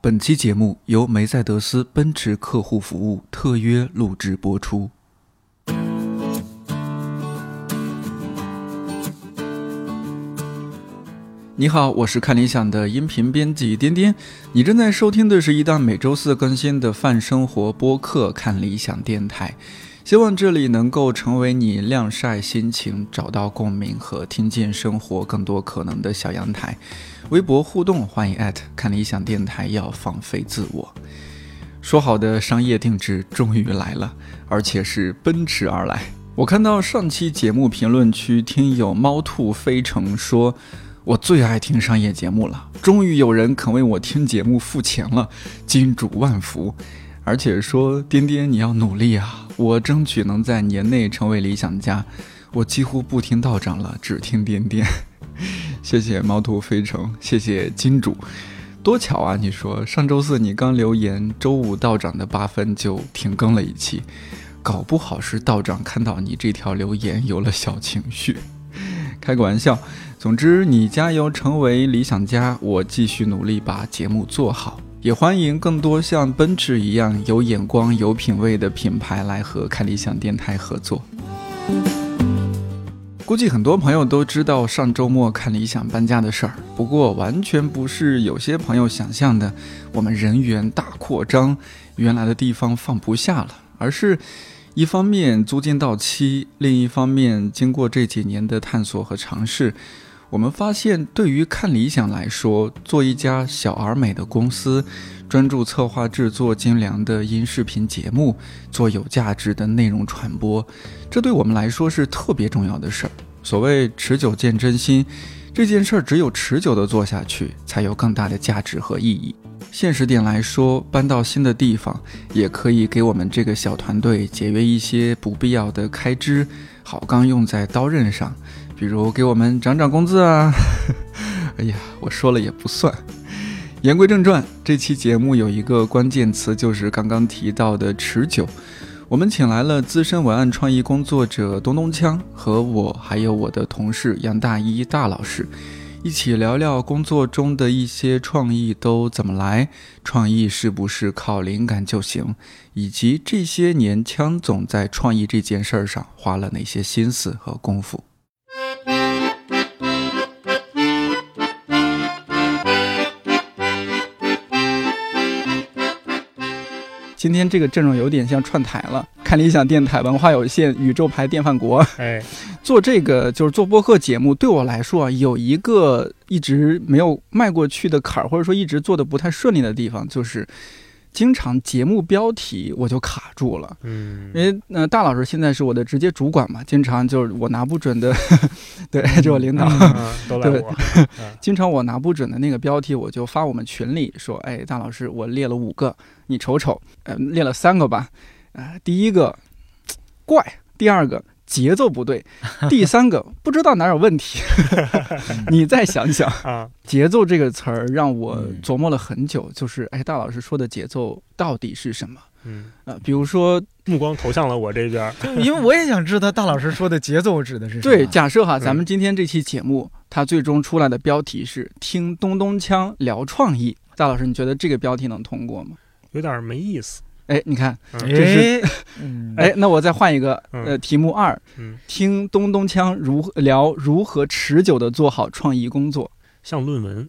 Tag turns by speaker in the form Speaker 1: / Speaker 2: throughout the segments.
Speaker 1: 本期节目由梅赛德斯奔驰客户服务特约录制播出。你好，我是看理想的音频编辑颠颠。你正在收听的是一档每周四更新的泛生活播客《看理想电台》，希望这里能够成为你晾晒心情、找到共鸣和听见生活更多可能的小阳台。微博互动欢迎艾特看理想电台，要放飞自我。说好的商业定制终于来了，而且是奔驰而来。我看到上期节目评论区听友猫兔飞乘说，我最爱听商业节目了，终于有人肯为我听节目付钱了，金主万福。而且说颠颠你要努力啊，我争取能在年内成为理想家。我几乎不听道长了，只听颠颠。谢谢猫兔飞乘，谢谢金主。多巧啊！你说上周四你刚留言，周五道长的八分就停更了一期，搞不好是道长看到你这条留言有了小情绪。开个玩笑，总之你加油，成为理想家，我继续努力把节目做好。也欢迎更多像奔驰一样有眼光、有品位的品牌来和看理想电台合作。估计很多朋友都知道上周末看理想搬家的事儿，不过完全不是有些朋友想象的，我们人员大扩张，原来的地方放不下了，而是一方面租金到期，另一方面经过这几年的探索和尝试，我们发现对于看理想来说，做一家小而美的公司，专注策划制作精良的音视频节目，做有价值的内容传播，这对我们来说是特别重要的事儿。所谓持久见真心，这件事儿只有持久的做下去，才有更大的价值和意义。现实点来说，搬到新的地方，也可以给我们这个小团队节约一些不必要的开支，好钢用在刀刃上，比如给我们涨涨工资啊。 哎呀，我说了也不算。言归正传，这期节目有一个关键词，就是刚刚提到的持久。我们请来了资深文案创意工作者东东锵和我，还有我的同事杨大一大老师，一起聊聊工作中的一些创意都怎么来，创意是不是靠灵感就行，以及这些年锵总在创意这件事儿上花了哪些心思和功夫。
Speaker 2: 今天这个阵容有点像串台了，看理想电台、文化有限、宇宙牌电饭锅。
Speaker 3: 哎，
Speaker 2: 做这个就是做播客节目，对我来说啊，有一个一直没有迈过去的坎儿，或者说一直做的不太顺利的地方，就是经常节目标题我就卡住了。
Speaker 3: 嗯
Speaker 2: 因，为呃，大老师现在是我的直接主管嘛，经常就是我拿不准的， 对， 这是我领导。
Speaker 3: 啊都赖
Speaker 2: 对
Speaker 3: 我，
Speaker 2: 经常我拿不准的那个标题，我就发我们群里说：“哎，大老师，我列了五个，你瞅瞅，呃，列了三个吧。呃，第一个嘖怪，第二个节奏不 对，第三个不知道哪有问题。你再想想，
Speaker 3: 啊，
Speaker 2: 节奏这个词儿让我
Speaker 4: 嗯
Speaker 2: 琢磨了很久，就是哎，大老师说的节奏到底是什么？
Speaker 3: 嗯，
Speaker 2: 呃，比如说，
Speaker 3: 目光投向了我这边儿，
Speaker 4: 因为我也想知道大老师说的节奏指的是什么。
Speaker 2: 对，假设哈，
Speaker 3: 嗯
Speaker 2: 咱们今天这期节目，它最终出来的标题是“听东东锵聊创意”。大老师，你觉得这个标题能通过吗？
Speaker 3: 有点儿没意思。
Speaker 2: 哎，你看，
Speaker 3: 嗯，
Speaker 4: 哎，嗯
Speaker 2: 哎，那我再换一个，呃，
Speaker 3: 嗯
Speaker 2: 题目二，
Speaker 3: 嗯
Speaker 2: 听东东锵如何聊如何持久的做好创意工作。
Speaker 3: 像 论文，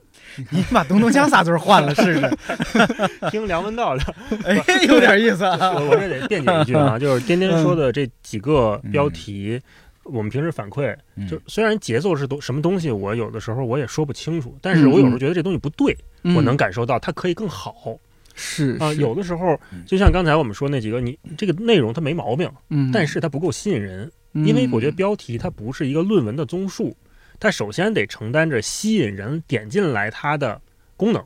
Speaker 4: 你把东东锵仨字儿换了试试，
Speaker 3: 听梁文道 的，
Speaker 4: 哎，有点意思啊。
Speaker 3: 我我这得辩解一句啊，就是颠颠说的这几个
Speaker 2: 嗯
Speaker 3: 标题，我们平时反馈，就虽然节奏是东什么东西，我有的时候我也说不清楚，但是我有时候觉得这东西不对，
Speaker 2: 嗯
Speaker 3: 我能感受到它可以更好
Speaker 2: 是
Speaker 3: 啊。
Speaker 2: 是
Speaker 3: 有的时候
Speaker 4: 嗯
Speaker 3: 就像刚才我们说那几个，你这个内容它没毛病，
Speaker 2: 嗯，
Speaker 3: 但是它不够吸引人，
Speaker 2: 嗯
Speaker 3: 因为我觉得标题它不是一个论文的综述，它首先得承担着吸引人点进来它的功能。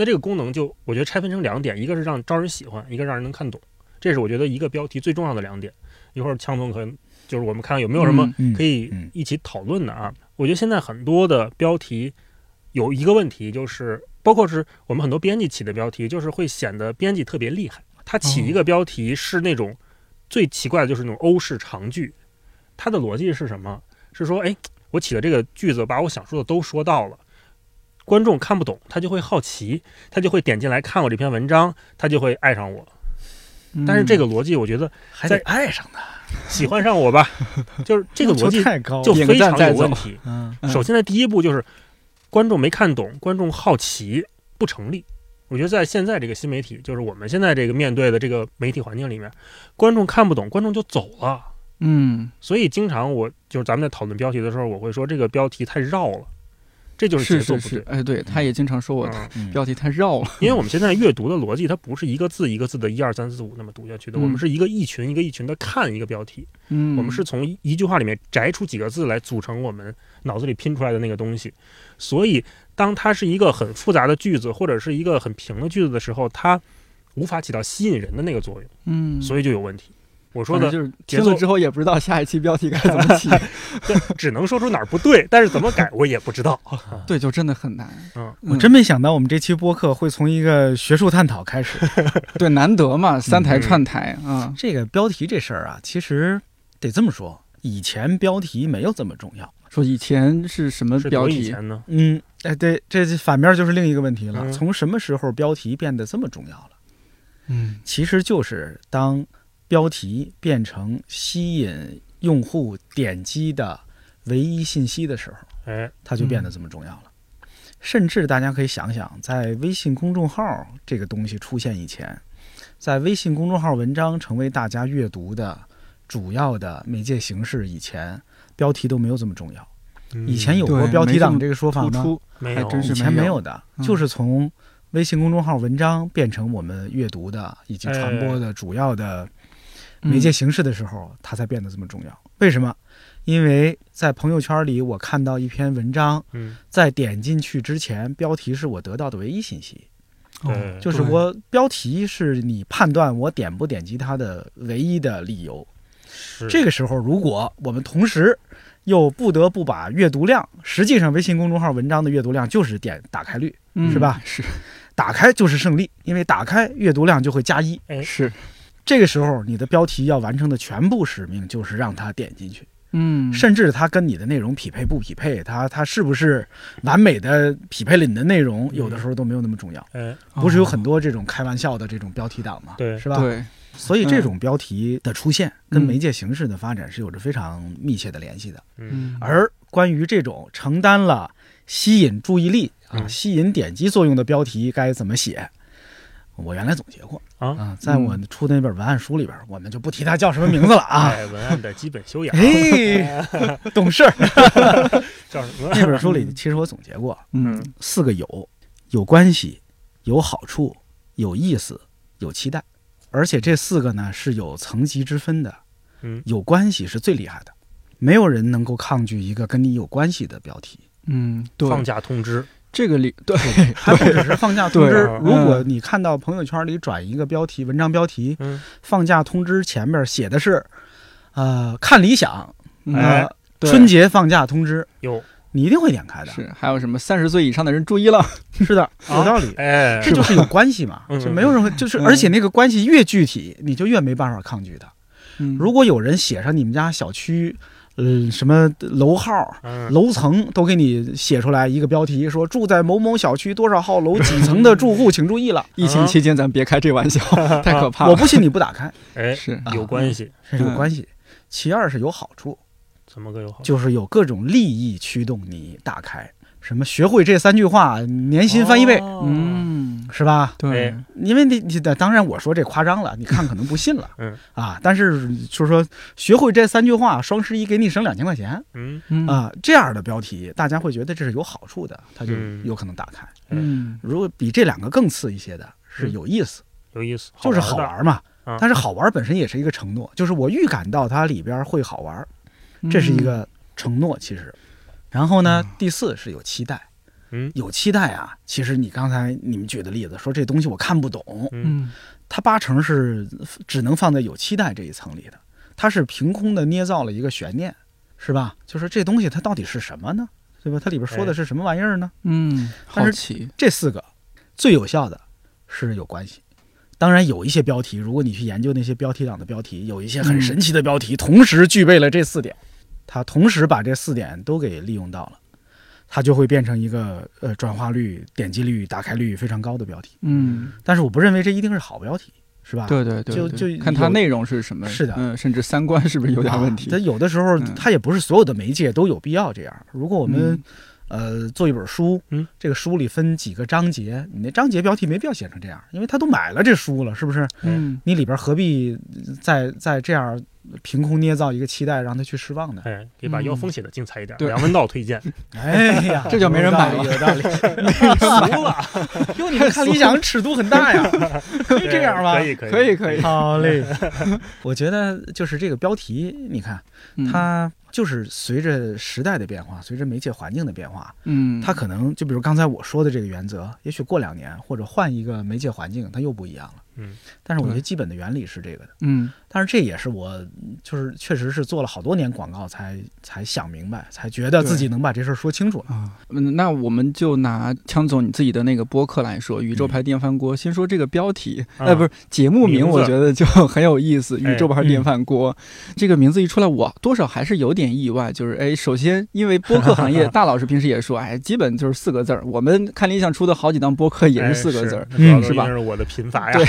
Speaker 3: 那这个功能就我觉得拆分成两点，一个是让招人喜欢，一个让人能看懂，这是我觉得一个标题最重要的两点。一会儿强总可能就是我们看看有没有什么
Speaker 2: 嗯
Speaker 4: 嗯
Speaker 3: 可以
Speaker 4: 嗯
Speaker 3: 一起讨论的啊。我觉得现在很多的标题有一个问题，就是包括是我们很多编辑起的标题，就是会显得编辑特别厉害。他起一个标题是那种最奇怪的，就是那种欧式长句，它的逻辑是什么？是说，哎，我起的这个句子把我想说的都说到了，观众看不懂，他就会好奇，他就会点进来看我这篇文章，他就会爱上我。
Speaker 1: 嗯
Speaker 3: 但是这个逻辑，我觉得
Speaker 4: 还得
Speaker 3: 在
Speaker 4: 爱上他，
Speaker 3: 喜欢上 我吧，就是这个逻
Speaker 4: 要求
Speaker 3: 辑
Speaker 4: 太高了，
Speaker 3: 就
Speaker 1: 点个
Speaker 3: 非
Speaker 1: 赞
Speaker 3: 常
Speaker 1: 再
Speaker 3: 有
Speaker 1: 走
Speaker 3: 问题。
Speaker 4: 嗯
Speaker 1: 嗯
Speaker 3: 首先的第一步就是观众没看懂，观众好奇不成立。我觉得在现在这个新媒体，就是我们现在这个面对的这个媒体环境里面，观众看不懂，观众就走了。
Speaker 1: 嗯，
Speaker 3: 所以经常我就是咱们在讨论标题的时候，我会说这个标题太绕了，这就是
Speaker 1: 是
Speaker 3: 节
Speaker 1: 是
Speaker 3: 奏不对
Speaker 1: 是，。哎，对，他也经常说我
Speaker 3: 嗯，
Speaker 1: 标题太绕了，
Speaker 3: 因为我们现在阅读的逻辑，它不是一个字一个字的一二三四五那么读下去的，
Speaker 1: 嗯
Speaker 3: 我们是一个一群一个一群的看一个标题，
Speaker 1: 嗯，
Speaker 3: 我们是从一句话里面摘出几个字来组成我们脑子里拼出来的那个东西。所以，当它是一个很复杂的句子或者是一个很平的句子的时候，它无法起到吸引人的那个作用，
Speaker 1: 嗯，
Speaker 3: 所以就有问题。我说
Speaker 1: 反正
Speaker 3: 的
Speaker 1: 就是
Speaker 3: 节
Speaker 1: 听了
Speaker 3: 奏
Speaker 1: 之后也不知道下一期标题该怎么 起，
Speaker 3: 只能说出哪儿不对，但是怎么改我也不知道。
Speaker 1: 对，就真的很难，
Speaker 3: 嗯，
Speaker 4: 我真没想到我们这期播客会从一个学术探讨开始。
Speaker 1: 对，难得嘛，三
Speaker 3: 嗯
Speaker 1: 台串台啊，
Speaker 4: 这个标题这事儿啊，其实得这么说，以前标题没有这么重要。
Speaker 1: 说以前是什么
Speaker 3: 是
Speaker 1: 标
Speaker 3: 多以
Speaker 1: 题？
Speaker 3: 前呢？
Speaker 4: 嗯，哎，对，这这反面就是另一个问题了。
Speaker 3: 嗯
Speaker 4: 从什么时候标题变得这么重要了？
Speaker 1: 嗯
Speaker 4: 其实就是当标题变成吸引用户点击的唯一信息的时候，
Speaker 3: 哎，
Speaker 4: 它就
Speaker 1: 嗯
Speaker 4: 变得这么重要了。甚至大家可以想想，在微信公众号这个东西出现以前，在微信公众号文章成为大家阅读的主要的媒介形式以前，标题都没有这么重要。以前有过
Speaker 1: 对
Speaker 4: 标题
Speaker 1: 没这么
Speaker 4: 党这个说法
Speaker 1: 突
Speaker 4: 吗？
Speaker 1: 出，
Speaker 3: 嗯没
Speaker 1: 还
Speaker 3: 有，
Speaker 1: 真是
Speaker 4: 以前
Speaker 1: 没有
Speaker 4: 有的，
Speaker 1: 嗯
Speaker 4: 就是从微信公众号文章变成我们阅读的以及
Speaker 1: 哎
Speaker 4: 传播的主要的
Speaker 1: 嗯
Speaker 4: 媒
Speaker 3: 嗯
Speaker 4: 介形式的时候，它才变得这么重要。为什么？因为在朋友圈里，我看到一篇文章，
Speaker 3: 嗯，
Speaker 4: 在点进去之前，标题是我得到的唯一信息，
Speaker 1: 哦
Speaker 3: 对
Speaker 4: 就是我标题是你判断我点不点击它的唯一的理由。
Speaker 3: 是
Speaker 4: 这个时候，如果我们同时又不得不把阅读量，实际上微信公众号文章的阅读量就是点打开率，
Speaker 1: 嗯
Speaker 4: 是吧？
Speaker 1: 是
Speaker 4: 打开就是胜利，因为打开阅读量就会加一。
Speaker 3: 哎
Speaker 1: 是，
Speaker 4: 这个时候，你的标题要完成的全部使命就是让它点进去，
Speaker 1: 嗯，
Speaker 4: 甚至它跟你的内容匹配不匹配，它它是不是完美的匹配了你的内容，
Speaker 3: 嗯
Speaker 4: 有的时候都没有那么重要。
Speaker 3: 哎，
Speaker 4: 不是有
Speaker 1: 哦
Speaker 4: 很多这种开玩笑的这种标题党吗？
Speaker 3: 对
Speaker 4: 是吧？
Speaker 1: 对，
Speaker 4: 所以这种标题的出现跟
Speaker 1: 嗯
Speaker 4: 媒介形式的发展是有着非常密切的联系的。
Speaker 3: 嗯，
Speaker 4: 而关于这种承担了吸引注意力啊、
Speaker 3: 嗯
Speaker 4: 吸引点击作用的标题该怎么写，我原来总结过
Speaker 3: 啊
Speaker 4: 在我出的那本文案书里边，我们就不提它叫什么名字了 啊。
Speaker 3: 哎，文案的基本修养
Speaker 4: 哎，懂事儿。
Speaker 3: 叫什么？
Speaker 4: 那本书里其实我总结过
Speaker 1: 嗯
Speaker 3: 嗯
Speaker 4: 四个有：有关系、有好处、有意思、有期待。而且这四个呢是有层级之分的。
Speaker 3: 嗯
Speaker 4: 有关系是最厉害的，没有人能够抗拒一个跟你有关系的标题。
Speaker 1: 嗯，对，
Speaker 3: 放假通知，
Speaker 1: 这个理对，
Speaker 4: 还不只是放假通
Speaker 1: 对
Speaker 4: 知。
Speaker 3: 嗯
Speaker 4: 如果你看到朋友圈里转一个标题，文章标题
Speaker 3: 嗯，
Speaker 4: “放假通知”前面写的是，呃，看理想，
Speaker 1: 嗯
Speaker 3: 哎
Speaker 4: 呃，春节放假通知，
Speaker 3: 有
Speaker 4: 你一定会点开的。啊
Speaker 1: 是还有什么三十岁以上的人注 意了，
Speaker 4: 是的，有道理。
Speaker 3: 哎，
Speaker 4: 这就是有关系嘛，
Speaker 3: 嗯
Speaker 4: 就没有人会，就是
Speaker 1: 嗯
Speaker 4: 而且那个关系越具体，你就越没办法抗拒的。
Speaker 1: 嗯
Speaker 4: 如果有人写上你们家小区，嗯，什么楼号、
Speaker 3: 嗯，
Speaker 4: 楼层都给你写出来一个标题，说住在某某小区多少号楼几层的住户请注意 了。
Speaker 1: 疫情期间咱别开这玩笑，太可怕了。
Speaker 4: 我不信你不打 开，
Speaker 3: 啊哎，
Speaker 1: 是
Speaker 4: 啊
Speaker 3: 有关系，
Speaker 4: 这是有
Speaker 1: 嗯
Speaker 4: 关系。其二是有好处，
Speaker 3: 怎么个有好？
Speaker 4: 就是有各种利益驱动你打开。什么学会这三句话，年薪翻一倍，
Speaker 3: 哦，
Speaker 1: 嗯，
Speaker 4: 是吧？
Speaker 1: 对
Speaker 3: 哎，
Speaker 4: 因为你你的当然我说这夸张了，你看可能不信了，
Speaker 3: 嗯
Speaker 4: 啊，但是就是说学会这三句话，双十一给你省两千块钱
Speaker 3: 嗯
Speaker 1: 嗯
Speaker 4: 啊，这样的标题大家会觉得这是有好处的，他就
Speaker 3: 嗯
Speaker 4: 有可能打开。
Speaker 1: 嗯
Speaker 4: 如果比这两个更次一些的是有意思，
Speaker 3: 有意思，
Speaker 4: 就是好
Speaker 3: 好
Speaker 4: 玩嘛
Speaker 3: 嗯。
Speaker 4: 但是好玩本身也是一个承诺，就是我预感到它里边会好玩，
Speaker 1: 嗯
Speaker 4: 这是一个承诺其实。然后呢，第四是有期待，
Speaker 3: 嗯
Speaker 4: 有期待啊。其实你刚才你们举的例子说这东西我看不懂，
Speaker 3: 嗯
Speaker 1: 嗯
Speaker 4: 它八成是只能放在有期待这一层里的，它是凭空的捏造了一个悬念，是吧？就说这东西它到底是什么呢？对吧？它里边说的是什么玩意儿呢？
Speaker 1: 嗯，好
Speaker 4: 但是
Speaker 1: 奇，
Speaker 4: 这四个最有效的是有关系。当然有一些标题，如果你去研究那些标题党的标题，有一些很神奇的标题，同时具备了这四点，它同时把这四点都给利用到了。它就会变成一个呃转化率、点击率、打开率非常高的标题。
Speaker 1: 嗯，
Speaker 4: 但是我不认为这一定是好标题，是吧？
Speaker 1: 对对对，
Speaker 4: 嗯就
Speaker 1: 对
Speaker 4: 就
Speaker 1: 看它
Speaker 4: 有
Speaker 1: 内容是什么，
Speaker 4: 是的
Speaker 1: 嗯，甚至三观是不是有点问
Speaker 4: 啊
Speaker 1: 题？
Speaker 4: 但有的时候
Speaker 1: 嗯
Speaker 4: 它也不是所有的媒介都有必要这样。如果我们呃做一本书，
Speaker 3: 嗯，
Speaker 4: 这个书里分几个章节，你那章节标题没必要写成这样，因为他都买了这书了，是不是？
Speaker 1: 嗯
Speaker 4: 你里边何必再再这样凭空捏造一个期待让他去 失望呢？
Speaker 3: 哎，可以把妖风写的精彩一点。
Speaker 1: 嗯对
Speaker 3: 梁文道
Speaker 1: ，
Speaker 3: 推荐，
Speaker 4: 哎呀
Speaker 1: 这就没人买了
Speaker 4: 有道理。有道理
Speaker 3: 服了，
Speaker 4: 哟，你们看理想尺度很 大呀，可以这样吗
Speaker 3: 可？以可以
Speaker 1: 可以可以，
Speaker 4: 好 嘞，我觉得就是这个标题，你看
Speaker 1: 嗯
Speaker 4: 它就是随着时代的变化，随着媒介环境的变化，
Speaker 1: 嗯，
Speaker 4: 它可能就比如刚才我说的这个原则，也许过两年或者换一个媒介环境，它又不一样了。
Speaker 3: 嗯，
Speaker 4: 但是我觉
Speaker 1: 对
Speaker 4: 得基本的原理是这个的。
Speaker 1: 嗯
Speaker 4: 但是这也是我嗯就是确实是做了好多年广告才才想明白，才觉得自己能把这事儿说清楚了。
Speaker 1: 啊，嗯，那我们就拿枪总你自己的那个播客来说，《宇宙牌电饭锅》。先说这个标题，
Speaker 3: 嗯啊
Speaker 1: 呃，不是节目名，
Speaker 3: 名字
Speaker 1: 我觉得就很有意思，《
Speaker 3: 哎
Speaker 1: 宇宙牌电饭锅》这个名字一出来，我多少还是有点意外。就是，哎，首先因为播客 行业，大老师平时也说，哎，基本就是四个字儿。我们看理想出的好几档播客也
Speaker 3: 哎
Speaker 1: 是四个字儿，，
Speaker 3: 那主要
Speaker 4: 嗯
Speaker 3: 都
Speaker 1: 是吧
Speaker 3: 因为是我的贫乏呀
Speaker 1: 对，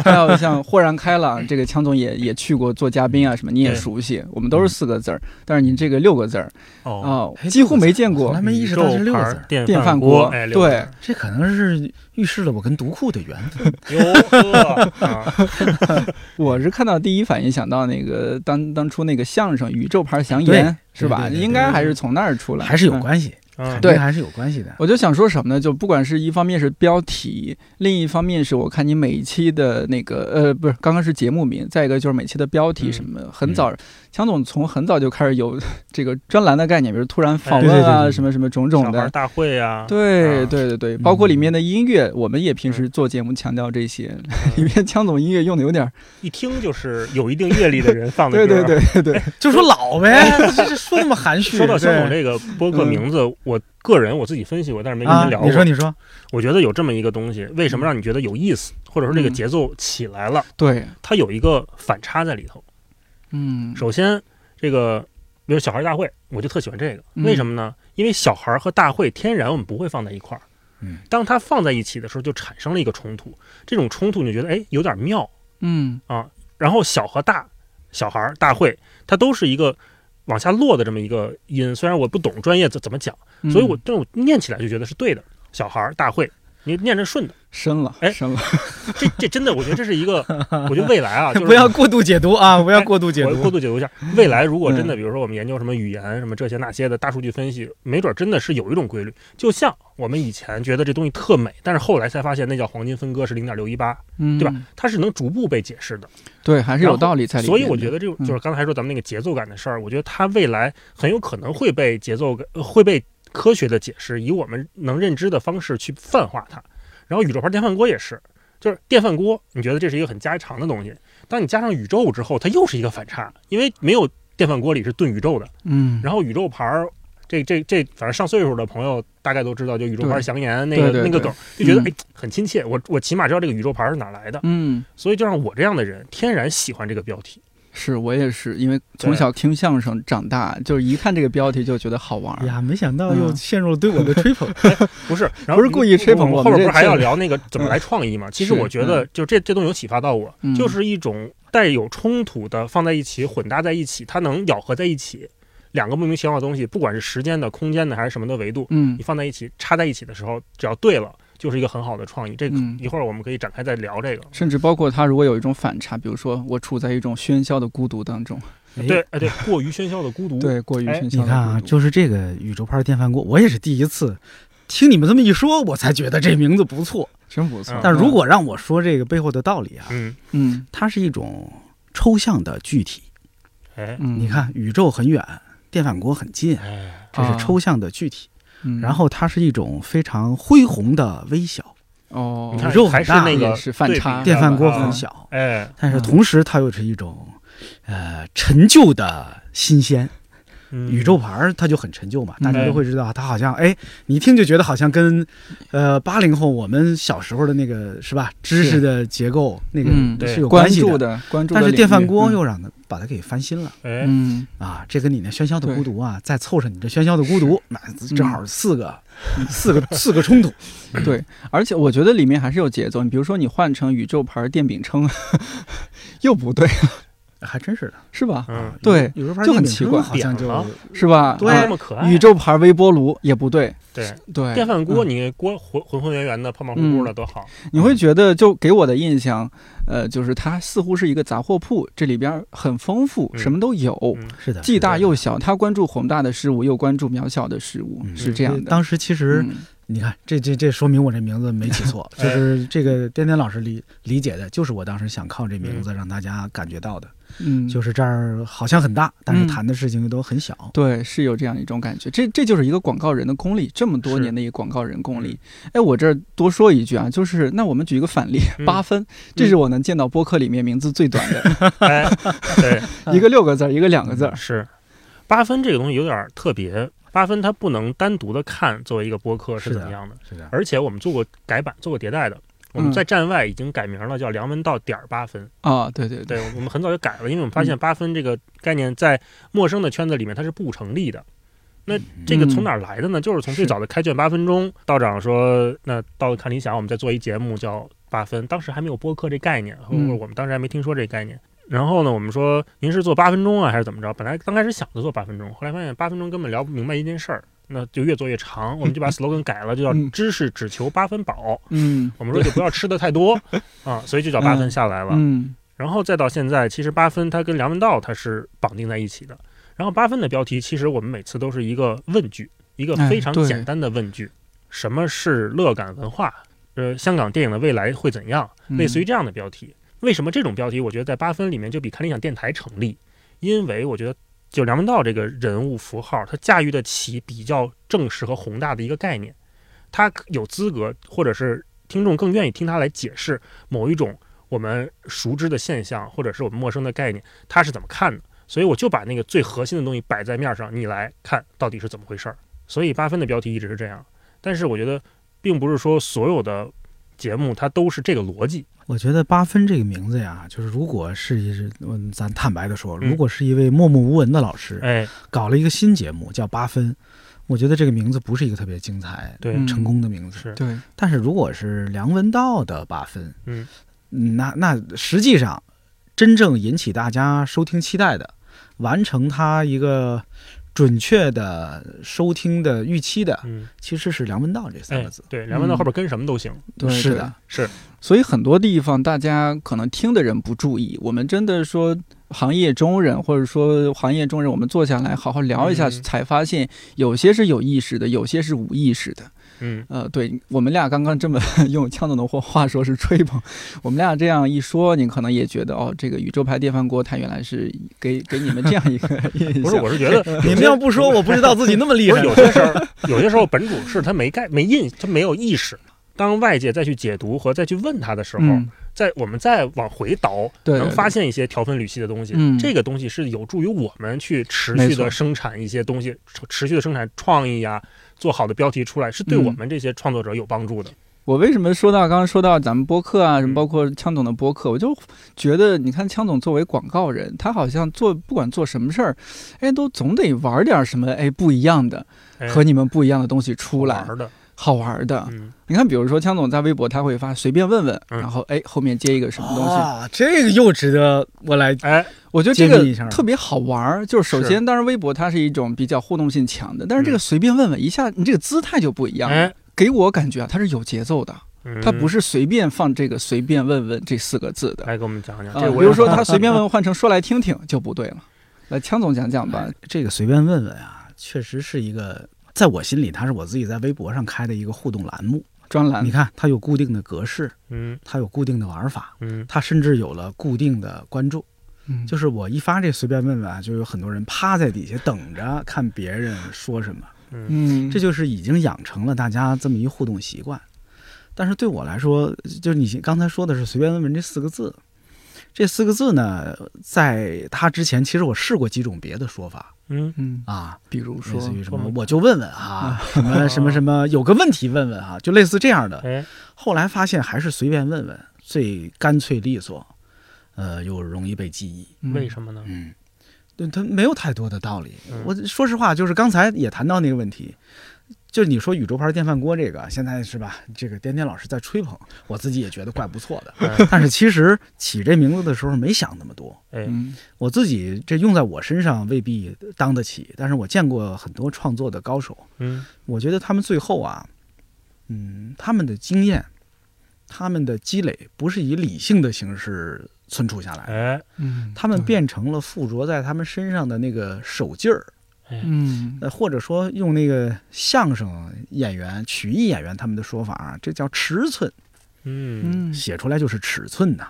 Speaker 1: 还有像豁然开朗，这个枪总也也去过做嘉宾啊什么，你也
Speaker 3: 对嗯
Speaker 1: 熟悉。我们都是四个字儿，但是您这个六个字儿
Speaker 3: 哦，
Speaker 1: 啊、
Speaker 4: 哎
Speaker 1: 几乎没见
Speaker 4: 我
Speaker 1: 过
Speaker 4: 从来。没意识到是六个字儿，
Speaker 3: 电
Speaker 1: 电饭
Speaker 3: 锅，
Speaker 1: 锅，
Speaker 3: 哎，六个字
Speaker 1: 对
Speaker 3: 儿，，
Speaker 4: 这可能是预示了我跟读库的缘分。
Speaker 3: 哟呵，啊
Speaker 1: 我是看到第一反应想到那个当当初那个相声《宇宙牌祥言》是吧？
Speaker 4: 对对对
Speaker 1: 应该还是从那儿出来，
Speaker 4: 还是有
Speaker 1: 嗯。
Speaker 4: 关系，
Speaker 3: 嗯，
Speaker 1: 对
Speaker 4: 肯定还是有关系的。
Speaker 1: 我就想说什么呢？就不管是一方面是标题，另一方面是我看你每一期的那个呃，不是，刚刚是节目名，再一个就是每期的标题
Speaker 3: 嗯
Speaker 1: 什么。很早，强总从很早就开始有这个专栏的概念，比如突然访
Speaker 4: 哎对
Speaker 1: 问
Speaker 4: 对对
Speaker 1: 啊，
Speaker 4: 对
Speaker 1: 什么什么种
Speaker 3: 小
Speaker 1: 种
Speaker 3: 孩
Speaker 1: 的。
Speaker 3: 大会啊，
Speaker 1: 对
Speaker 3: 啊
Speaker 1: 对对
Speaker 4: 嗯
Speaker 1: 对，包括里面的音乐，我们也平时做节目强调这些。 里面强总音乐用的有点儿，
Speaker 3: 嗯一听就是有一定阅历的人 放的
Speaker 1: 对
Speaker 3: 歌。
Speaker 1: 对对对对，
Speaker 4: 就说老呗，这这说那么含蓄。
Speaker 3: 说到香总
Speaker 4: 对
Speaker 3: 这个播客名字，
Speaker 1: 嗯
Speaker 3: 我个人我自己分析过，但是没跟
Speaker 4: 啊
Speaker 3: 您聊，
Speaker 4: 你
Speaker 3: 过。
Speaker 4: 说你说，
Speaker 3: 我觉得有这么一个东西，为什么让你觉得有意思，或者说这
Speaker 1: 嗯
Speaker 3: 个节奏起来了，
Speaker 1: 对，
Speaker 3: 它有一个反差在里头。
Speaker 1: 嗯，
Speaker 3: 首先，这个比如小孩大会，我就特喜欢这个，
Speaker 1: 嗯
Speaker 3: 为什么呢？因为小孩和大会天然我们不会放在一块儿，
Speaker 4: 嗯，
Speaker 3: 当它放在一起的时候，就产生了一个冲突，这种冲突你就觉得哎有点妙。
Speaker 1: 嗯
Speaker 3: 然后小和大，小孩儿大会，它都是一个往下落的这么一个音，虽然我不懂专业怎怎么讲，，
Speaker 1: 嗯
Speaker 3: 所以我这种念起来就觉得是对的。小孩儿大会，你念着顺的，
Speaker 1: 深了，
Speaker 3: 哎
Speaker 1: 深了，
Speaker 3: 这这真的，我觉得这是 一个，我觉得未来啊，就是
Speaker 4: 不要过度解读啊，不要过度解
Speaker 3: 我过
Speaker 4: 读。嗯
Speaker 3: 度解读一下，未来如果真的，比如说我们研究什么语言、什么这些那些的大数据分析，没准真的是有一种规律。就像我们以前觉得这东西特美，但是后来才发现那叫黄金分割是零点六一八，
Speaker 1: 嗯，
Speaker 3: 对吧？它是能逐步被解释的。
Speaker 1: 对，还是
Speaker 3: 然
Speaker 1: 有
Speaker 3: 后
Speaker 1: 道理在里面
Speaker 3: 所
Speaker 1: 的。
Speaker 3: 以我觉得这种
Speaker 1: 嗯
Speaker 3: 就是刚才说咱们那个节奏感的事儿，我觉得它未来很有可能会被节奏感呃会被科学的解释，以我们能认知的方式去泛化它。然后宇宙牌电饭锅也是，就是电饭锅，你觉得这是一个很家常的东西，当你加上宇宙之后，它又是一个反差，因为没有电饭锅里是炖宇宙的。
Speaker 1: 嗯，
Speaker 3: 然后宇宙牌儿，这这这，反正上岁数的朋友大概都知道，就宇宙牌儿
Speaker 1: 对
Speaker 3: 祥言那
Speaker 1: 对
Speaker 3: 个
Speaker 1: 对
Speaker 3: 那个
Speaker 1: 对
Speaker 3: 梗，就觉得
Speaker 1: 嗯
Speaker 3: 哎很亲切。我我起码知道这个宇宙牌儿是哪来的，
Speaker 1: 嗯，
Speaker 3: 所以就让我这样的人天然喜欢这个标题。
Speaker 1: 是我也是，因为从小听相声长大，就是一看这个标题就觉得好玩儿。
Speaker 4: 哎呀，没想
Speaker 1: 嗯
Speaker 4: 到又陷入了对我的 吹捧。
Speaker 3: 不是，然后
Speaker 1: 不是故意吹捧
Speaker 3: 我
Speaker 1: 我
Speaker 3: 后
Speaker 1: 们
Speaker 3: 边
Speaker 1: 这
Speaker 3: 不是还
Speaker 1: 这
Speaker 3: 要
Speaker 1: 个
Speaker 3: 聊那个怎么来创意吗？其实
Speaker 1: 是
Speaker 3: 我觉得，就这这东西有启发到我，
Speaker 1: 嗯
Speaker 3: 就是一种带有冲突的放在一起混搭在一起，它能咬合在一起，两个莫名其妙的东西，不管是时间的、空间的还是什么的维度，
Speaker 1: 嗯
Speaker 3: 你放在一起插在一起的时候，只要对了，就是一个很好的创意。这个
Speaker 1: 嗯
Speaker 3: 一会儿我们可以展开再聊这个。
Speaker 1: 甚至包括他如果有一种反差，比如说我处在一种喧嚣的孤独当中，
Speaker 4: 哎
Speaker 3: 对，哎对，过于喧嚣的孤独。，
Speaker 1: 对，过于
Speaker 3: 哎
Speaker 1: 喧嚣的孤独。
Speaker 4: 你看啊，就是这个宇宙牌电饭锅，我也是第一次听你们这么一说，我才觉得这名字不错。
Speaker 1: 真不错
Speaker 3: 嗯。
Speaker 4: 但如果让我说这个背后的道理啊，
Speaker 3: 嗯，
Speaker 1: 嗯
Speaker 4: 它是一种抽象的具体。
Speaker 3: 哎，
Speaker 1: 嗯，
Speaker 4: 你看，宇宙很远，电饭锅很近，
Speaker 3: 哎，
Speaker 4: 这
Speaker 1: 啊
Speaker 4: 是抽象的具体。
Speaker 1: 嗯，
Speaker 4: 然后它是一一种非常恢宏的微小，
Speaker 1: 哦
Speaker 3: 你，看
Speaker 4: 宇宙很
Speaker 3: 还是
Speaker 4: 大
Speaker 3: 那
Speaker 1: 也
Speaker 3: 个
Speaker 1: 是反
Speaker 3: 对比
Speaker 1: 差
Speaker 3: 啊
Speaker 4: 电饭锅
Speaker 1: 啊嗯
Speaker 4: 很小，
Speaker 3: 哎，
Speaker 4: 但是同时它又是一种，呃，陈旧的新鲜。
Speaker 3: 嗯
Speaker 4: 宇宙牌儿它就很陈旧嘛，大家
Speaker 3: 嗯
Speaker 4: 都会知道，它好像哎，你一听就觉得好像跟，呃，八零后我们小时候的那个是吧，知识的结构那个
Speaker 1: 嗯
Speaker 3: 对
Speaker 4: 是有
Speaker 1: 关
Speaker 4: 系
Speaker 1: 注的关注的
Speaker 4: 但
Speaker 1: 领域，
Speaker 4: 是电饭锅
Speaker 1: 嗯
Speaker 4: 又让它把它给翻新了
Speaker 3: 哎，
Speaker 1: 嗯，
Speaker 4: 啊，这跟你那喧嚣的孤独啊，再凑上你这喧嚣的孤独，那
Speaker 1: 嗯
Speaker 4: 正好四个， 四个四个冲突，
Speaker 1: 而且我觉得里面还是有节奏。你比如说，你换成宇宙牌电饼铛， 又不对，
Speaker 4: 还真是的，
Speaker 1: 是吧？
Speaker 3: 嗯，
Speaker 1: 对
Speaker 4: 有时候
Speaker 1: 就很奇怪
Speaker 4: 好像
Speaker 3: 点了
Speaker 4: 就。
Speaker 1: 是吧？
Speaker 4: 对
Speaker 3: 那
Speaker 1: 啊
Speaker 3: 么可爱，
Speaker 1: 宇宙牌微波炉也不对，
Speaker 3: 对
Speaker 1: 对，
Speaker 3: 电饭锅，
Speaker 1: 嗯
Speaker 3: 你锅浑浑浑圆圆的、胖胖乎乎的多好，
Speaker 1: 你会觉得就给我的印象，呃，就是它似乎是一个杂货铺，这里边很丰富，
Speaker 3: 嗯
Speaker 1: 什么都有，
Speaker 3: 嗯
Speaker 4: 是的，
Speaker 1: 既大
Speaker 4: 是的
Speaker 1: 又小。它关注宏大的事物，又关注渺小的事物，
Speaker 4: 嗯
Speaker 1: 是这样的。
Speaker 4: 当时其实
Speaker 1: 嗯
Speaker 4: 你看，这这这说明我这名字没起错，
Speaker 3: 哎
Speaker 4: 就是这个颠颠老师理理解的，就是我当时想靠这名
Speaker 3: 嗯
Speaker 4: 字让大家感觉到的，
Speaker 1: 嗯，
Speaker 4: 就是这儿好像很大，但是
Speaker 1: 嗯
Speaker 4: 谈的事情又都很小。
Speaker 1: 对，是有这样一种感觉。这这就是一个广告人的功力，这么多
Speaker 3: 是嗯
Speaker 1: 年的一个广告人功力。哎，我这儿多说一句啊，就是那我们举一个反例，
Speaker 3: 嗯
Speaker 1: 八分，这是我能见到播客里面名字最短的，
Speaker 3: 哎，对，
Speaker 1: 一个六个字儿，一个两个字儿。
Speaker 3: 是八分这个东西有点儿特别，八分它不能单独的看作为一个播客是
Speaker 4: 是的
Speaker 3: 怎么样的，
Speaker 4: 是的，
Speaker 3: 而且我们做过改版、做过迭代的。我们
Speaker 1: 嗯
Speaker 3: 在站外已经改名了，叫梁文道点儿八分。
Speaker 1: 啊，对对对，
Speaker 3: 对，我们很早就改了，因为我们发现八分这个概念在陌生的圈子里面它是不成立的。
Speaker 4: 嗯
Speaker 3: 那这个从哪儿来的呢？就是从
Speaker 1: 嗯
Speaker 3: 最
Speaker 1: 是
Speaker 3: 早的开卷八分钟，道长说，那到了看理想，我们再做一节目叫八分，当时还没有播客这概念，或者
Speaker 1: 嗯
Speaker 3: 我们当时还没听说这概念。然后呢，我们说您是做八分钟啊，还是怎么着？本来刚开始想着做八分钟，后来发现八分钟根本聊不明白一件事儿，那就越做越长，我们就把 slogan 改了，就叫
Speaker 1: 嗯
Speaker 3: 知识只求八分饱。
Speaker 1: 嗯
Speaker 3: 我们说就不要吃的太多啊，所以就叫八分下来了。
Speaker 1: 嗯
Speaker 3: 然后再到现在，其实八分它跟梁文道它是绑定在一起的。然后八分的标题，其实我们每次都是一个问句，一个非常
Speaker 1: 哎对
Speaker 3: 简单的问句：什么是乐感文化？呃，香港电影的未来会怎样？
Speaker 1: 嗯
Speaker 3: 类似于这样的标题。为什么这种标题，我觉得在八分里面就比看理想电台成立？因为我觉得，就梁文道这个人物符号，他驾驭得起比较正式和宏大的一个概念，他有资格，或者是听众更愿意听他来解释某一种我们熟知的现象，或者是我们陌生的概念，他是怎么看的。所以我就把那个最核心的东西摆在面上，你来看到底是怎么回事儿。所以八分的标题一直是这样，但是我觉得，并不是说所有的节目它都是这个逻辑。
Speaker 4: 我觉得八分这个名字呀，就是如果是一，嗯，咱坦白的说，
Speaker 3: 嗯
Speaker 4: 如果是一位默默无闻的老师
Speaker 3: 哎，
Speaker 4: 搞了一个新节目叫八分，我觉得这个名字不是一个特别精彩、
Speaker 3: 对，
Speaker 1: 嗯
Speaker 4: 成功的名字。
Speaker 3: 是，
Speaker 1: 对，
Speaker 4: 但是如果是梁文道的八分，
Speaker 3: 嗯，
Speaker 4: 那那实际上真正引起大家收听期待的，完成他一个准确的收听的预期的，
Speaker 3: 嗯，
Speaker 4: 其实是梁文道这三
Speaker 3: 哎
Speaker 4: 个字。，
Speaker 3: 对，梁文道后边跟什么都行，
Speaker 1: 对
Speaker 4: 是
Speaker 1: 对
Speaker 4: 的，
Speaker 3: 是，
Speaker 1: 所以很多地方大家可能听的人不注意，我们真的说行业中人，或者说行业中人，我们坐下来好好聊一下，
Speaker 3: 嗯
Speaker 1: 才发现有些是有意识的，有些是无意识的。
Speaker 3: 嗯，
Speaker 1: 呃，对我们俩刚刚这么 用枪总的话话说是吹捧，我们俩这样一说，你可能也觉得哦，这个宇宙牌电饭锅它原来是给给你们这样一个 印
Speaker 3: 不是，
Speaker 1: 象。
Speaker 3: 我是觉
Speaker 1: 哎
Speaker 3: 得
Speaker 4: 你们要不说，我不知道自己那么厉
Speaker 3: 不
Speaker 4: 害
Speaker 3: 是。有些时候，有些时候本主是他没概没印，他没有意识。当外界再去解读和再去问他的时候，
Speaker 1: 嗯，
Speaker 3: 在我们再往回倒，
Speaker 1: 对对
Speaker 3: 能发现一些条分缕析的东西。
Speaker 1: 嗯
Speaker 3: 这个东西是有助于我们去持
Speaker 1: 没
Speaker 3: 续
Speaker 1: 错
Speaker 3: 的生产一些东西，持持续的生产创意呀，做好的标题出来，是对
Speaker 1: 嗯
Speaker 3: 我们这些创作者有帮助的。
Speaker 1: 我为什么说到刚刚说到咱们播客啊，什么
Speaker 3: 嗯
Speaker 1: 包括枪总的播客，我就觉得你看枪总作为广告人，他好像做不管做什么事儿，哎，都总得玩点什么哎不一样的
Speaker 3: 哎
Speaker 1: 和你们不一样的东西出来
Speaker 3: 好，玩的，
Speaker 1: 好玩的。
Speaker 3: 嗯，
Speaker 1: 你看，比如说枪总在微博他会发随便问问，
Speaker 3: 嗯哦
Speaker 1: 然后哎后面接一个什么东西，
Speaker 4: 啊，这个又值得我来。
Speaker 3: 哎，
Speaker 1: 我觉得这
Speaker 4: 揭秘一
Speaker 1: 个
Speaker 4: 下
Speaker 1: 特别好玩儿。就是首
Speaker 3: 是
Speaker 1: 先，当然微博它是一种比较互动性强的，但是这个
Speaker 3: 嗯
Speaker 1: 随便问问一下，你这个姿态就不一样了，
Speaker 3: 哎，嗯
Speaker 1: 给我感觉啊，它是有节奏的。
Speaker 4: 嗯
Speaker 1: 他不
Speaker 3: 是
Speaker 1: 是随便放这个“随便问问”这四个字
Speaker 4: 哎
Speaker 1: 的。
Speaker 3: 来给我们讲讲，
Speaker 1: 啊
Speaker 3: 这
Speaker 1: 比
Speaker 3: 我
Speaker 1: 如
Speaker 3: 也
Speaker 1: 说他随便问问换成说来听听就不对 了。来，枪总讲讲吧。
Speaker 4: 这个随便问问啊，确实是一个，在我心里，它是我自己在微博上开的一个互动栏目。
Speaker 1: 专栏
Speaker 4: 你，看，它有固定的格式，
Speaker 3: 嗯
Speaker 4: 它有固定的玩法，
Speaker 3: 嗯
Speaker 4: 它甚至有了固定的关注。
Speaker 1: 嗯
Speaker 4: 就是我一发这随便问问啊，就有很多人趴在底下等着看别人说什么，
Speaker 3: 嗯
Speaker 1: 嗯，
Speaker 4: 这就是已经养成了大家这么一互动习惯。但是对我来说，就是你刚才说的是“随便问问”这四个字，这四个字呢，在它之前，其实我试过几种别的说法
Speaker 3: 嗯，
Speaker 1: 嗯，
Speaker 4: 啊，
Speaker 1: 比如说
Speaker 4: 类，似于什
Speaker 3: 说
Speaker 4: 么
Speaker 3: 明
Speaker 4: 我就问问啊，什么什么什么，有个问题问问啊，就类似这样的。
Speaker 3: 哦哎，
Speaker 4: 后来发现还是随便问问最干脆利索，呃，又容易被记忆。
Speaker 3: 为
Speaker 1: 么？
Speaker 3: 什么呢？
Speaker 4: 嗯，对，它没有太多的道理。
Speaker 3: 嗯
Speaker 4: 我说实话，就是刚才也谈到那个问题，就是你说宇宙牌电饭锅这个，现在是吧？这个颠颠老师在吹捧，我自己也觉得怪不错的。
Speaker 3: 哎
Speaker 4: 但是其实起这名字的时候没想那么多，
Speaker 3: 哎，
Speaker 5: 嗯
Speaker 4: 我自己这用在我身上未必当得起，但是我见过很多创作的高手，
Speaker 3: 嗯
Speaker 4: 我觉得他们最后啊，嗯，他们的经验，他们的积累，不是以理性的形式存储下来的。
Speaker 3: 哎，
Speaker 1: 嗯，
Speaker 4: 他们
Speaker 1: 对，
Speaker 4: 变成了附着在他们身上的那个手劲儿，
Speaker 1: 嗯
Speaker 4: 呃，或者说用那个相声演员、曲艺演员他们的说法啊，这叫尺寸，
Speaker 3: 嗯
Speaker 1: 嗯，
Speaker 4: 写出来就是尺寸呐、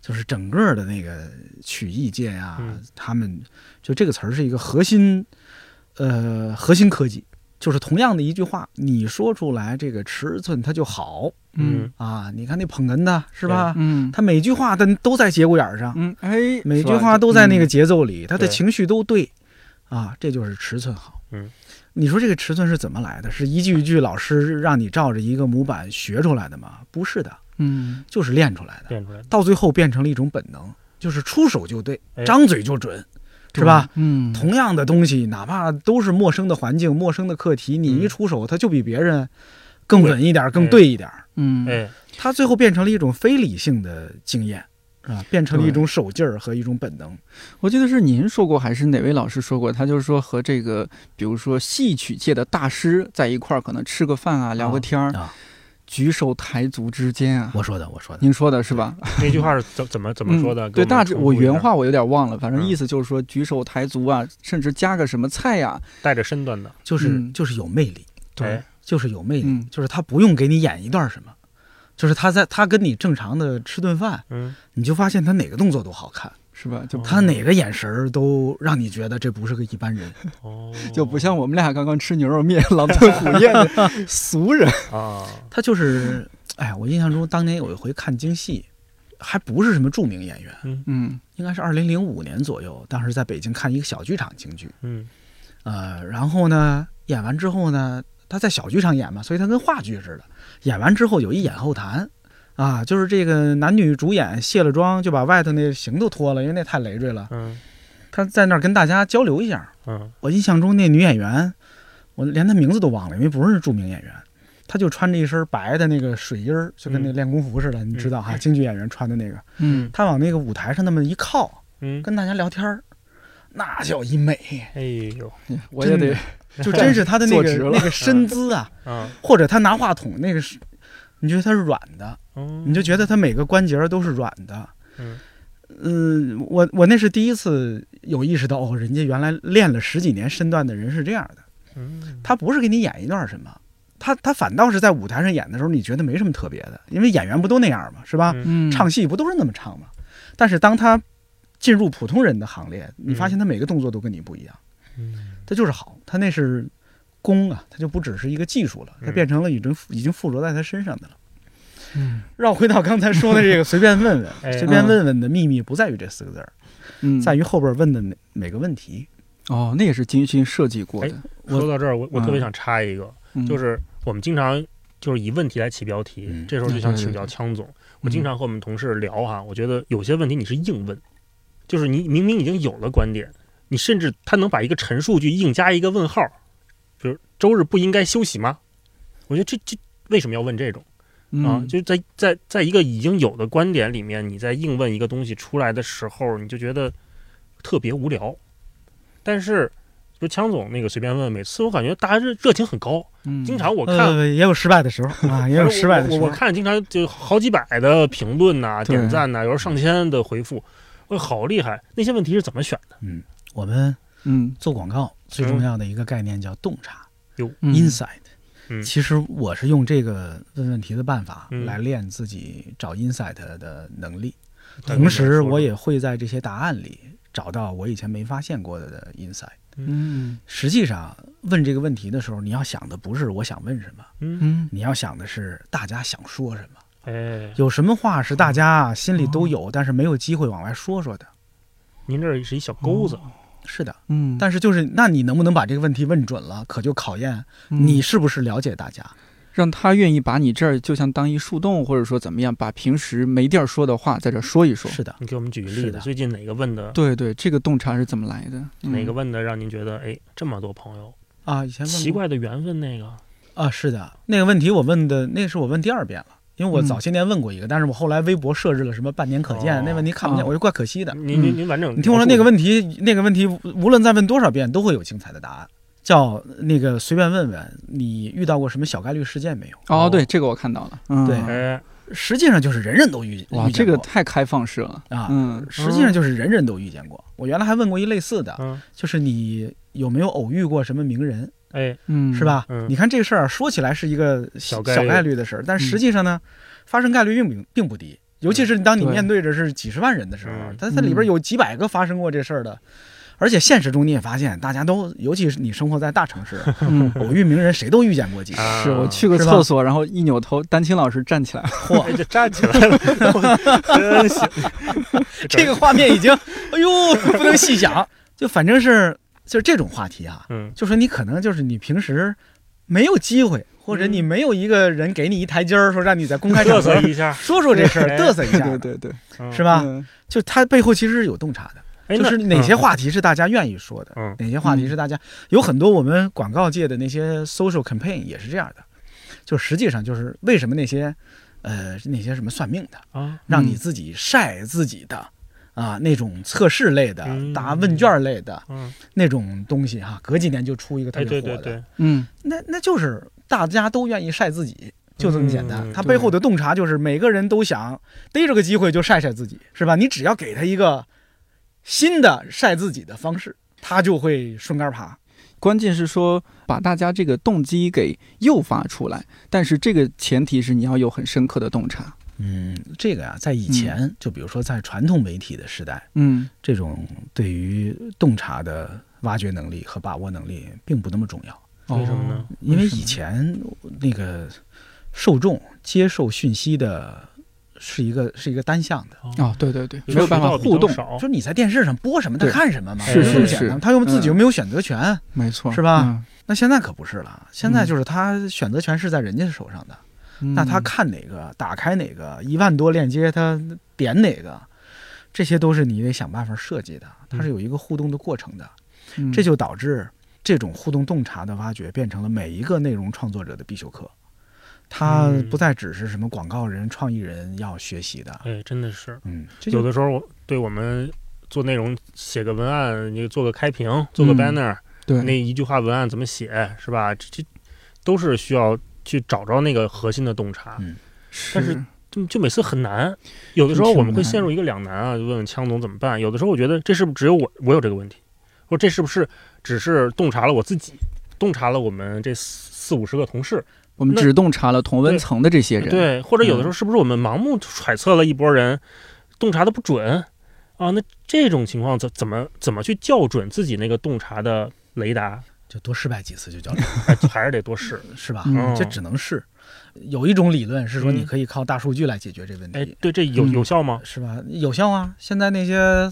Speaker 4: 就是整个的那个曲艺界啊，
Speaker 3: 嗯
Speaker 4: 他们就这个词儿是一个核心，呃，核心科技，就是同样的一句话，你说出来这个尺寸它就好
Speaker 1: 嗯
Speaker 3: 嗯
Speaker 4: 啊，你看那捧哏的是吧？
Speaker 1: 嗯，
Speaker 4: 他每句话他都在节骨眼儿上，
Speaker 1: 嗯，哎，嗯
Speaker 4: 每句
Speaker 1: 说
Speaker 4: 话
Speaker 1: 完
Speaker 4: 都在那个，节奏里，他的
Speaker 3: 嗯对
Speaker 4: 情绪都对，啊，这就是尺寸好。
Speaker 3: 嗯，
Speaker 4: 你说这个尺寸是怎么来的？是一句一句老师让你照着一个模板学出来的吗？不是的，
Speaker 1: 嗯
Speaker 4: 就是练出来的，
Speaker 3: 练出来的，
Speaker 4: 到最后变成了一种本能，就是出手就对，
Speaker 3: 哎
Speaker 4: 张嘴就准，是吧？？
Speaker 1: 嗯，
Speaker 4: 同样的东西，哪怕都是陌生的环境、陌生的课题，你一
Speaker 3: 嗯
Speaker 4: 出手，它就比别人更
Speaker 3: 对
Speaker 4: 稳一点儿，更对一点儿。
Speaker 1: 嗯，
Speaker 3: 哎，
Speaker 4: 它最后变成了一种非理性的经验，啊，变成了一
Speaker 1: 对
Speaker 4: 种手劲儿和一种本能。
Speaker 1: 我记得是您说过还是哪位老师说过，他就是说和这个，比如说戏曲界的大师在一块儿，可能吃个饭啊，聊个天儿、
Speaker 4: 啊
Speaker 1: 举手抬足之间啊。
Speaker 4: 我说的，我说的。
Speaker 1: 您说的是吧？
Speaker 3: 那句话是怎怎么 怎么说的？
Speaker 1: 嗯、对，
Speaker 3: 给我们
Speaker 1: 大致
Speaker 3: 重
Speaker 1: 我
Speaker 3: 复一下
Speaker 1: 原话我有点忘了，反正
Speaker 3: 嗯
Speaker 1: 意思就是说举手抬足啊，甚至加个什么菜呀、
Speaker 3: 带着身段的，
Speaker 4: 就是、
Speaker 1: 嗯
Speaker 4: 就是有魅力，
Speaker 3: 哎，
Speaker 4: 就是有魅力，
Speaker 1: 嗯
Speaker 4: 就是他不用给你演一段什么，就是他在他跟你正常的吃顿饭，
Speaker 3: 嗯，
Speaker 4: 你就发现他哪个动作都好看，
Speaker 1: 是吧？就
Speaker 3: 哦
Speaker 4: 他哪个眼神儿都让你觉得这不是个一般人。
Speaker 3: 哦，
Speaker 1: 就不像我们俩刚刚吃牛肉面狼吞虎咽的 俗人。
Speaker 3: 啊，
Speaker 4: 他就是，哎，我印象中当年有一回看京戏，还不是什么著名演员，
Speaker 1: 嗯
Speaker 4: 应该是二零零五年左右，当时在北京看一个小剧场京剧，
Speaker 3: 嗯
Speaker 4: 呃，然后呢，演完之后呢，他在小剧场演嘛，所以他跟话剧似的。演完之后有一演后谈，啊，就是这个男女主演卸了妆，就把外头那行头脱了，因为那太累赘了。
Speaker 3: 嗯
Speaker 4: 他在那儿跟大家交流一下。
Speaker 3: 嗯
Speaker 4: 我印象中那女演员，我连她名字都忘了，因为不是著名演员。她就穿着一身白的那个水衣儿，就跟那
Speaker 3: 嗯
Speaker 4: 练功服似的，你知道哈，京剧演员穿的那个。
Speaker 1: 嗯，
Speaker 4: 她往那个舞台上那么一靠，
Speaker 3: 嗯，
Speaker 4: 跟大家聊天儿，那叫一美，
Speaker 3: 哎呦，
Speaker 1: 我也得
Speaker 4: 就真是她的那
Speaker 1: 坐直
Speaker 4: 个
Speaker 1: 了
Speaker 4: 那个身姿啊，
Speaker 3: 啊，
Speaker 4: 或者他拿话筒那个是，你觉得他是软的，
Speaker 3: 嗯
Speaker 4: 你就觉得他每个关节都是软的。
Speaker 3: 嗯
Speaker 4: 嗯，我我那是第一次有意识到，哦，人家原来练了十几年身段的人是这样的。
Speaker 3: 嗯，
Speaker 4: 他不是给你演一段什么，他他反倒是在舞台上演的时候，你觉得没什么特别的，因为演员不都那样嘛，是吧？
Speaker 3: 嗯
Speaker 1: 嗯
Speaker 4: 唱戏不都是那么唱吗？但是当他进入普通人的行列，你发现他每个动作都跟你不一样。
Speaker 3: 嗯
Speaker 4: 它就是好，它那是功啊，它就不只是一个技术了，它
Speaker 3: 嗯
Speaker 4: 变成了已经附已经附着在他身上的了。
Speaker 1: 嗯
Speaker 4: 绕回到刚才说的这个 随便问问，
Speaker 3: 哎
Speaker 4: 随便问问的秘密不在于这四个字儿，
Speaker 1: 嗯，
Speaker 4: 在于后边问的每每个问题。
Speaker 1: 哦，那也是精心设计过的，
Speaker 4: 我
Speaker 3: 说到这儿，我我特
Speaker 1: 嗯
Speaker 3: 别想插一个，
Speaker 1: 嗯
Speaker 3: 哎就是我们经常就是以问题来起标题，
Speaker 4: 嗯
Speaker 3: 这时候就想
Speaker 1: 对对
Speaker 3: 请教枪总。
Speaker 1: 嗯
Speaker 3: 我经常和我们同事聊哈，我觉得有些问题你是硬问，就是你明明已经有了观点，你甚至他能把一个陈述句硬加一个问号，比如周日不应该休息吗？我觉得这这为什么要问这种啊？
Speaker 1: 嗯
Speaker 3: 就是在在在一个已经有的观点里面，你在硬问一个东西出来的时候，你就觉得特别无聊。但是，就枪总那个随便问，每次我感觉大家热热情很高，
Speaker 1: 嗯
Speaker 3: 经常我看、
Speaker 4: 呃，也有失败的时 候啊，也有失败的
Speaker 3: 我
Speaker 4: 时
Speaker 3: 我我
Speaker 4: 候。
Speaker 3: 看经常就好几百的评论呐、
Speaker 1: 对
Speaker 3: 点赞呐、有时候上千的回复，哇，好厉害！那些问题是怎么选的？
Speaker 4: 我们
Speaker 1: 嗯
Speaker 4: 做广告最重要的一个概念叫洞察
Speaker 1: 嗯
Speaker 4: （insight）。
Speaker 3: 嗯
Speaker 4: 其实我是用这个问问题的办法
Speaker 3: 嗯
Speaker 4: 来练自己找 insight 的能力。
Speaker 3: 对
Speaker 4: 同时，我也会在这些答案里找到我以前没发现过的 insight。
Speaker 1: 嗯
Speaker 4: 实际上，问这个问题的时候，你要想的不是我想问什么，
Speaker 3: 嗯
Speaker 1: 嗯
Speaker 4: 你要想的是大家想说什么。
Speaker 3: 哎，
Speaker 4: 有什么话是大家心里都
Speaker 3: 哦
Speaker 4: 有，但是没有机会往外说说的？
Speaker 3: 您这儿是一小钩
Speaker 4: 哦
Speaker 3: 子，
Speaker 4: 是的，
Speaker 5: 嗯，
Speaker 4: 但是就是，那你能不能把这个问题问准了，可就考验
Speaker 5: 嗯
Speaker 4: 你是不是了解大家。
Speaker 1: 让他愿意把你这儿就像当一树洞，或者说怎么样，把平时没地儿说的话在这儿说一说。
Speaker 4: 是的，
Speaker 3: 你给我们举个
Speaker 4: 是
Speaker 3: 例子，
Speaker 4: 的
Speaker 3: 最近哪个问的
Speaker 1: 对对，这个洞察是怎么来的？嗯
Speaker 3: 哪个问的让您觉得哎这么多朋友，
Speaker 4: 啊，以前问过
Speaker 3: 奇怪的缘分那个，
Speaker 4: 啊，是的，那个问题我问的，那是我问第二遍了，因为我
Speaker 1: 嗯
Speaker 4: 早些年问过一个，但是我后来微博设置了什么半年可见，
Speaker 3: 哦嗯
Speaker 4: 那问题看不见，
Speaker 1: 哦
Speaker 4: 我就怪可惜的。
Speaker 3: 您您您完整描述一下，
Speaker 4: 嗯你听我说那个问题，那个问题无无论再问多少遍，都会有精彩的答案。叫那个随便问问，你遇到过什么小概率事件没有？
Speaker 1: 哦，对，这个我看到了。嗯，
Speaker 4: 对
Speaker 3: 哎，
Speaker 4: 实际上就是人人都遇
Speaker 1: 哇，
Speaker 4: 遇
Speaker 1: 这
Speaker 4: 见
Speaker 1: 个
Speaker 4: 过
Speaker 1: 太开放式了。
Speaker 4: 啊，
Speaker 1: 嗯，
Speaker 4: 实际上就是人人都遇见过。我原来还问过一类似的，
Speaker 3: 嗯，
Speaker 4: 就是你有没有偶遇过什么名人，
Speaker 3: 哎，
Speaker 1: 嗯，
Speaker 4: 是？吧？
Speaker 3: 嗯
Speaker 4: 你看这事儿啊说起来是一个
Speaker 3: 小
Speaker 4: 小
Speaker 3: 概率
Speaker 4: 概率的事儿，但实际上呢，发生概率并不并不低。尤其是当你
Speaker 1: 对
Speaker 4: 面对着是几十万人的时候啊
Speaker 3: 嗯，
Speaker 4: 但它里边有几百个发生过这事儿的，而且现实中你也发现，大家都，尤其是你生活在大城市，
Speaker 1: 嗯，
Speaker 4: 偶遇名人谁都遇见过几个。
Speaker 3: 啊
Speaker 1: 是我去个
Speaker 4: 是吧
Speaker 1: 厕所，然后一扭头，丹青老师站起来了。
Speaker 3: 哎就站起来了，真行，
Speaker 4: 这个画面已经， 哎呦，不能细想，就反正是就是这种话题啊，
Speaker 3: 嗯，
Speaker 4: 就说你可能就是你平时没有机会，或者你没有一个人给你一台阶儿，说让你在公开场
Speaker 3: 嗯嘚
Speaker 4: 合
Speaker 3: 瑟一下，
Speaker 4: 说说这事儿，
Speaker 3: 哎
Speaker 4: 嘚瑟一下
Speaker 1: 对
Speaker 4: 的，
Speaker 1: 对对，
Speaker 3: 嗯
Speaker 4: 是？吧？
Speaker 1: 嗯
Speaker 4: 就它背后其实是有洞察的，
Speaker 3: 哎，
Speaker 4: 就是
Speaker 3: 那
Speaker 4: 哪些？话题是大家愿意说的，
Speaker 3: 嗯
Speaker 4: 哪些话题
Speaker 1: 嗯
Speaker 4: 是大家有很多我们广告界的那些 social campaign 也是这样的，就实际上就是为什么那些呃那些什么算命的，
Speaker 3: 嗯啊，
Speaker 4: 让
Speaker 1: 嗯
Speaker 4: 你自己晒自己的。啊，那种测试类的、
Speaker 3: 嗯
Speaker 4: 答问卷类的
Speaker 3: 嗯，
Speaker 4: 那种东西哈、隔几年就出一个特
Speaker 3: 哎，
Speaker 4: 别
Speaker 3: 对
Speaker 4: 火的，
Speaker 3: 对对，
Speaker 1: 嗯，
Speaker 4: 那那就是大家都愿意晒自己，就这么简单。
Speaker 3: 嗯
Speaker 4: 他
Speaker 1: 对
Speaker 4: 背后的洞察就是每个人都想逮着个机会就晒晒自己，是吧？你只要给他一个新的晒自己的方式，他就会顺杆爬。
Speaker 1: 关键是说把大家这个动机给诱发出来，但是这个前提是你要有很深刻的洞察。
Speaker 4: 嗯，这个呀、在以前，就比如说在传统媒体的时代，
Speaker 1: 嗯
Speaker 4: 这种对于洞察的挖掘能力和把握能力并不那么重要，
Speaker 3: 为什么呢？
Speaker 4: 因为
Speaker 1: 为什么
Speaker 4: 以前那个受众接受讯息的是一个是一个单向的。
Speaker 1: 哦，对对对，
Speaker 3: 有
Speaker 1: 没有
Speaker 3: 渠
Speaker 1: 办法
Speaker 3: 道比
Speaker 1: 互
Speaker 3: 较
Speaker 1: 动，
Speaker 3: 少
Speaker 4: 就，是你在电视上播什么，他
Speaker 1: 对
Speaker 4: 看什么嘛，
Speaker 3: 是
Speaker 4: 就是这么简
Speaker 1: 是
Speaker 4: 单他又自己又
Speaker 1: 嗯
Speaker 4: 没有选择权。
Speaker 1: 没错，
Speaker 4: 是吧那现在可不是了，现在就是他选择权是在人家手上的，
Speaker 1: 嗯？
Speaker 4: 那他
Speaker 1: 嗯
Speaker 4: 看哪个，打开哪个，一万多链接他点哪个，这些都是你得想办法设计的，它是有一个互动的过程的，
Speaker 1: 嗯
Speaker 4: 这就导致这种互动洞察的挖掘变成了每一个内容创作者的必修课。它
Speaker 3: 嗯
Speaker 4: 不再只是什么广告人、创意人要学习的，
Speaker 3: 哎，真的是，
Speaker 4: 嗯，这
Speaker 3: 有
Speaker 4: 就
Speaker 3: 的时候我对我们做内容写个文案，你做个开屏，做个
Speaker 1: 嗯
Speaker 3: banner，、
Speaker 1: 对
Speaker 3: 那一句话文案怎么写是吧？这这都是需要去找着那个核心的洞察，
Speaker 4: 嗯
Speaker 1: 是
Speaker 3: 但是就就每次很难。有的时候我们
Speaker 1: 真挺
Speaker 3: 会
Speaker 1: 难
Speaker 3: 陷入一个两难啊，就问问枪总怎么办？有的时候我觉得这是不是只有我我有这个问题，或者这是不是只是洞察了我自己，洞察了我们这四四五十个同事，
Speaker 1: 我们
Speaker 3: 那
Speaker 1: 只洞察了同温
Speaker 3: 对
Speaker 1: 层的这些人，嗯
Speaker 3: 对，或者有的时候是不是我们盲目揣测了一波人，洞察的不准啊？那这种情况怎怎么怎么去校准自己那个洞察的雷达？
Speaker 4: 就多失败几次就叫
Speaker 3: 还 还是得多试。
Speaker 4: 是吧？
Speaker 1: 嗯
Speaker 4: 这只能是。有一种理论是说，
Speaker 3: 嗯
Speaker 4: 你可以靠大数据来解决这问
Speaker 3: 哎
Speaker 4: 题，，
Speaker 3: 对，这有
Speaker 1: 嗯
Speaker 3: 有效吗？
Speaker 4: 是吧？有效啊！现在那些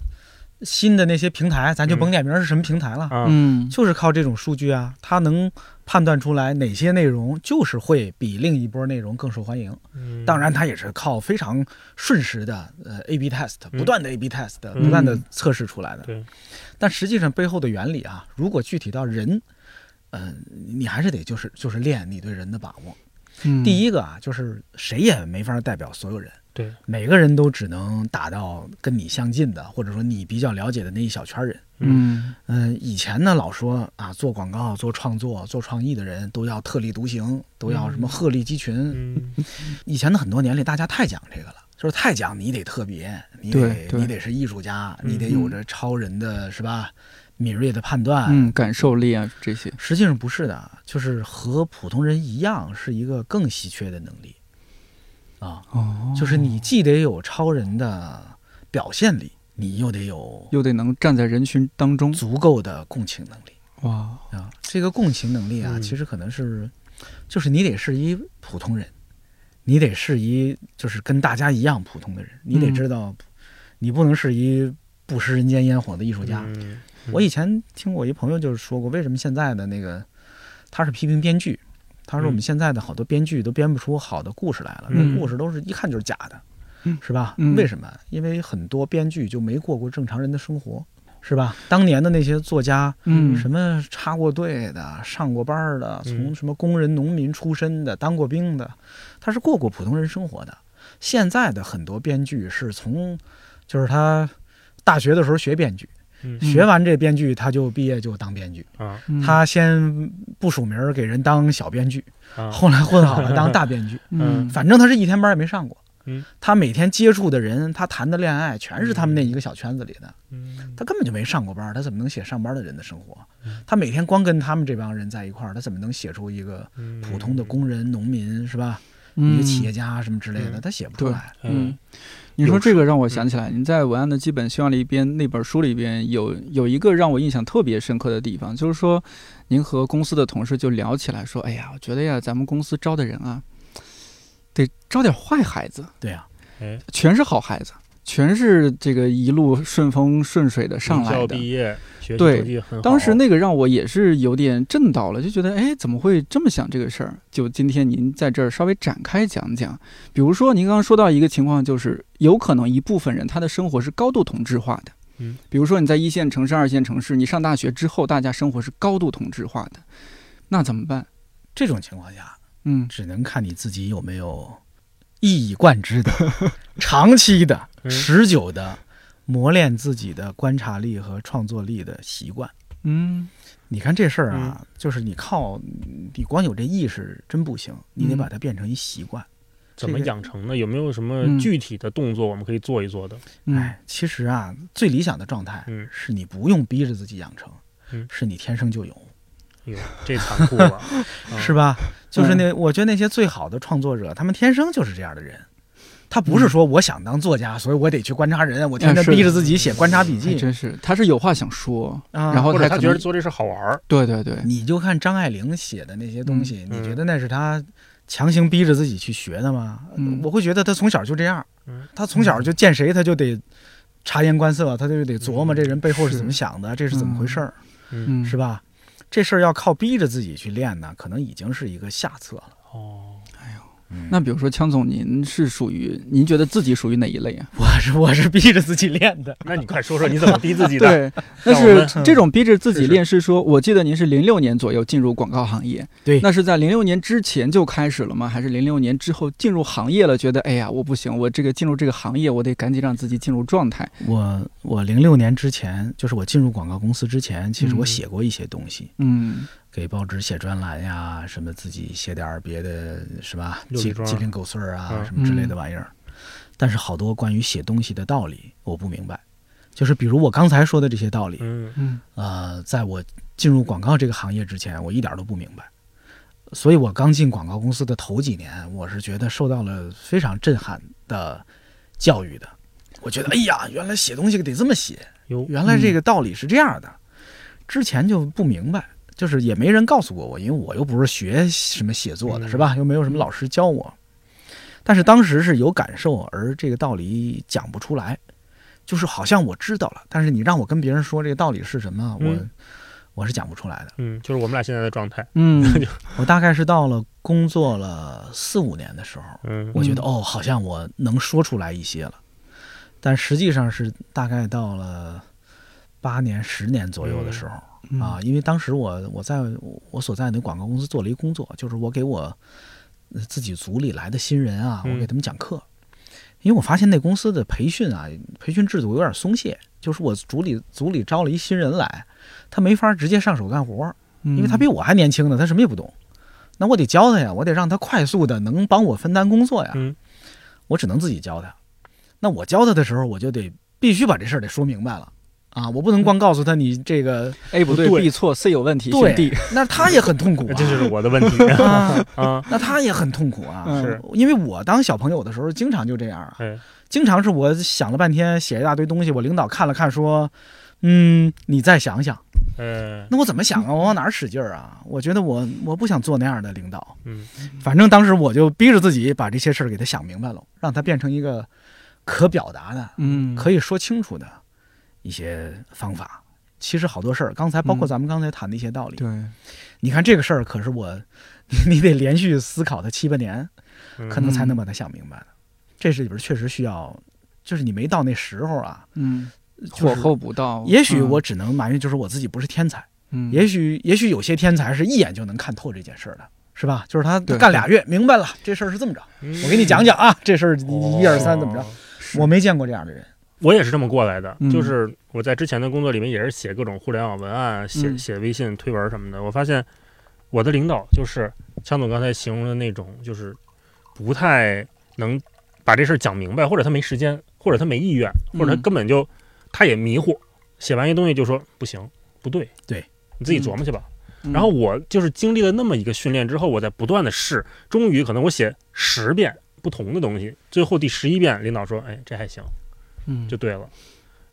Speaker 4: 新的那些平台，咱就
Speaker 3: 嗯
Speaker 4: 甭点名是什么平台了，
Speaker 3: 啊，
Speaker 1: 嗯，
Speaker 4: 就是靠这种数据啊，它能判断出来哪些内容就是会比另一波内容更受欢迎。
Speaker 3: 嗯
Speaker 4: 当然，它也是靠非常瞬时的呃 A/B test，
Speaker 3: 嗯
Speaker 4: 不断的 A/B test，
Speaker 3: 嗯
Speaker 4: 不断的测试出来的。
Speaker 3: 对，
Speaker 4: 但实际上背后的原理啊，如果具体到人，嗯，你还是得就是就是练你对人的把握。第
Speaker 1: 一，
Speaker 4: 一个啊，就是谁也没法代表所有人，
Speaker 3: 对，
Speaker 4: 每个人都只能打到跟你相近的，或者说你比较了解的那一小圈人。
Speaker 1: 嗯
Speaker 4: 嗯、以前呢老说啊，做广告、做创作、做创意的人都要特立独行，都要什么鹤立鸡群。
Speaker 3: 嗯，
Speaker 4: 以前的很多年里，大家太讲这个了。就是太讲你得特别，你
Speaker 1: 对
Speaker 4: 得
Speaker 1: 对
Speaker 4: 你得是艺术家，
Speaker 3: 嗯
Speaker 4: 你得有着超人的是吧？敏锐的判断，
Speaker 1: 嗯，感受力啊这些，
Speaker 4: 实际上不是的，就是和普通人一样，是一个更稀缺的能力啊。
Speaker 1: 哦
Speaker 4: 就是你既得有超人的表现力，你又得有
Speaker 1: 又得能站在人群当中，
Speaker 4: 足够的共情能力
Speaker 1: 哇，
Speaker 4: 啊。这个共情能力啊，
Speaker 3: 嗯
Speaker 4: 其实可能是，就是你得是一普通人，你得是一就是跟大家一样普通的人，你得
Speaker 1: 嗯
Speaker 4: 知道，你不能是一不食人间烟火的艺术家。
Speaker 3: 嗯
Speaker 4: 我以前听我一朋友就是说过，为什么现在的那个他是批评编剧，他说我
Speaker 3: 嗯
Speaker 4: 们现在的好多编剧都编不出好的故事来了，
Speaker 3: 嗯
Speaker 4: 那故事都是一看就是假的，
Speaker 1: 嗯
Speaker 4: 是吧？
Speaker 1: 嗯
Speaker 4: 为什么？因为很多编剧就没过过正常人的生活，是吧？当年的那些作家，
Speaker 1: 嗯
Speaker 4: 什么插过队的、上过班儿的，
Speaker 3: 嗯
Speaker 4: 从什么工人、农民出身的、当过兵的，他是过过普通人生活的。现在的很多编剧是从，就是他大学的时候学编剧，
Speaker 3: 嗯
Speaker 4: 学完这编剧他就毕业就当编剧，
Speaker 3: 啊
Speaker 1: 嗯
Speaker 4: 他先不署名儿给人当小编剧，
Speaker 3: 啊，
Speaker 4: 后来混好了当大编 剧，
Speaker 3: 呃
Speaker 1: 嗯
Speaker 4: 反正他是一天班儿也没上过
Speaker 3: 嗯。
Speaker 4: 他每天接触的人，他谈的恋爱全是他们那一个小圈子里的，
Speaker 3: 嗯
Speaker 4: 他根本就没上过班儿，他怎么能写上班的人的生活
Speaker 3: 嗯？
Speaker 4: 他每天光跟他们这帮人在一块儿，他怎么能写出一个
Speaker 3: 嗯
Speaker 4: 普通的，工人、农民是吧？
Speaker 1: 嗯
Speaker 4: 一个企业家什么之类的，
Speaker 3: 嗯
Speaker 4: 他写不出
Speaker 1: 对
Speaker 4: 来。
Speaker 1: 嗯
Speaker 3: 嗯，
Speaker 1: 你
Speaker 3: 有
Speaker 1: 说这
Speaker 3: 时嗯
Speaker 1: 个让我想起来，你在《文案的基本修养》里边那本书里边有有一个让我印象特别深刻的地方，就是说您和公司的同事就聊起来说，哎呀，我觉得呀，咱们公司招的人啊，得招点坏孩子，
Speaker 4: 对啊呀，
Speaker 3: 哎，
Speaker 1: 全是好孩子，全是这个一路顺风顺水的上
Speaker 3: 名
Speaker 1: 来
Speaker 3: 校
Speaker 1: 的。
Speaker 3: 毕业，学习
Speaker 1: 对
Speaker 3: 成绩很好，
Speaker 1: 当时那个让我也是有点震到了，就觉得哎，怎么会这么想这个事儿？就今天您在这儿稍微展开讲讲，比如说您刚刚说到一个情况，就是有可能一部分人他的生活是高度同质化的，
Speaker 3: 嗯，
Speaker 1: 比如说你在一线城市、二线城市，你上大学之后，大家生活是高度同质化的，那怎么办？
Speaker 4: 这种情况下，
Speaker 1: 嗯
Speaker 4: 只能看你自己有没有一以贯之的、 长期的、
Speaker 3: 嗯
Speaker 4: 持久的磨练自己的观察力和创作力的习惯。
Speaker 1: 嗯
Speaker 4: 你看这事儿啊，就是你靠你光有这意识真不行，你得
Speaker 1: 嗯
Speaker 4: 把它变成一习惯。
Speaker 3: 怎么
Speaker 4: 这个
Speaker 3: 养成的？有没有什
Speaker 1: 嗯
Speaker 3: 么具体的动作我们可以做一做的？
Speaker 1: 嗯
Speaker 4: 哎，其实啊，最理想的状态
Speaker 3: 嗯
Speaker 4: 是你不用逼着自己养成，
Speaker 3: 嗯
Speaker 4: 是你天生就有，
Speaker 3: 哟，这残酷了，
Speaker 1: 哦
Speaker 3: 啊
Speaker 4: 是
Speaker 1: 嗯
Speaker 4: 吧？就是那，我觉得那些最好的创作者，他们天生就是这样的人。他不是
Speaker 1: 嗯
Speaker 4: 说我想当作家，所以我得去观察人，我天
Speaker 1: 啊
Speaker 4: 天
Speaker 1: 是的嗯
Speaker 4: 逼着自己写观察笔
Speaker 1: 还
Speaker 4: 记
Speaker 1: 哎真是，他是有话想说，
Speaker 4: 啊。
Speaker 1: 然后
Speaker 3: 或者他
Speaker 1: 可
Speaker 3: 觉得
Speaker 1: 能
Speaker 3: 做这事好玩儿，
Speaker 1: 对对对，
Speaker 4: 你就看张爱玲写的那些东西，
Speaker 3: 嗯
Speaker 4: 你觉得那是她强行逼着自己去学的吗？
Speaker 1: 嗯
Speaker 4: 我会觉得她从小就这样
Speaker 3: 嗯，
Speaker 4: 她从小就见谁她就得察言观色，她就得琢磨
Speaker 3: 嗯
Speaker 4: 这人背后是
Speaker 1: 是
Speaker 4: 怎么想的，这是怎么回事儿，
Speaker 3: 嗯，
Speaker 1: 嗯，
Speaker 4: 是吧？这事儿要靠逼着自己去练呢，可能已经是一个下策了。
Speaker 3: 哦，
Speaker 4: 嗯
Speaker 1: 那比如说，枪总，您是属于您觉得自己属于哪一类啊？
Speaker 4: 我是我是逼着自己练的，
Speaker 3: 那你快说说你怎么逼自己的？
Speaker 1: 对，但
Speaker 3: 让我们
Speaker 1: 是这种逼着自己
Speaker 3: 试试
Speaker 1: 练是说，我记得您是零六年左右进入广告行业，
Speaker 4: 对
Speaker 1: 那是在零六年之前就开始了吗？还是零六年之后进入行业了？觉得哎呀，我不行，我这个进入这个行业，我得赶紧让自己进入状态。
Speaker 4: 我我零六年之前，就是我进入广告公司之前，其实我
Speaker 1: 嗯
Speaker 4: 写过一些东西，
Speaker 1: 嗯
Speaker 4: 给报纸写专栏呀，什么自己写点儿别的，是吧？
Speaker 3: 六
Speaker 4: 鸡
Speaker 3: 里庄
Speaker 4: 鸡零狗碎儿啊，
Speaker 3: 嗯
Speaker 4: 什么之类的玩意儿。但是好多关于写东西的道理我不明白，就是比如我刚才说的这些道理，
Speaker 3: 嗯
Speaker 1: 嗯
Speaker 4: 呃，在我进入广告这个行业之前，我一点儿都不明白。所以我刚进广告公司的头几年，我是觉得受到了非常震撼的教育的。我觉得，哎呀，原来写东西得这么写，
Speaker 3: 哟，
Speaker 4: 原来这个道理是这样的，之前就不明白，就是也没人告诉过我，因为我又不是学什么写作的，
Speaker 3: 嗯
Speaker 4: 是吧？又没有什么老师教我。但是当时是有感受，而这个道理讲不出来，就是好像我知道了，但是你让我跟别人说这个道理是什么，我、
Speaker 3: 嗯
Speaker 4: 我是讲不出来的。
Speaker 3: 嗯，就是我们俩现在的状态，
Speaker 1: 嗯
Speaker 4: 我大概是到了工作了四五年的时候，
Speaker 3: 嗯，
Speaker 4: 我觉得哦，好像我能说出来一些了，但实际上是大概到了八年、十年左右的时候、
Speaker 1: 嗯
Speaker 3: 嗯
Speaker 4: 啊，，因为当时我我在我所在的广告公司做了一工作，就是我给我呃自己组里来的新人啊，
Speaker 3: 嗯
Speaker 4: 我给他们讲课，因为我发现那公司的培训啊，培训制度有点松懈，就是我组里组里招了一新人来，他没法直接上手干活，
Speaker 1: 因
Speaker 3: 嗯
Speaker 4: 因为他比我还年轻呢，他什么也不懂。那我得教他呀，我得让他快速的能帮我分担工作呀。
Speaker 3: 嗯
Speaker 4: 我只能自己教他。那我教他的时候，我就得必须把这事儿得说明白了啊！我不能光告诉他你这个，
Speaker 1: A 哎不对
Speaker 3: 对
Speaker 1: ，B 错，C 有问题，选 D
Speaker 4: 对。，那他也很痛苦、
Speaker 3: 那
Speaker 4: 啊，
Speaker 3: 这 就是我的问题
Speaker 4: 啊，
Speaker 3: 啊，
Speaker 4: 那他也很痛苦啊。
Speaker 1: 嗯
Speaker 3: 是，
Speaker 4: 因为我当小朋友的时候，经常就这样啊，
Speaker 3: 哎，
Speaker 4: 经常是嗯我想了半天，写一大堆东西，我领导看了看说，嗯，你再想想。
Speaker 3: 呃，
Speaker 4: 那我怎么想啊？我往哪儿使劲儿啊？我觉得我我不想做那样的领导。
Speaker 3: 嗯，
Speaker 4: 反正当时我就逼着自己把这些事儿给他想明白了，让他变成一个可表达的、
Speaker 1: 嗯，
Speaker 4: 可以说清楚的一些方法。其实好多事儿，刚才包括
Speaker 1: 嗯
Speaker 4: 咱们刚才谈的一些道理，
Speaker 1: 对，
Speaker 4: 你看这个事儿，可是我你得连续思考它七八年，
Speaker 3: 嗯
Speaker 4: 可能才能把它想明白的。这是里边确实需要，就是你没到那时候啊。
Speaker 1: 嗯，
Speaker 4: 就
Speaker 1: 火
Speaker 4: 是
Speaker 1: 候不到，
Speaker 4: 也许
Speaker 1: 嗯
Speaker 4: 我，只能埋怨，就是我自己不是天才。
Speaker 1: 嗯，
Speaker 4: 也许也许有些天才是一眼就能看透这件事儿的，是吧？就是他
Speaker 1: 对嗯
Speaker 4: 干俩月明白了这事儿是这么着，我给你讲讲啊，这事儿一一二三怎么着
Speaker 3: 哦？？
Speaker 4: 我没见过这样的人，
Speaker 3: 我也是这么过来的
Speaker 1: 嗯，
Speaker 3: 就是我在之前的工作里面也是写各种互联网文案，写
Speaker 1: 嗯
Speaker 3: 写微信推文什么的。我发现我的领导就是强总刚才形容的那种，就是不太能把这事儿讲明白，或者他没时间，或者他没意愿，或者他
Speaker 1: 嗯
Speaker 3: 根本就他也迷糊，写完一东西就说不行，不对，
Speaker 4: 对
Speaker 3: 你自己琢磨去吧。
Speaker 1: 嗯
Speaker 3: 然后我就是经历了那么一个训练之后，我在不断的试，终于可能我写十遍不同的东西，最后第十一遍领导说：“哎，这还行，
Speaker 1: 嗯
Speaker 3: 就对了。”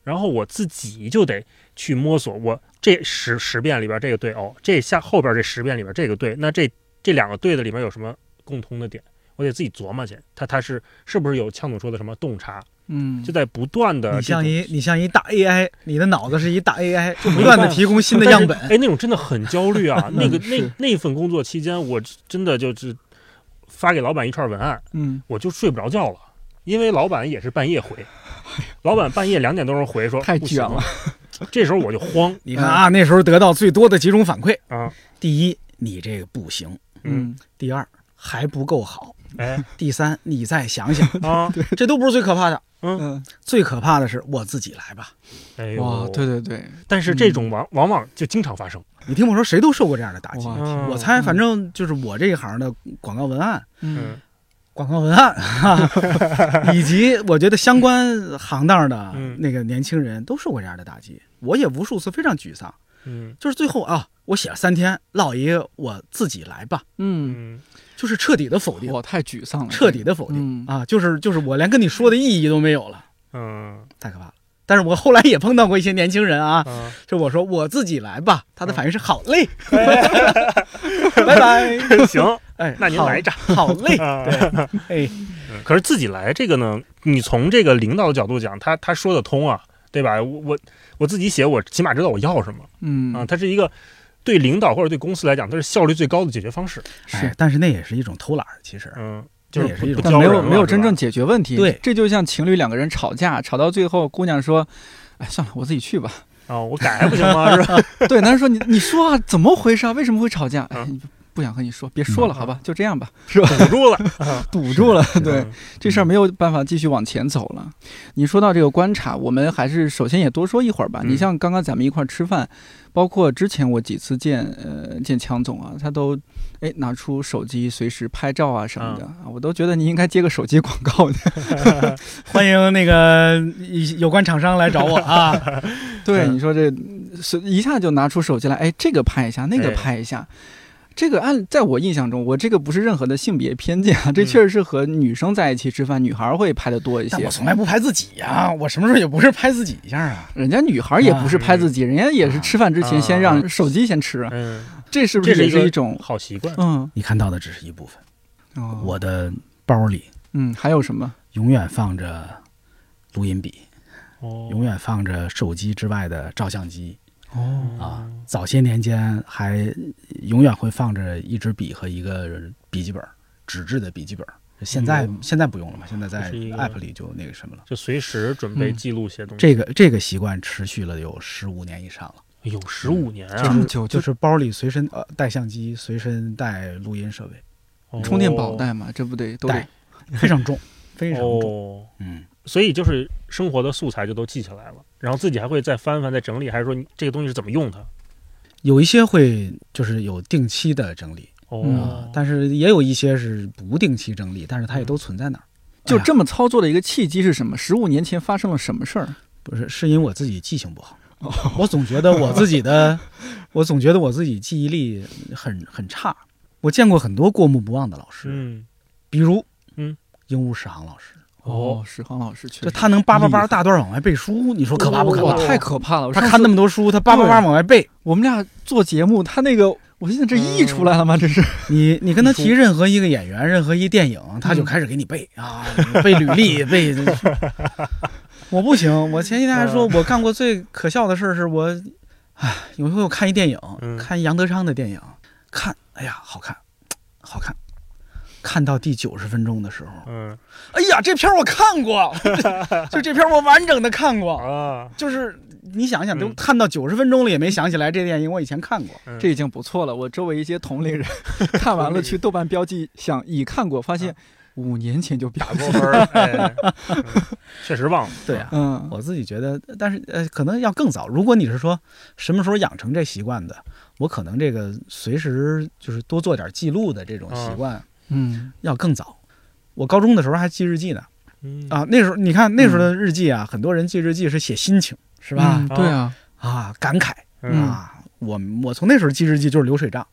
Speaker 3: 然后我自己就得去摸索，我这十十遍里边这个对哦，这下后边这十遍里边这个对，那这这两个对的里边有什么共通的点？我得自己琢磨去，他他是是不是有枪总说的什么洞察？
Speaker 1: 嗯，
Speaker 3: 就在不断的
Speaker 4: 你像一你像一大 AI，你的脑子是一大 AI，就不断的
Speaker 3: 办法
Speaker 4: 提供新的样本。
Speaker 1: 嗯
Speaker 4: 嗯
Speaker 3: 哎，那种真的很焦虑 啊！那个
Speaker 1: 是
Speaker 3: 那那份工作期间，我真的就是发给老板一串文案，
Speaker 1: 嗯，
Speaker 3: 我就睡不着觉了，因为老板也是半夜回， 老板半夜两点多钟回说
Speaker 1: 太
Speaker 3: 不
Speaker 1: 卷
Speaker 3: 行
Speaker 1: 了，
Speaker 3: 这时候我就 慌
Speaker 4: 你看啊，那时候得到最多的几种反馈：
Speaker 1: 嗯
Speaker 3: 啊，
Speaker 4: 第一，你这个不行；
Speaker 3: 嗯，
Speaker 4: 第二，还不够好；
Speaker 3: 哎
Speaker 4: 第三，你再想 想。
Speaker 3: 啊，
Speaker 4: 这都不是最可怕的，
Speaker 1: 嗯，
Speaker 4: 最可怕的是我自己来吧。
Speaker 3: 哎呦，
Speaker 1: 哇，对，对嗯对，
Speaker 3: 但是这种往往往就经常发生，
Speaker 4: 你听我说，谁都受过这样的打击。
Speaker 1: 哇，
Speaker 3: 嗯
Speaker 4: 我猜，反正就是我这一行的广告文案，
Speaker 1: 嗯
Speaker 3: 嗯，
Speaker 4: 广告文案， 以及我觉得相关行当的
Speaker 3: 嗯
Speaker 4: 那个年轻人都受过这样的打击。我也无数次非常沮丧，
Speaker 3: 嗯
Speaker 4: 就是最后啊，我写了三天，老爷我自己来吧，
Speaker 1: 嗯，
Speaker 3: 嗯，
Speaker 4: 就是彻底的否定，
Speaker 1: 我太沮丧了，
Speaker 4: 彻底的否定、
Speaker 1: 嗯
Speaker 4: 啊，就是就是我连跟你说的意义都没有了，
Speaker 3: 嗯
Speaker 4: 太可怕了。但是我后来也碰到过一些年轻人啊，
Speaker 3: 啊，
Speaker 4: 就我说我自己来吧，他的反应是好嘞，
Speaker 3: 嗯
Speaker 4: 拜拜，
Speaker 3: 行，
Speaker 4: 哎，
Speaker 3: 那您
Speaker 4: 好
Speaker 3: 来着，
Speaker 4: 好 嘞，
Speaker 3: 啊
Speaker 4: 哎，
Speaker 3: 嗯可是自己来这个呢，你从这个领导的角度讲，他他说得通啊，对吧？我我我自己写，我起码知道我要什么
Speaker 1: 嗯
Speaker 3: 啊。它是一个对领导或者对公司来讲，它是效率最高的解决方式。
Speaker 4: 哎，但是那也是一种偷懒儿，其实，
Speaker 3: 嗯，就
Speaker 4: 那也
Speaker 3: 是
Speaker 4: 是
Speaker 3: 不
Speaker 4: 一种
Speaker 3: 不
Speaker 1: 但
Speaker 3: 教
Speaker 1: 没有
Speaker 3: 人了
Speaker 1: 没有
Speaker 3: 是吧
Speaker 1: 真正解决问题，
Speaker 4: 对
Speaker 1: 这就像情侣两个人吵架，吵到最后，姑娘说。哎，算了，我自己去吧。
Speaker 3: 啊，我改还不行吗？是吧？
Speaker 1: 对，男人说你你说啊，怎么回事啊？为什么会吵架？哎
Speaker 3: 嗯，
Speaker 1: 不想和你说，别说了，
Speaker 3: 嗯
Speaker 1: 好吧，就这样吧。
Speaker 3: 堵住了。
Speaker 1: 堵住了， 对，
Speaker 3: 嗯，
Speaker 1: 这事儿没有办法继续往前走了。你说到这个观察，我们还是首先也多说一会儿吧。
Speaker 3: 嗯
Speaker 1: 你像刚刚咱们一块儿吃饭，包括之前我几次见呃见强总啊，他都哎拿出手机随时拍照啊什么的，啊我都觉得你应该接个手机广告的。
Speaker 4: 欢迎那个一有关厂商来找我 啊！
Speaker 1: 对，
Speaker 3: 嗯
Speaker 1: 你说这是一下就拿出手机来，哎，这个拍一下，那个
Speaker 3: 哎
Speaker 1: 拍一下。这个按在我印象中，我这个不是任何的性别偏见啊，这
Speaker 3: 嗯
Speaker 1: 确实是和女生在一起吃饭，女孩儿会拍的多一
Speaker 4: 但
Speaker 1: 些
Speaker 4: 我。从来不拍自己呀、啊我什么时候也不是拍自己一下啊？
Speaker 1: 人家女孩儿也不是拍自己，人家也是吃饭之前先让
Speaker 3: 啊
Speaker 1: 手机先吃，
Speaker 3: 嗯，
Speaker 1: 这是不是
Speaker 3: 这是
Speaker 1: 也
Speaker 3: 一个
Speaker 1: 是一种
Speaker 3: 好习惯。
Speaker 1: 嗯？
Speaker 4: 你看到的只是一部分，
Speaker 1: 哦
Speaker 4: 我的包里
Speaker 1: 嗯还有什么？
Speaker 4: 永远放着录音笔，
Speaker 3: 哦
Speaker 4: 永远放着手机之外的照相机
Speaker 1: 哦，
Speaker 4: 啊。早些年间还永远会放着一支笔和一个笔记本，纸质的笔记本。现在、
Speaker 3: 嗯
Speaker 4: 现在不用了嘛，现在在
Speaker 3: 这是一个
Speaker 4: App 里就那个什么了。
Speaker 3: 就随时准备
Speaker 1: 嗯
Speaker 3: 记录些东西。
Speaker 4: 这个这个习惯持续了有十五年以上了。
Speaker 3: 有十五年
Speaker 1: 这
Speaker 3: 啊，
Speaker 1: 么久
Speaker 4: 嗯就是包里随身呃带相机，随身带录音设备，
Speaker 3: 哦
Speaker 1: 充电宝带嘛，这不得都得
Speaker 4: 带非常重，非常重。
Speaker 3: 哦。
Speaker 4: 嗯，
Speaker 3: 所以就是生活的素材就都记下来了，然后自己还会再翻翻、再整理，还是说你这个东西是怎么用它？
Speaker 4: 有一些会就是有定期的整理啊
Speaker 3: 哦，，
Speaker 4: 但是也有一些是不定期整理，但是它也都存在那儿。
Speaker 1: 就
Speaker 4: 哎呀
Speaker 1: 这么操作的一个契机是什么？十五年前发生了什么事儿？
Speaker 4: 不是，是因为我自己记性不好，我总觉得我自己的，我总觉得我自己记忆力很很差。我见过很多过目不忘的老师，
Speaker 3: 嗯
Speaker 4: 比如
Speaker 3: 嗯，
Speaker 4: 鹦鹉史航老师，
Speaker 1: 哦，史航老师确
Speaker 4: 就
Speaker 1: 实
Speaker 4: 他能叭叭
Speaker 1: 厉
Speaker 4: 叭
Speaker 1: 害
Speaker 4: 大段往外背书，你说可怕不可
Speaker 1: 哇
Speaker 4: 怕？
Speaker 1: 太可怕了！我
Speaker 4: 他
Speaker 1: 上
Speaker 4: 看
Speaker 1: 次
Speaker 4: 那么多书，他叭叭叭往外背，
Speaker 1: 我们俩做节目，他那个我现在这溢出来了吗？这是
Speaker 4: 你你跟他提
Speaker 1: 你
Speaker 4: 任何一个演员、任何一电影，他就
Speaker 1: 嗯
Speaker 4: 开始给你背啊，背履 历，背。我不行，我前几天还
Speaker 3: 嗯
Speaker 4: 说，我干过最可笑的事儿是我，哎，有一回我看一电影，
Speaker 3: 嗯
Speaker 4: 看杨德昌的电影，看，哎呀，好看，好看，看到第九十分钟的时候，
Speaker 3: 嗯
Speaker 4: 哎呀，这片儿我看过， 就这片儿我完整的看过，
Speaker 3: 啊，
Speaker 4: 就是你想想，都
Speaker 3: 嗯
Speaker 4: 看到九十分钟了也没想起来这电影我以前看过。
Speaker 3: 嗯
Speaker 6: 这已经不错了。我周围一些同龄人看完了去豆瓣标记，想已看过，发现五年前就标
Speaker 3: 打
Speaker 6: 记。
Speaker 3: 过分 儿，哎，嗯确实忘了。
Speaker 4: 对啊呀、
Speaker 6: 嗯，
Speaker 4: 我自己觉得，但是呃，可能要更早。如果你是说什么时候养成这习惯的，我可能这个随时就是多做点记录的这种习惯
Speaker 1: 嗯，
Speaker 4: 要更早。我高中的时候还记日记呢，
Speaker 3: 嗯
Speaker 4: 啊，那时候你看那时候的日记啊，很多人记日记是写心情，是
Speaker 1: 是
Speaker 4: 吧？
Speaker 1: 对
Speaker 6: 哦
Speaker 1: 啊，
Speaker 4: 啊，感慨
Speaker 1: 嗯
Speaker 4: 啊，我我从那时候记日记就是流水账。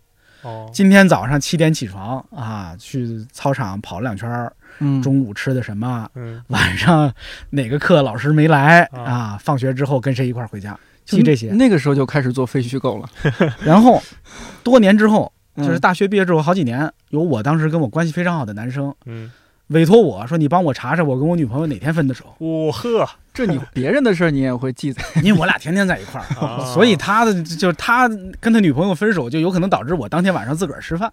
Speaker 3: 哦，
Speaker 4: 今天早上七点起床啊，去操场跑了两圈儿，
Speaker 1: 嗯，
Speaker 4: 中午吃的什么？
Speaker 3: 嗯，
Speaker 4: 晚上哪个课老师没来
Speaker 3: 啊
Speaker 4: 啊？放学之后跟谁一块儿回家？
Speaker 6: 就
Speaker 4: 记这些，
Speaker 6: 那个时候就开始做非虚构了，
Speaker 4: 然后多年之后，
Speaker 6: 嗯
Speaker 4: 就是大学毕业之后好几年，有我当时跟我关系非常好的男生
Speaker 3: 嗯，，
Speaker 4: 委托我说：“你帮我查查我跟我女朋友哪天分的手
Speaker 3: 哇呵，
Speaker 6: 这你别人的事儿你也会记载。
Speaker 4: 因为我俩天天在一块儿。”
Speaker 3: 啊
Speaker 4: 所以他的就是他跟他女朋友分手，就有可能导致我当天晚上自个儿吃饭，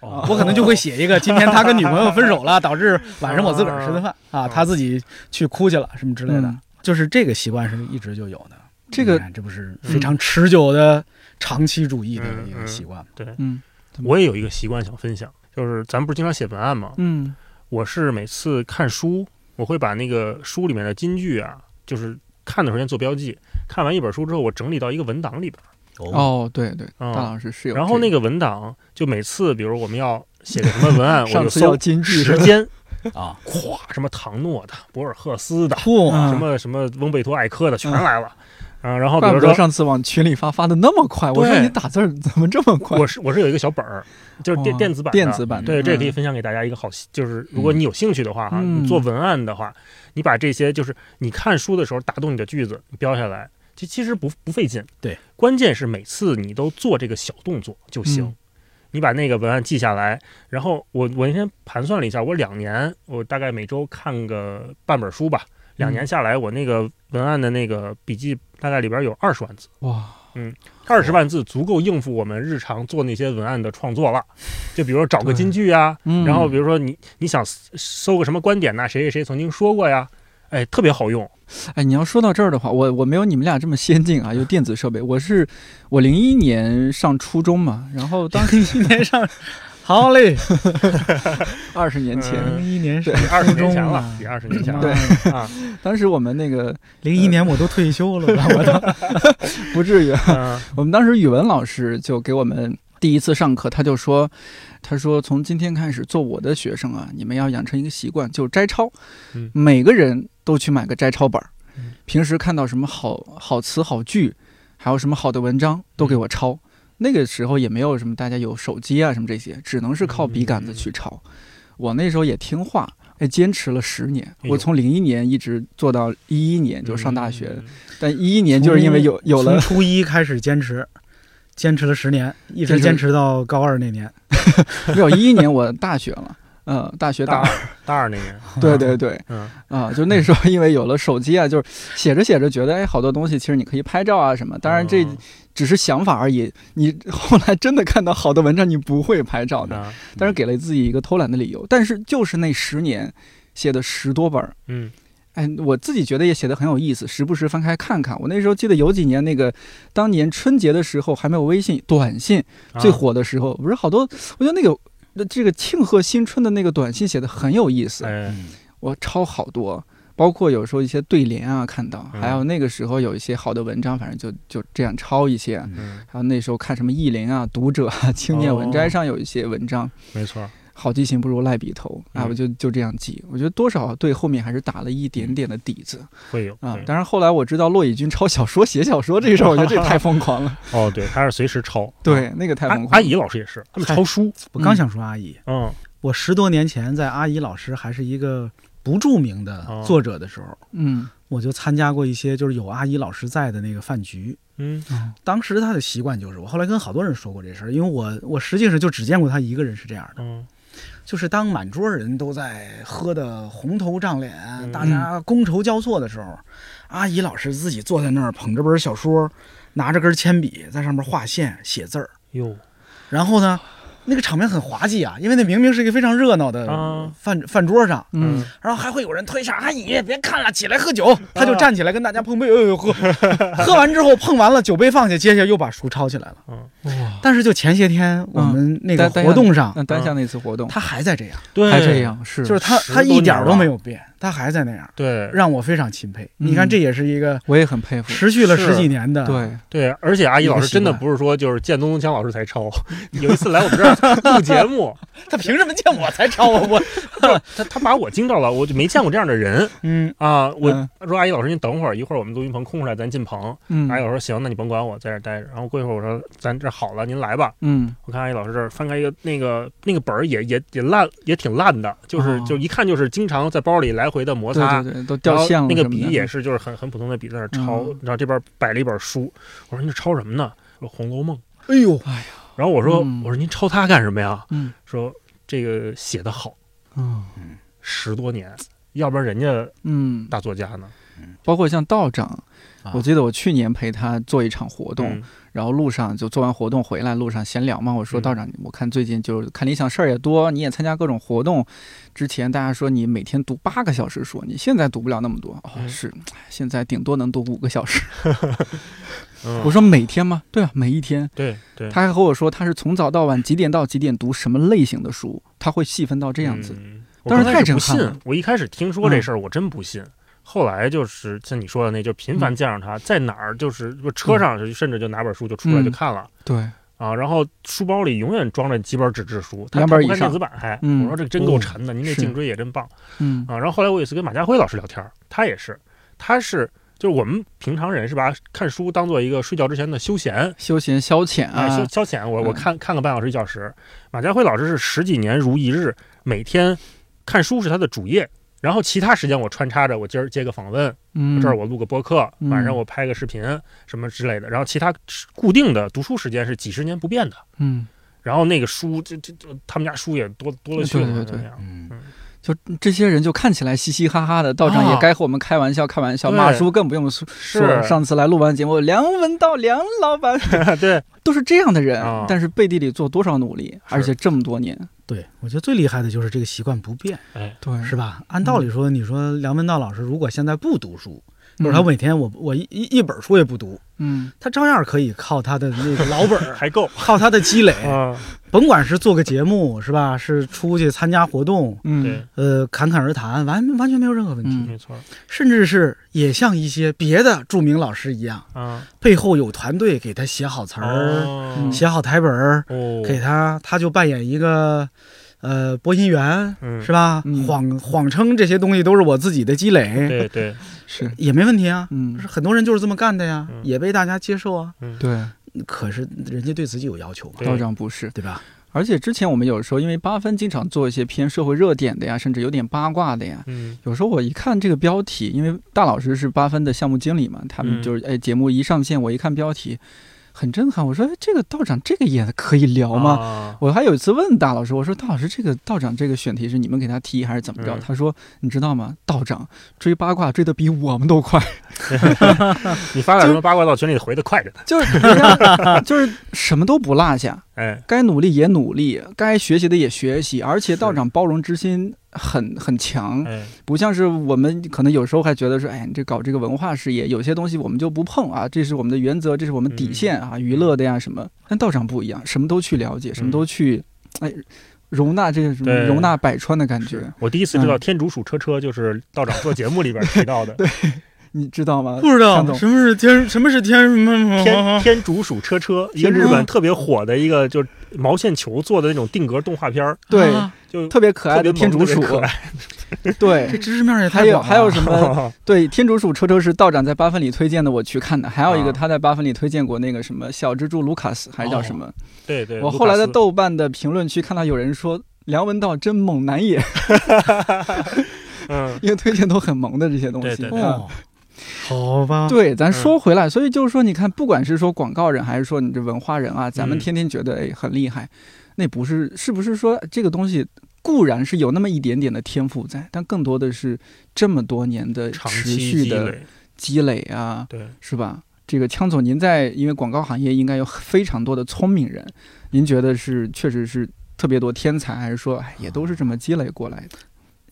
Speaker 3: 哦
Speaker 4: 我可能就会写一个今天他跟女朋友分手了，导致晚上我自个儿吃的饭啊，
Speaker 3: 啊
Speaker 4: 他自己去哭去了什么之类的
Speaker 6: 嗯，
Speaker 4: 就是这个习惯是一直就有的。
Speaker 6: 这个
Speaker 4: 你看这不是非常持久的长期主义的
Speaker 3: 嗯
Speaker 4: 一个
Speaker 3: 嗯
Speaker 4: 习惯吗？
Speaker 6: 嗯
Speaker 3: 我也有一个习惯想分享，就是咱们不是经常写文案吗？
Speaker 6: 嗯
Speaker 3: 我是每次看书，我会把那个书里面的金句啊，就是看的时候先做标记，看完一本书之后，我整理到一个文档里边。
Speaker 6: 哦，对对，
Speaker 3: 嗯
Speaker 6: 大老师是有这。
Speaker 3: 然后那个文档就每次，比如我们要写个什么文 案，我
Speaker 6: 上
Speaker 3: 就
Speaker 6: 次要
Speaker 3: 搜
Speaker 6: 金句是
Speaker 3: 时
Speaker 6: 吧
Speaker 3: 间，
Speaker 4: 啊，
Speaker 3: 咵，什么唐诺的、博尔赫斯的，
Speaker 4: 酷
Speaker 6: 啊
Speaker 3: 什么什么翁贝托艾科的，全来了。啊，然后
Speaker 6: 嗯
Speaker 3: 比
Speaker 6: 怪
Speaker 3: 如
Speaker 6: 不得
Speaker 3: 说，
Speaker 6: 上次往群里发发的那么快，我说
Speaker 3: 对
Speaker 6: 你打字儿怎么这么快？
Speaker 3: 我是我是有一个小本儿，就是电
Speaker 6: 哦
Speaker 3: 电子版的
Speaker 6: 电子版的
Speaker 3: 对，这也可以
Speaker 6: 嗯
Speaker 3: 分享给大家一个好习，就是如果你有兴趣的话哈，
Speaker 6: 嗯
Speaker 3: 你做文案的话，你把这些就是你看书的时候打动你的句子，你标下来，其其实不不费劲。
Speaker 4: 对，
Speaker 3: 关键是每次你都做这个小动作就行。
Speaker 1: 嗯
Speaker 3: 你把那个文案记下来，然后我我那天盘算了一下，我两年我大概每周看个半本书吧，两
Speaker 6: 嗯
Speaker 3: 年下来我那个文案的那个笔记大概里边有二十万字，
Speaker 1: 哇，
Speaker 3: 二十万字足够应付我们日常做那些文案的创作了。就比如说找个金句啊，
Speaker 1: 嗯
Speaker 3: 然后比如说你你想搜个什么观点呐、谁谁谁曾经说过呀，哎，特别好用。
Speaker 1: 哎，你要说到这儿的话，我我没有你们俩这么先进啊，有电子设备。我是我零一年上初中嘛，然后当
Speaker 4: 今天上，好嘞，
Speaker 1: 二十年前，
Speaker 3: 嗯
Speaker 4: 零一年是
Speaker 3: 比二十年前
Speaker 4: 中
Speaker 3: 了
Speaker 4: 啊，
Speaker 3: 比二十年
Speaker 1: 嗯
Speaker 3: 前了。
Speaker 4: 对，
Speaker 3: 啊，
Speaker 1: 当时我们那个
Speaker 4: 零一年我都退休 了吧，我都
Speaker 1: 不至于啊，
Speaker 3: 嗯
Speaker 1: 我们当时语文老师就给我们第一次上课，他就说，他说从今天开始做我的学生啊，你们要养成一个习惯，就摘抄，
Speaker 3: 嗯
Speaker 1: 每个人都去买个摘抄本儿
Speaker 3: 嗯，
Speaker 1: 平时看到什么好好词好句，还有什么好的文章，都给我
Speaker 3: 嗯
Speaker 1: 抄。那个时候也没有什么大家有手机啊什么这些，只能是靠
Speaker 3: 嗯
Speaker 1: 笔杆子去抄。我那时候也听话，哎，坚持了十年，
Speaker 3: 哎呦
Speaker 1: 我从零一年一直做到一一年就上大学，
Speaker 3: 嗯
Speaker 1: 但一一年就是因为有有了
Speaker 4: 从初一开始坚持，坚持了十年，一直坚持到高二那年。
Speaker 1: 没有一一年我大学了，呃，大学
Speaker 3: 大
Speaker 1: 大
Speaker 3: 二大二那年，
Speaker 1: 对对对，
Speaker 3: 嗯
Speaker 1: 啊，就那时候因为有了手机啊，就是写着写着觉得，哎，好多东西其实你可以拍照啊什么， 当然这
Speaker 3: 哦嗯
Speaker 1: 只是想法而已。你后来真的看到好的文章，你不会拍照的，
Speaker 3: 啊，
Speaker 1: 但是给了自己一个偷懒的理由。但是就是那十年写的十多本儿，
Speaker 3: 嗯
Speaker 1: 哎，我自己觉得也写的很有意思，时不时翻开看看。我那时候记得有几年那个，当年春节的时候还没有微信，短信
Speaker 3: 啊
Speaker 1: 最火的时候，不是好多，我觉得那个那这个庆贺新春的那个短信写的很有意思，
Speaker 3: 哎，
Speaker 1: 我抄好多，包括有时候一些对联啊，看到，
Speaker 3: 嗯
Speaker 1: 还有那个时候有一些好的文章，反正就就这样抄一些。
Speaker 3: 嗯，
Speaker 1: 还有那时候看什么《意林》啊，《读者》啊，《青年文摘》上有一些文章，
Speaker 3: 没错，
Speaker 1: 好记性不如赖笔头啊，
Speaker 3: 嗯
Speaker 1: 我就就这样记。我觉得多少对后面还是打了一点点的底子
Speaker 3: 会有
Speaker 1: 啊
Speaker 3: 对。
Speaker 1: 当然后来我知道骆以军抄小说、写小说这事儿，我觉得这太疯狂 了。
Speaker 3: 哦，对，他是随时抄。啊
Speaker 1: 对，那个太
Speaker 3: 阿
Speaker 1: 疯狂了。
Speaker 3: 阿姨老师也是，他们抄书，
Speaker 4: 我刚想说阿姨，
Speaker 3: 嗯
Speaker 4: 我十多年前在阿姨老师还是一个。不著名的
Speaker 3: 哦
Speaker 4: 作者的时候，
Speaker 1: 嗯
Speaker 4: 我就参加过一些就是有阿姨老师在的那个饭局。
Speaker 3: 嗯
Speaker 4: 当时他的习惯就是，我后来跟好多人说过这事儿，因为我我实际上就只见过他一个人是这样的，
Speaker 3: 嗯
Speaker 4: 就是当满桌人都在喝得红头胀脸，大家觥筹交错的时候，阿姨老师自己坐在那儿捧着本小说，拿着根铅笔在上面画线写字儿，
Speaker 3: 哟
Speaker 4: 然后呢，那个场面很滑稽啊，因为那明明是一个非常热闹
Speaker 1: 呃
Speaker 4: 的
Speaker 3: 啊
Speaker 4: 饭、饭桌上，
Speaker 1: 嗯，
Speaker 4: 然后还会有人推搡阿姨，别看了，起来喝酒。他就站起来跟大家碰杯，哎呦喝，喝完之后碰完了，酒杯放下，接下又把书抄起来了。
Speaker 1: 哇，
Speaker 4: 但是就前些天我们那个
Speaker 1: 嗯单
Speaker 4: 活动上，
Speaker 1: 那丹下那次活动
Speaker 4: 他还在这样，
Speaker 3: 啊嗯对
Speaker 1: 还这样，是，
Speaker 4: 就是他
Speaker 3: 十
Speaker 4: 他
Speaker 3: 多
Speaker 4: 一点儿
Speaker 3: 年
Speaker 4: 都
Speaker 3: 了
Speaker 4: 没有变，他还在那样，
Speaker 3: 对
Speaker 4: 让我非常钦佩。
Speaker 1: 嗯
Speaker 4: 你看，这也是一个
Speaker 1: 我也很佩服。
Speaker 4: 持续了
Speaker 3: 是
Speaker 4: 十几年的，，
Speaker 1: 对，
Speaker 3: 对，而且阿姨老师真的不是说就是见东东锵老师才抄， 有一次来我们 这儿录节目，
Speaker 4: 他凭什么见我才抄啊？我
Speaker 3: 他他把我惊到了，我就没见过这样的 人
Speaker 4: 嗯
Speaker 3: 啊！我
Speaker 1: 嗯
Speaker 3: 说阿姨老师，你等会儿，一会儿我们录音棚空出来，咱进棚。
Speaker 1: 嗯
Speaker 3: 阿姨老师说行，那你甭管我，在这儿待着。然后过一会儿我说咱这好了，您来吧。
Speaker 1: 嗯
Speaker 3: 我看阿姨老师这儿翻开一个那个那个本儿也也也烂，也挺烂的，就是
Speaker 1: 哦
Speaker 3: 就一看就是经常在包里来回的摩擦。
Speaker 1: 对对对，都掉线了
Speaker 3: 然后那个
Speaker 1: 什么的
Speaker 3: 笔也是，就是很很普通的笔在那儿抄，
Speaker 1: 嗯
Speaker 3: 然后这边摆了一本书，我说你这抄什么呢？说《红楼梦》。
Speaker 4: 哎呦，
Speaker 3: 然后我说、
Speaker 1: 嗯
Speaker 3: 我说您抄它干什么呀？
Speaker 1: 嗯
Speaker 3: 说这个写的好，
Speaker 1: 嗯
Speaker 3: 十多年，要不然人家
Speaker 1: 嗯，
Speaker 3: 大作家呢。
Speaker 1: 包括像道长
Speaker 4: 啊，
Speaker 1: 我记得我去年陪他做一场活动，
Speaker 3: 嗯
Speaker 1: 然后路上就做完活动回来，路上闲聊嘛，我说
Speaker 3: 嗯
Speaker 1: 道长，我看最近就是看理想事儿也多，你也参加各种活动，之前大家说你每天读八个小时书，你现在读不了那么多，哦，
Speaker 3: 嗯
Speaker 1: 是，哎现在顶多能读五个小时。
Speaker 3: 嗯，
Speaker 1: 我说每天吗？对啊，每一天。
Speaker 3: 对对，
Speaker 1: 他还和我说他是从早到晚几点到几点读什么类型的书，他会细分到这样子。
Speaker 3: 嗯
Speaker 1: 但是太震撼
Speaker 3: 我刚开始
Speaker 1: 了嗯
Speaker 3: 不信，我一开始听说这事儿，我真不信。后来就是像你说的那，就频
Speaker 1: 嗯
Speaker 3: 繁见上他，在哪儿就是就车上，甚至就拿本书就出来
Speaker 1: 嗯
Speaker 3: 就看了。
Speaker 1: 对，
Speaker 3: 啊，然后书包里永远装着几本纸质书，他
Speaker 1: 两本以
Speaker 3: 他不看电
Speaker 1: 上
Speaker 3: 子版还。
Speaker 1: 嗯
Speaker 3: 我说这真够沉的，您这
Speaker 1: 是
Speaker 3: 颈椎也真棒
Speaker 1: 嗯
Speaker 3: 啊。然后后来我有一次跟马家辉老师聊天儿，他也是，他是就是我们平常人是把看书当做一个睡觉之前的休闲。
Speaker 1: 休闲消遣
Speaker 3: 啊，
Speaker 1: 啊
Speaker 3: 消，消遣，我我
Speaker 1: 嗯
Speaker 3: 看看个半小时一小时。马家辉老师是十几年如一日，每天看书是他的主业，然后其他时间我穿插着，我今儿接个访问，
Speaker 1: 嗯，
Speaker 3: 这儿我录个播客，晚上
Speaker 1: 嗯
Speaker 3: 我拍个视频什么之类的，然后其他固定的读书时间是几十年不变的。
Speaker 1: 嗯，
Speaker 3: 然后那个书，这这这，他们家书也多多了去了，
Speaker 1: 对对对
Speaker 3: 那样
Speaker 4: 嗯，
Speaker 1: 就这些人就看起来嘻嘻哈哈的，道长也
Speaker 3: 啊
Speaker 1: 该和我们开玩笑开玩笑，
Speaker 3: 对
Speaker 1: 马叔更不用说。
Speaker 3: 是
Speaker 1: 啊上次来录完节目，梁文道梁老板
Speaker 3: 对，
Speaker 1: 都是这样的人
Speaker 3: 啊，
Speaker 1: 但是背地里做多少努力，而且这么多年，
Speaker 4: 对我觉得最厉害的就是这个习惯不变，
Speaker 3: 哎，
Speaker 1: 对
Speaker 4: 是吧？按道理说，你说梁文道老师如果现在不读书，
Speaker 1: 嗯
Speaker 4: 就是他每天我我一一一本书也不读，
Speaker 1: 嗯
Speaker 4: 他照样可以靠他的那个老本儿，
Speaker 3: 还够
Speaker 4: 靠他的积累，
Speaker 3: 啊，
Speaker 1: 哎
Speaker 4: 甭管是做个节目是吧，是出去参加活动，
Speaker 1: 嗯
Speaker 3: 对，
Speaker 4: 呃，侃侃而谈，完完全没有任何问题，
Speaker 1: 嗯
Speaker 3: 没错
Speaker 4: 甚至是也像一些别的著名老师一样，
Speaker 1: 嗯
Speaker 3: 啊，
Speaker 4: 背后有团队给他写好词儿，
Speaker 3: 哦
Speaker 4: 写好台本儿，
Speaker 1: 嗯
Speaker 3: 哦，
Speaker 4: 给他，他就扮演一个呃播音员。
Speaker 3: 嗯，
Speaker 4: 是吧？
Speaker 1: 嗯
Speaker 4: 谎谎称这些东西都是我自己的积累，
Speaker 3: 对对，
Speaker 1: 是，
Speaker 4: 也没问题啊。
Speaker 1: 嗯
Speaker 4: 是很多人就是这么干的呀，
Speaker 3: 嗯
Speaker 4: 也被大家接受啊。
Speaker 3: 嗯，
Speaker 1: 对，
Speaker 4: 可是人家对自己有要求嘛，
Speaker 3: 对
Speaker 1: 道长不是。
Speaker 4: 对吧？
Speaker 1: 而且之前我们有时候因为八分经常做一些偏社会热点的呀，甚至有点八卦的呀，
Speaker 3: 嗯
Speaker 1: 有时候我一看这个标题，因为大老师是八分的项目经理嘛，他们
Speaker 3: 嗯
Speaker 1: 就是、哎节目一上线，我一看标题，很震撼。我说、哎、这个道长这个也可以聊吗？
Speaker 3: 啊
Speaker 1: 我还有一次问大老师，我说大老师这个道长这个选题是你们给他提还是怎么着？
Speaker 3: 嗯
Speaker 1: 他说你知道吗？道长追八卦追得比我们都 快，
Speaker 3: 你发点什么八卦到群里回的快着呢，
Speaker 1: 就是人家 就是什么都不落下，
Speaker 3: 哎，
Speaker 1: 该努力也努力，该学习的也学习，而且道长包容之心很很强。
Speaker 3: 哎，
Speaker 1: 不像是我们可能有时候还觉得说，哎，你这搞这个文化事业，有些东西我们就不碰啊，这是我们的原则，这是我们底线
Speaker 3: 嗯
Speaker 1: 啊，娱乐的呀什么。但道长不一样，什么都去了解，什么都去，
Speaker 3: 嗯
Speaker 1: 哎，容纳这个什么
Speaker 3: 对
Speaker 1: 容纳百川的感觉，
Speaker 3: 我第一次知道
Speaker 1: 嗯
Speaker 3: 天竺鼠车车就是道长做节 目里边提到的
Speaker 1: 你知道吗？
Speaker 4: 不知道
Speaker 1: 向总
Speaker 4: 什么是天，什么是天什嗯么
Speaker 3: 天天竺鼠车 车，一个
Speaker 1: 天竺
Speaker 3: 日本特别火的一个就是毛线球做的那种定格动画片 儿，
Speaker 1: 对，
Speaker 4: 啊
Speaker 3: 就
Speaker 1: 特别可爱的
Speaker 3: 特别
Speaker 1: 天
Speaker 3: 萌
Speaker 1: 竺鼠
Speaker 3: 特别可，
Speaker 4: 这
Speaker 1: 对，
Speaker 4: 知识面也
Speaker 1: 还
Speaker 4: 太
Speaker 1: 有
Speaker 4: 广了。哦
Speaker 1: 还有什 么？
Speaker 3: 爱，
Speaker 1: 对，天竺鼠车车是道长在八分里推荐的，我去看的。还有一个
Speaker 3: 啊
Speaker 1: 他在八分里推荐过那个什么小蜘蛛卢卡斯，还是叫什么？
Speaker 3: 对啊对，
Speaker 1: 我
Speaker 3: 卢
Speaker 1: 后
Speaker 3: 卡
Speaker 1: 来在
Speaker 3: 斯
Speaker 1: 豆瓣的评论区看到有人说梁文道真猛男也，
Speaker 3: 嗯，
Speaker 1: 因为推荐都很萌的这些东西。
Speaker 3: 对对对
Speaker 1: 嗯
Speaker 4: 哦，好吧，
Speaker 1: 对，咱
Speaker 3: 嗯
Speaker 1: 说回来，所以就是说，你看，不管是说广告人，还是说你这文化人啊，咱们
Speaker 3: 嗯
Speaker 1: 天天觉得哎很厉害，那不是是不是说这个东西固然是有那么一点点的天赋在，但更多的是这么多年的
Speaker 3: 长
Speaker 1: 持
Speaker 3: 期
Speaker 1: 续
Speaker 3: 积
Speaker 1: 的
Speaker 3: 累，
Speaker 1: 积累啊，
Speaker 3: 对，
Speaker 1: 是吧？这个枪总，您在因为广告行业应该有非常多的聪明人，您觉得是确实是特别多天才，还是说哎也都是这么积累过来的？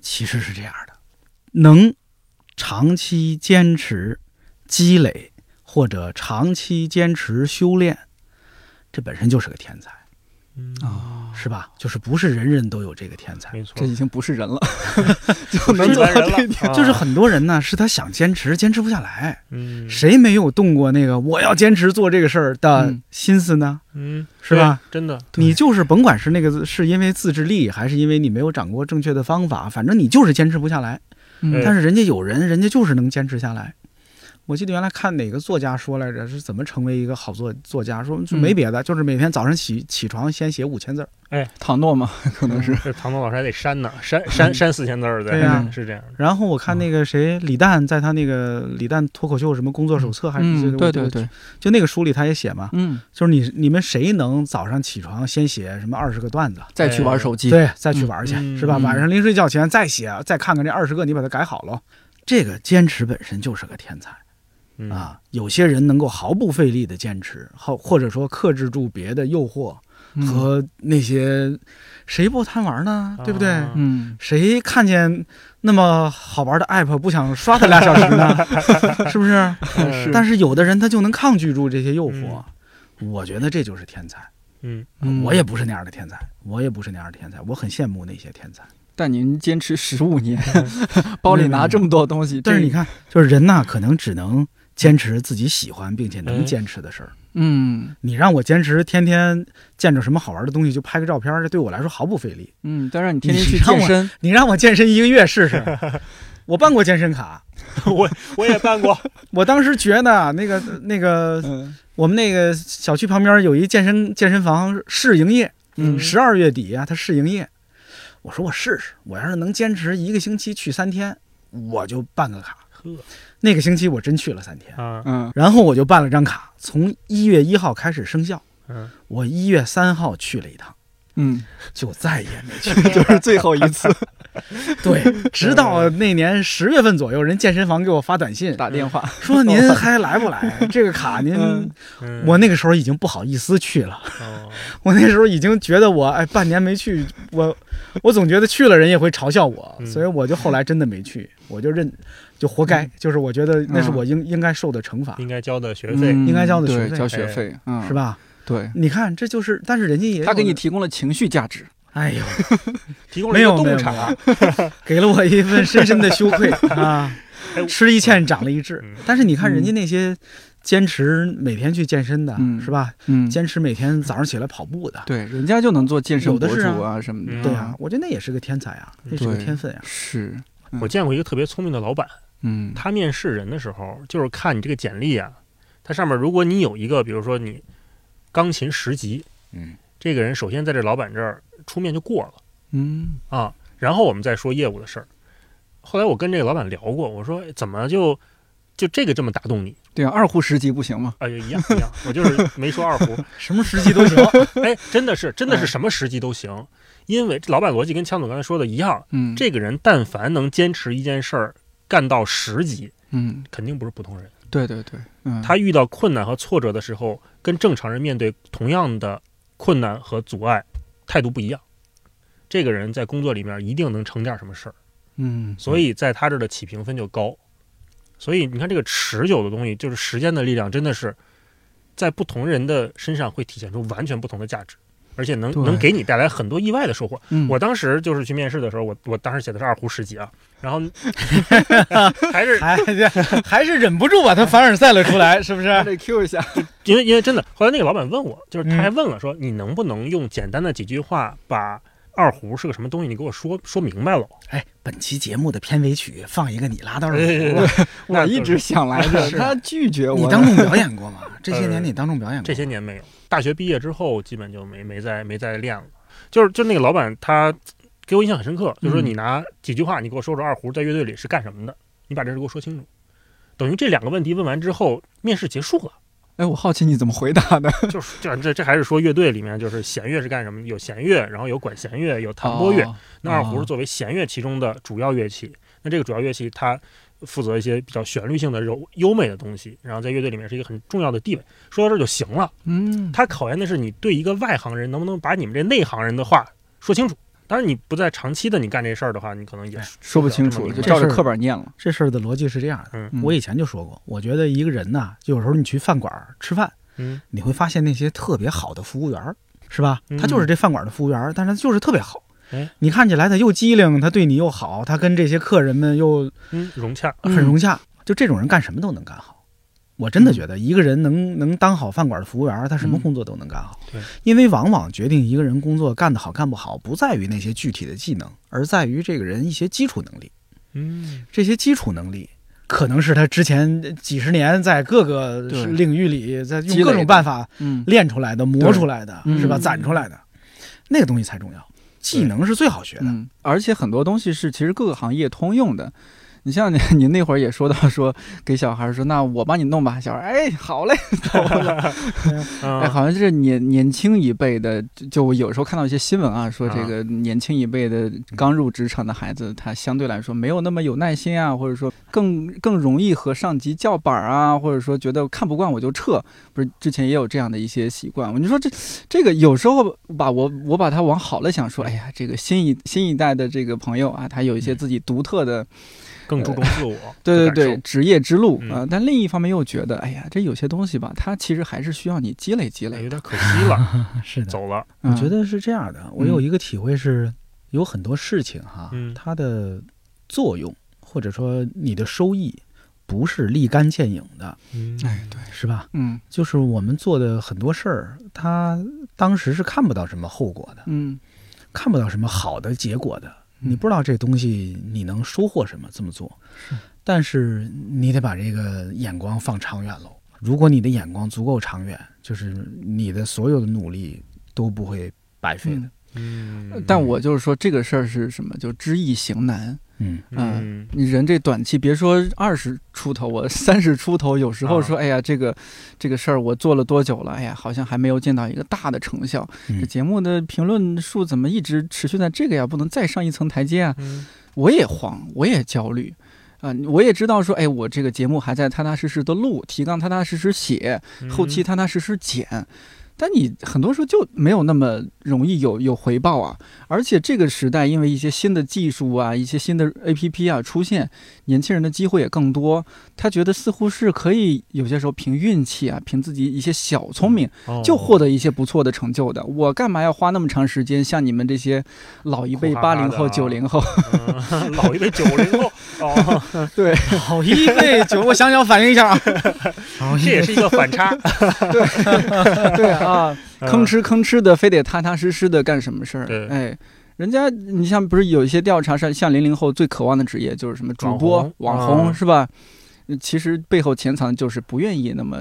Speaker 4: 其实是这样的，能长期坚持积累或者长期坚持修炼，这本身就是个天才，
Speaker 3: 嗯
Speaker 1: 啊
Speaker 4: 是吧？就是不是人人都有这个天才，
Speaker 3: 没错
Speaker 1: 这，已经不是人了， 就能
Speaker 3: 是
Speaker 1: 做
Speaker 3: 人
Speaker 1: 到
Speaker 3: 了
Speaker 1: 这一点。
Speaker 3: 啊
Speaker 4: 就是很多人呢，是他想坚持，坚持不下来。
Speaker 3: 嗯，
Speaker 4: 谁没有动过那个我要坚持做这个事儿的
Speaker 1: 嗯
Speaker 4: 心思呢？
Speaker 3: 嗯，
Speaker 4: 是吧
Speaker 3: 对？真的，
Speaker 4: 你就是甭管是那个是因为自制力，还是因为你没有掌握正确的方法，反正你就是坚持不下来。
Speaker 1: 嗯
Speaker 3: 对
Speaker 4: 但是人家有人，人家就是能坚持下来。我记得原来看哪个作家说来着，是怎么成为一个好作作家？说就没别的，就是每天早上起起床先写五千字儿。
Speaker 1: 唐诺嘛，可能是。嗯
Speaker 4: 嗯
Speaker 1: 啊
Speaker 3: 这唐总老师还得删呢，删删删四千字儿的，
Speaker 4: 对呀
Speaker 3: 是这样的。
Speaker 4: 然后我看那个谁李诞，在他那个李诞脱口秀什么工作手册还是这
Speaker 1: 嗯，
Speaker 4: 个
Speaker 1: 对对，
Speaker 4: 我
Speaker 1: 对，
Speaker 4: 就那个书里他也写嘛，
Speaker 1: 嗯，
Speaker 4: 就是你你们谁能早上起床先写什么二十个段子？
Speaker 1: 再去玩手机，
Speaker 4: 对，再去玩去、
Speaker 3: 嗯
Speaker 4: 是吧？
Speaker 1: 嗯
Speaker 4: 晚上临睡觉前再写，再看看这二十个，你把它改好喽。这个坚持本身就是个天才。
Speaker 3: 嗯，
Speaker 4: 啊，有些人能够毫不费力的坚持，好或者说克制住别的诱惑
Speaker 1: 嗯
Speaker 4: 和那些、谁不贪玩呢？对不对？
Speaker 3: 啊
Speaker 1: 嗯，
Speaker 4: 谁看见那么好玩的 app 不想刷它俩小时呢？是不是？
Speaker 3: 嗯
Speaker 1: 是
Speaker 4: 但是有的人他就能抗拒住这些诱惑，我觉得这就是天才。
Speaker 3: 嗯，
Speaker 1: 嗯
Speaker 4: 我也，不是那样的天才，我也不是那样的天才，我很羡慕那些天才。
Speaker 1: 但您坚持十五年，包里拿这么多东西，
Speaker 4: 嗯但是
Speaker 1: 这
Speaker 4: 你，看，就是人呐，可能只能坚持自己喜欢并且能
Speaker 3: 嗯
Speaker 4: 坚持的事儿。
Speaker 1: 嗯
Speaker 4: 你让我坚持天天见着什么好玩的东西就拍个照片儿，这对我来说毫不费力。
Speaker 1: 嗯，但是你天天
Speaker 4: 你
Speaker 1: 去
Speaker 4: 让
Speaker 1: 健
Speaker 4: 我
Speaker 1: 身，
Speaker 4: 你让我健身一个月试试，我办过健身卡，
Speaker 3: 我我也办过，
Speaker 4: 我当时觉得那个那个
Speaker 1: 嗯
Speaker 4: 我们那个小区旁边有一健身健身房试营业，
Speaker 1: 嗯
Speaker 4: 十二月底啊，它试营业。我说我试试，我要是能坚持一个星期去三天，我就办个卡。
Speaker 3: 呵
Speaker 4: 那个星期我真去了三天，
Speaker 3: 啊，
Speaker 1: 嗯
Speaker 4: 然后我就办了张卡，从一月一号开始生效，
Speaker 3: 嗯，
Speaker 4: 我一月三号去了一趟，
Speaker 1: 嗯，
Speaker 4: 就再也没去。
Speaker 1: 就是最后一 次
Speaker 4: 对，直到
Speaker 1: 嗯
Speaker 4: 那年十月份左右，人健身房给我发短信
Speaker 1: 打电话，
Speaker 4: 说：“您还来不来？这个卡您……”
Speaker 1: 嗯
Speaker 3: 嗯
Speaker 4: 我那个时候已经不好意思去了，
Speaker 3: 哦
Speaker 4: 我那时候已经觉得我哎半年没去，我我总觉得去了人也会嘲笑我，
Speaker 3: 嗯
Speaker 4: 所以我就后来真的没去，我就认就活
Speaker 1: 嗯
Speaker 4: 该，就是我觉得那是我应应该受的惩罚，
Speaker 3: 应该交的学费，
Speaker 1: 嗯
Speaker 4: 应该交的学
Speaker 1: 对
Speaker 4: 费哎
Speaker 1: 交学费，嗯，
Speaker 4: 是？吧？
Speaker 1: 对，
Speaker 4: 你看这就是，但是人家也
Speaker 1: 他给
Speaker 4: 有
Speaker 1: 你提供了情绪价值，
Speaker 4: 哎呦，
Speaker 3: 提供了一
Speaker 4: 没
Speaker 3: 个
Speaker 4: 有没
Speaker 3: 洞
Speaker 4: 有
Speaker 3: 察，
Speaker 4: 给了我一份深深的羞 愧啊
Speaker 3: 哎我！
Speaker 4: 吃一堑长了一智
Speaker 3: 嗯。
Speaker 4: 但是你看人家那些坚持每天去健身的，
Speaker 1: 嗯
Speaker 4: 是吧？
Speaker 1: 嗯，
Speaker 4: 坚持每天早上起来跑步的，
Speaker 1: 对，人家就能做健身
Speaker 4: 有
Speaker 1: 博
Speaker 4: 的是啊
Speaker 1: 主啊什么的，
Speaker 3: 嗯
Speaker 4: 对啊，，我觉得那也是个天才啊，
Speaker 3: 嗯
Speaker 4: 那是个
Speaker 1: 对
Speaker 4: 天分啊。
Speaker 1: 是，
Speaker 3: 我见过一个特别聪明的老板，
Speaker 1: 嗯，
Speaker 3: 他面试人的时候，就是看你这个简历啊，它上面如果你有一个，比如说你钢琴十级，
Speaker 4: 嗯，
Speaker 3: 这个人首先在这老板这儿出面就过了
Speaker 1: 嗯
Speaker 3: 啊，然后我们再说业务的事儿。后来我跟这个老板聊过，我说哎怎么就就这个这么打动你？
Speaker 1: 对啊，二户十级不行吗？
Speaker 3: 哎呀，一样一样，我就是没说二胡，
Speaker 4: 什么时机都行。
Speaker 3: 哎，真的是真的
Speaker 1: 嗯
Speaker 3: 是什么时机都行，因为这老板逻辑跟枪总刚才说的一样，
Speaker 1: 嗯，
Speaker 3: 这个人但凡能坚持一件事儿干到十级，
Speaker 1: 嗯，
Speaker 3: 肯定不是普通人。
Speaker 1: 对对对，嗯，
Speaker 3: 他遇到困难和挫折的时候，跟正常人面对同样的困难和阻碍，态度不一样。这个人在工作里面一定能成点什么事儿，
Speaker 1: 嗯，
Speaker 3: 所以在他这儿的起评分就高。所以你看，这个持久的东西，就是时间的力量，真的是在不同人的身上会体现出完全不同的价值，而且能
Speaker 1: 对
Speaker 3: 能给你带来很多意外的收获。
Speaker 1: 嗯
Speaker 3: 我当时就是去面试的时候，我我当时写的是二胡十级啊，然后还是
Speaker 4: 还还是忍不住把他凡尔赛了出来，是不
Speaker 3: 嗯
Speaker 4: 是？
Speaker 1: 得 Q 一下，
Speaker 3: 因为因为真的，后来那个老板问我，就是他
Speaker 4: 嗯
Speaker 3: 还问了说，你能不能用简单的几句话把二胡是个什么东西，你给我说说明白了。
Speaker 4: 哎， 本期节目的片尾曲放一个你拉到耳
Speaker 3: 对对
Speaker 4: 朵
Speaker 3: 对
Speaker 4: 吧，
Speaker 1: 我
Speaker 3: 那就
Speaker 1: 一
Speaker 3: 是
Speaker 1: 直想 来着，
Speaker 4: 是
Speaker 1: 他拒绝我。
Speaker 4: 你当众表演过吗？这些
Speaker 3: 呃
Speaker 4: 年你当众表演过吗？
Speaker 3: 这些年没有，大学毕业之后基本就没没再没再练了。就是就那个老板他给我印象很深刻，就是说
Speaker 1: 嗯
Speaker 3: 你拿几句话，你给我说说二胡在乐队里是干什么的，你把这事给我说清楚。等于这两个问题问完之后，面试结束了，
Speaker 1: 哎，我好奇你怎么回答的？
Speaker 3: 就是这这这还是说乐队里面就是弦乐是干什么的，有弦乐，然后有管弦乐，有弹拨乐，
Speaker 1: 哦
Speaker 3: 那二胡是作为弦乐其中的主要乐器，那这个主要乐器它负责一些比较旋律性的柔优美的东西，然后在乐队里面是一个很重要的地位。说到这儿就行了，
Speaker 1: 嗯，
Speaker 3: 它考验的是你对一个外行人能不能把你们这内行人的话说清楚。当然，你不在长期的你干这事儿的话，你可能也
Speaker 4: 哎
Speaker 3: 是
Speaker 1: 说不清
Speaker 3: 这么
Speaker 1: 楚，
Speaker 3: 明
Speaker 1: 就
Speaker 3: 白
Speaker 1: 照着
Speaker 4: 这事儿
Speaker 1: 课本念了。
Speaker 4: 这事儿的逻辑是这样的，
Speaker 3: 嗯
Speaker 1: 嗯
Speaker 4: 我以前就说过，我觉得一个人呐，有时候你去饭馆儿吃饭，
Speaker 3: 嗯
Speaker 4: 你会发现那些特别好的服务员儿，是吧？
Speaker 3: 嗯
Speaker 4: 他就是这饭馆的服务员儿，但是他就是特别好
Speaker 3: 哎。
Speaker 4: 你看起来他又机灵，他对你又好，他跟这些客人们又
Speaker 3: 嗯融洽。
Speaker 4: 很融洽。就这种人干什么都能干好。我真的觉得一个人能能当好饭馆的服务员儿，他什么
Speaker 1: 嗯
Speaker 4: 工作都能干好
Speaker 3: 对。
Speaker 4: 因为往往决定一个人工作干得好干不好，不在于那些具体的技能，而在于这个人一些基础能力。
Speaker 3: 嗯，
Speaker 4: 这些基础能力，可能是他之前几十年在各个
Speaker 1: 对
Speaker 4: 领域里，在
Speaker 1: 积
Speaker 4: 用
Speaker 1: 累
Speaker 4: 各
Speaker 1: 的
Speaker 4: 种办法
Speaker 1: 嗯，
Speaker 4: 练出来的、磨出来的，
Speaker 1: 嗯
Speaker 4: 是吧？
Speaker 1: 嗯
Speaker 4: 攒出来的，那个东西才重要。技能是最好学的，
Speaker 1: 嗯，而且很多东西是其实各个行业通用的。你像你， 你那会儿也说到说给小孩儿说，那我帮你弄吧。小孩儿，哎，好嘞，走了。哎，
Speaker 3: 啊，
Speaker 1: 好像是年年轻一辈的，就就我有时候看到一些新闻啊，说这
Speaker 3: 啊
Speaker 1: 个年轻一辈的刚入职场的孩子，他相对来说没有那么有耐心啊，或者说更更容易和上级叫板儿啊，或者说觉得看不惯我就撤，不是之前也有这样的一些习惯。你说这这个有时候把我我把他往好了想，说，哎呀，这个新一新一代的这个朋友啊，他有一些
Speaker 3: 嗯
Speaker 1: 自己独特的
Speaker 3: 更注重自我。
Speaker 1: 对对
Speaker 3: 的
Speaker 1: 对
Speaker 3: 感，
Speaker 1: 职业之路啊、
Speaker 3: 嗯
Speaker 1: 但另一方面又觉得，哎呀，这有些东西吧，它其实还是需要你积累积
Speaker 3: 受，哎
Speaker 1: 累嗯
Speaker 3: 有。点可惜 了，
Speaker 4: 是的。嗯
Speaker 3: 走了。
Speaker 1: 我
Speaker 4: 我觉，得是这样的，我有一个体会是，有很多事情哈，
Speaker 3: 嗯
Speaker 4: 它的作用或者说你的收益不是立竿见影的，
Speaker 3: 嗯
Speaker 1: 哎，对，
Speaker 4: 是吧？
Speaker 1: 嗯
Speaker 4: 就是我们做的很多事儿，它当时是看不到什么后果的，
Speaker 1: 嗯
Speaker 4: 看不到什么好的结果的，
Speaker 1: 嗯
Speaker 4: 你不知道这东西你能收获什么这么做，但是你得把这个眼光放长远喽。如果你的眼光足够长远，就是你的所有的努力都不会白费的。
Speaker 3: 嗯
Speaker 1: 但我就是说这个事儿是什么，就知易行难。
Speaker 4: 嗯，
Speaker 3: 嗯
Speaker 1: 你人这短期，别说二十出头，我三十出头，有时
Speaker 4: 啊
Speaker 1: 候说，哎呀，这个这个事儿我做了多久了？哎呀，好像还没有见到一个大的成效。
Speaker 4: 嗯
Speaker 1: 这节目的评论数怎么一直持续在这个呀？不能再上一层台阶啊！
Speaker 3: 嗯
Speaker 1: 我也慌，我也焦虑，啊、我也知道说，哎，我这个节目还在踏踏实实的录，提纲踏踏实实写，
Speaker 3: 嗯
Speaker 1: 后期踏踏实实剪。但你很多时候就没有那么容易有有回报啊，而且这个时代因为一些新的技术啊、一些新的 A P P 啊出现，年轻人的机会也更多。他觉得似乎是可以有些时候凭运气啊，凭自己一些小聪明
Speaker 3: 哦
Speaker 1: 就获得一些不错的成就的。我干嘛要花那么长时间像你们这些老一辈
Speaker 3: 苦哈哈
Speaker 1: 八
Speaker 3: 的啊
Speaker 1: 零后、九零后
Speaker 3: 嗯 老一辈九零后哦，
Speaker 4: 好一位九，我想想反应一下啊，好
Speaker 3: 这也是一个反 差，嗯
Speaker 1: 对啊，吭哧吭哧的，非得踏踏实实的干什么事儿
Speaker 3: 对？
Speaker 1: 哎，人家你像不是有一些调查上，像零零后最渴望的职业就是什么主播、网
Speaker 3: 网
Speaker 1: 红
Speaker 3: 红嗯
Speaker 1: 是吧？其实背后潜藏就是不愿意那么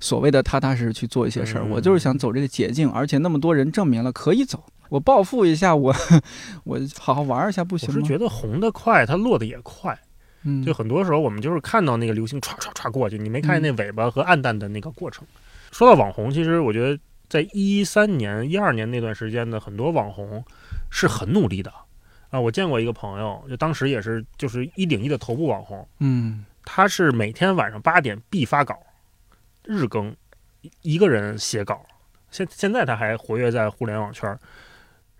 Speaker 1: 所谓的踏踏实实去做一些事儿，
Speaker 3: 嗯
Speaker 1: 我就是想走这个捷径，而且那么多人证明了可以走，我报复一下，我 我好好玩儿一下不行
Speaker 3: 我
Speaker 1: 吗
Speaker 3: 是？觉得红的快，它落的也快。
Speaker 1: 嗯，
Speaker 3: 就很多时候我们就是看到那个流星唰唰唰过去，你没看见
Speaker 1: 嗯
Speaker 3: 那尾巴和暗淡的那个过程。说到网红，其实我觉得在一三年、一二年那段时间的很多网红是很努力的啊。我见过一个朋友，就当时也是就是一顶一的头部网红，
Speaker 1: 嗯
Speaker 3: 他是每天晚上八点必发稿，日更，一一个人写稿。现现在他还活跃在互联网圈儿，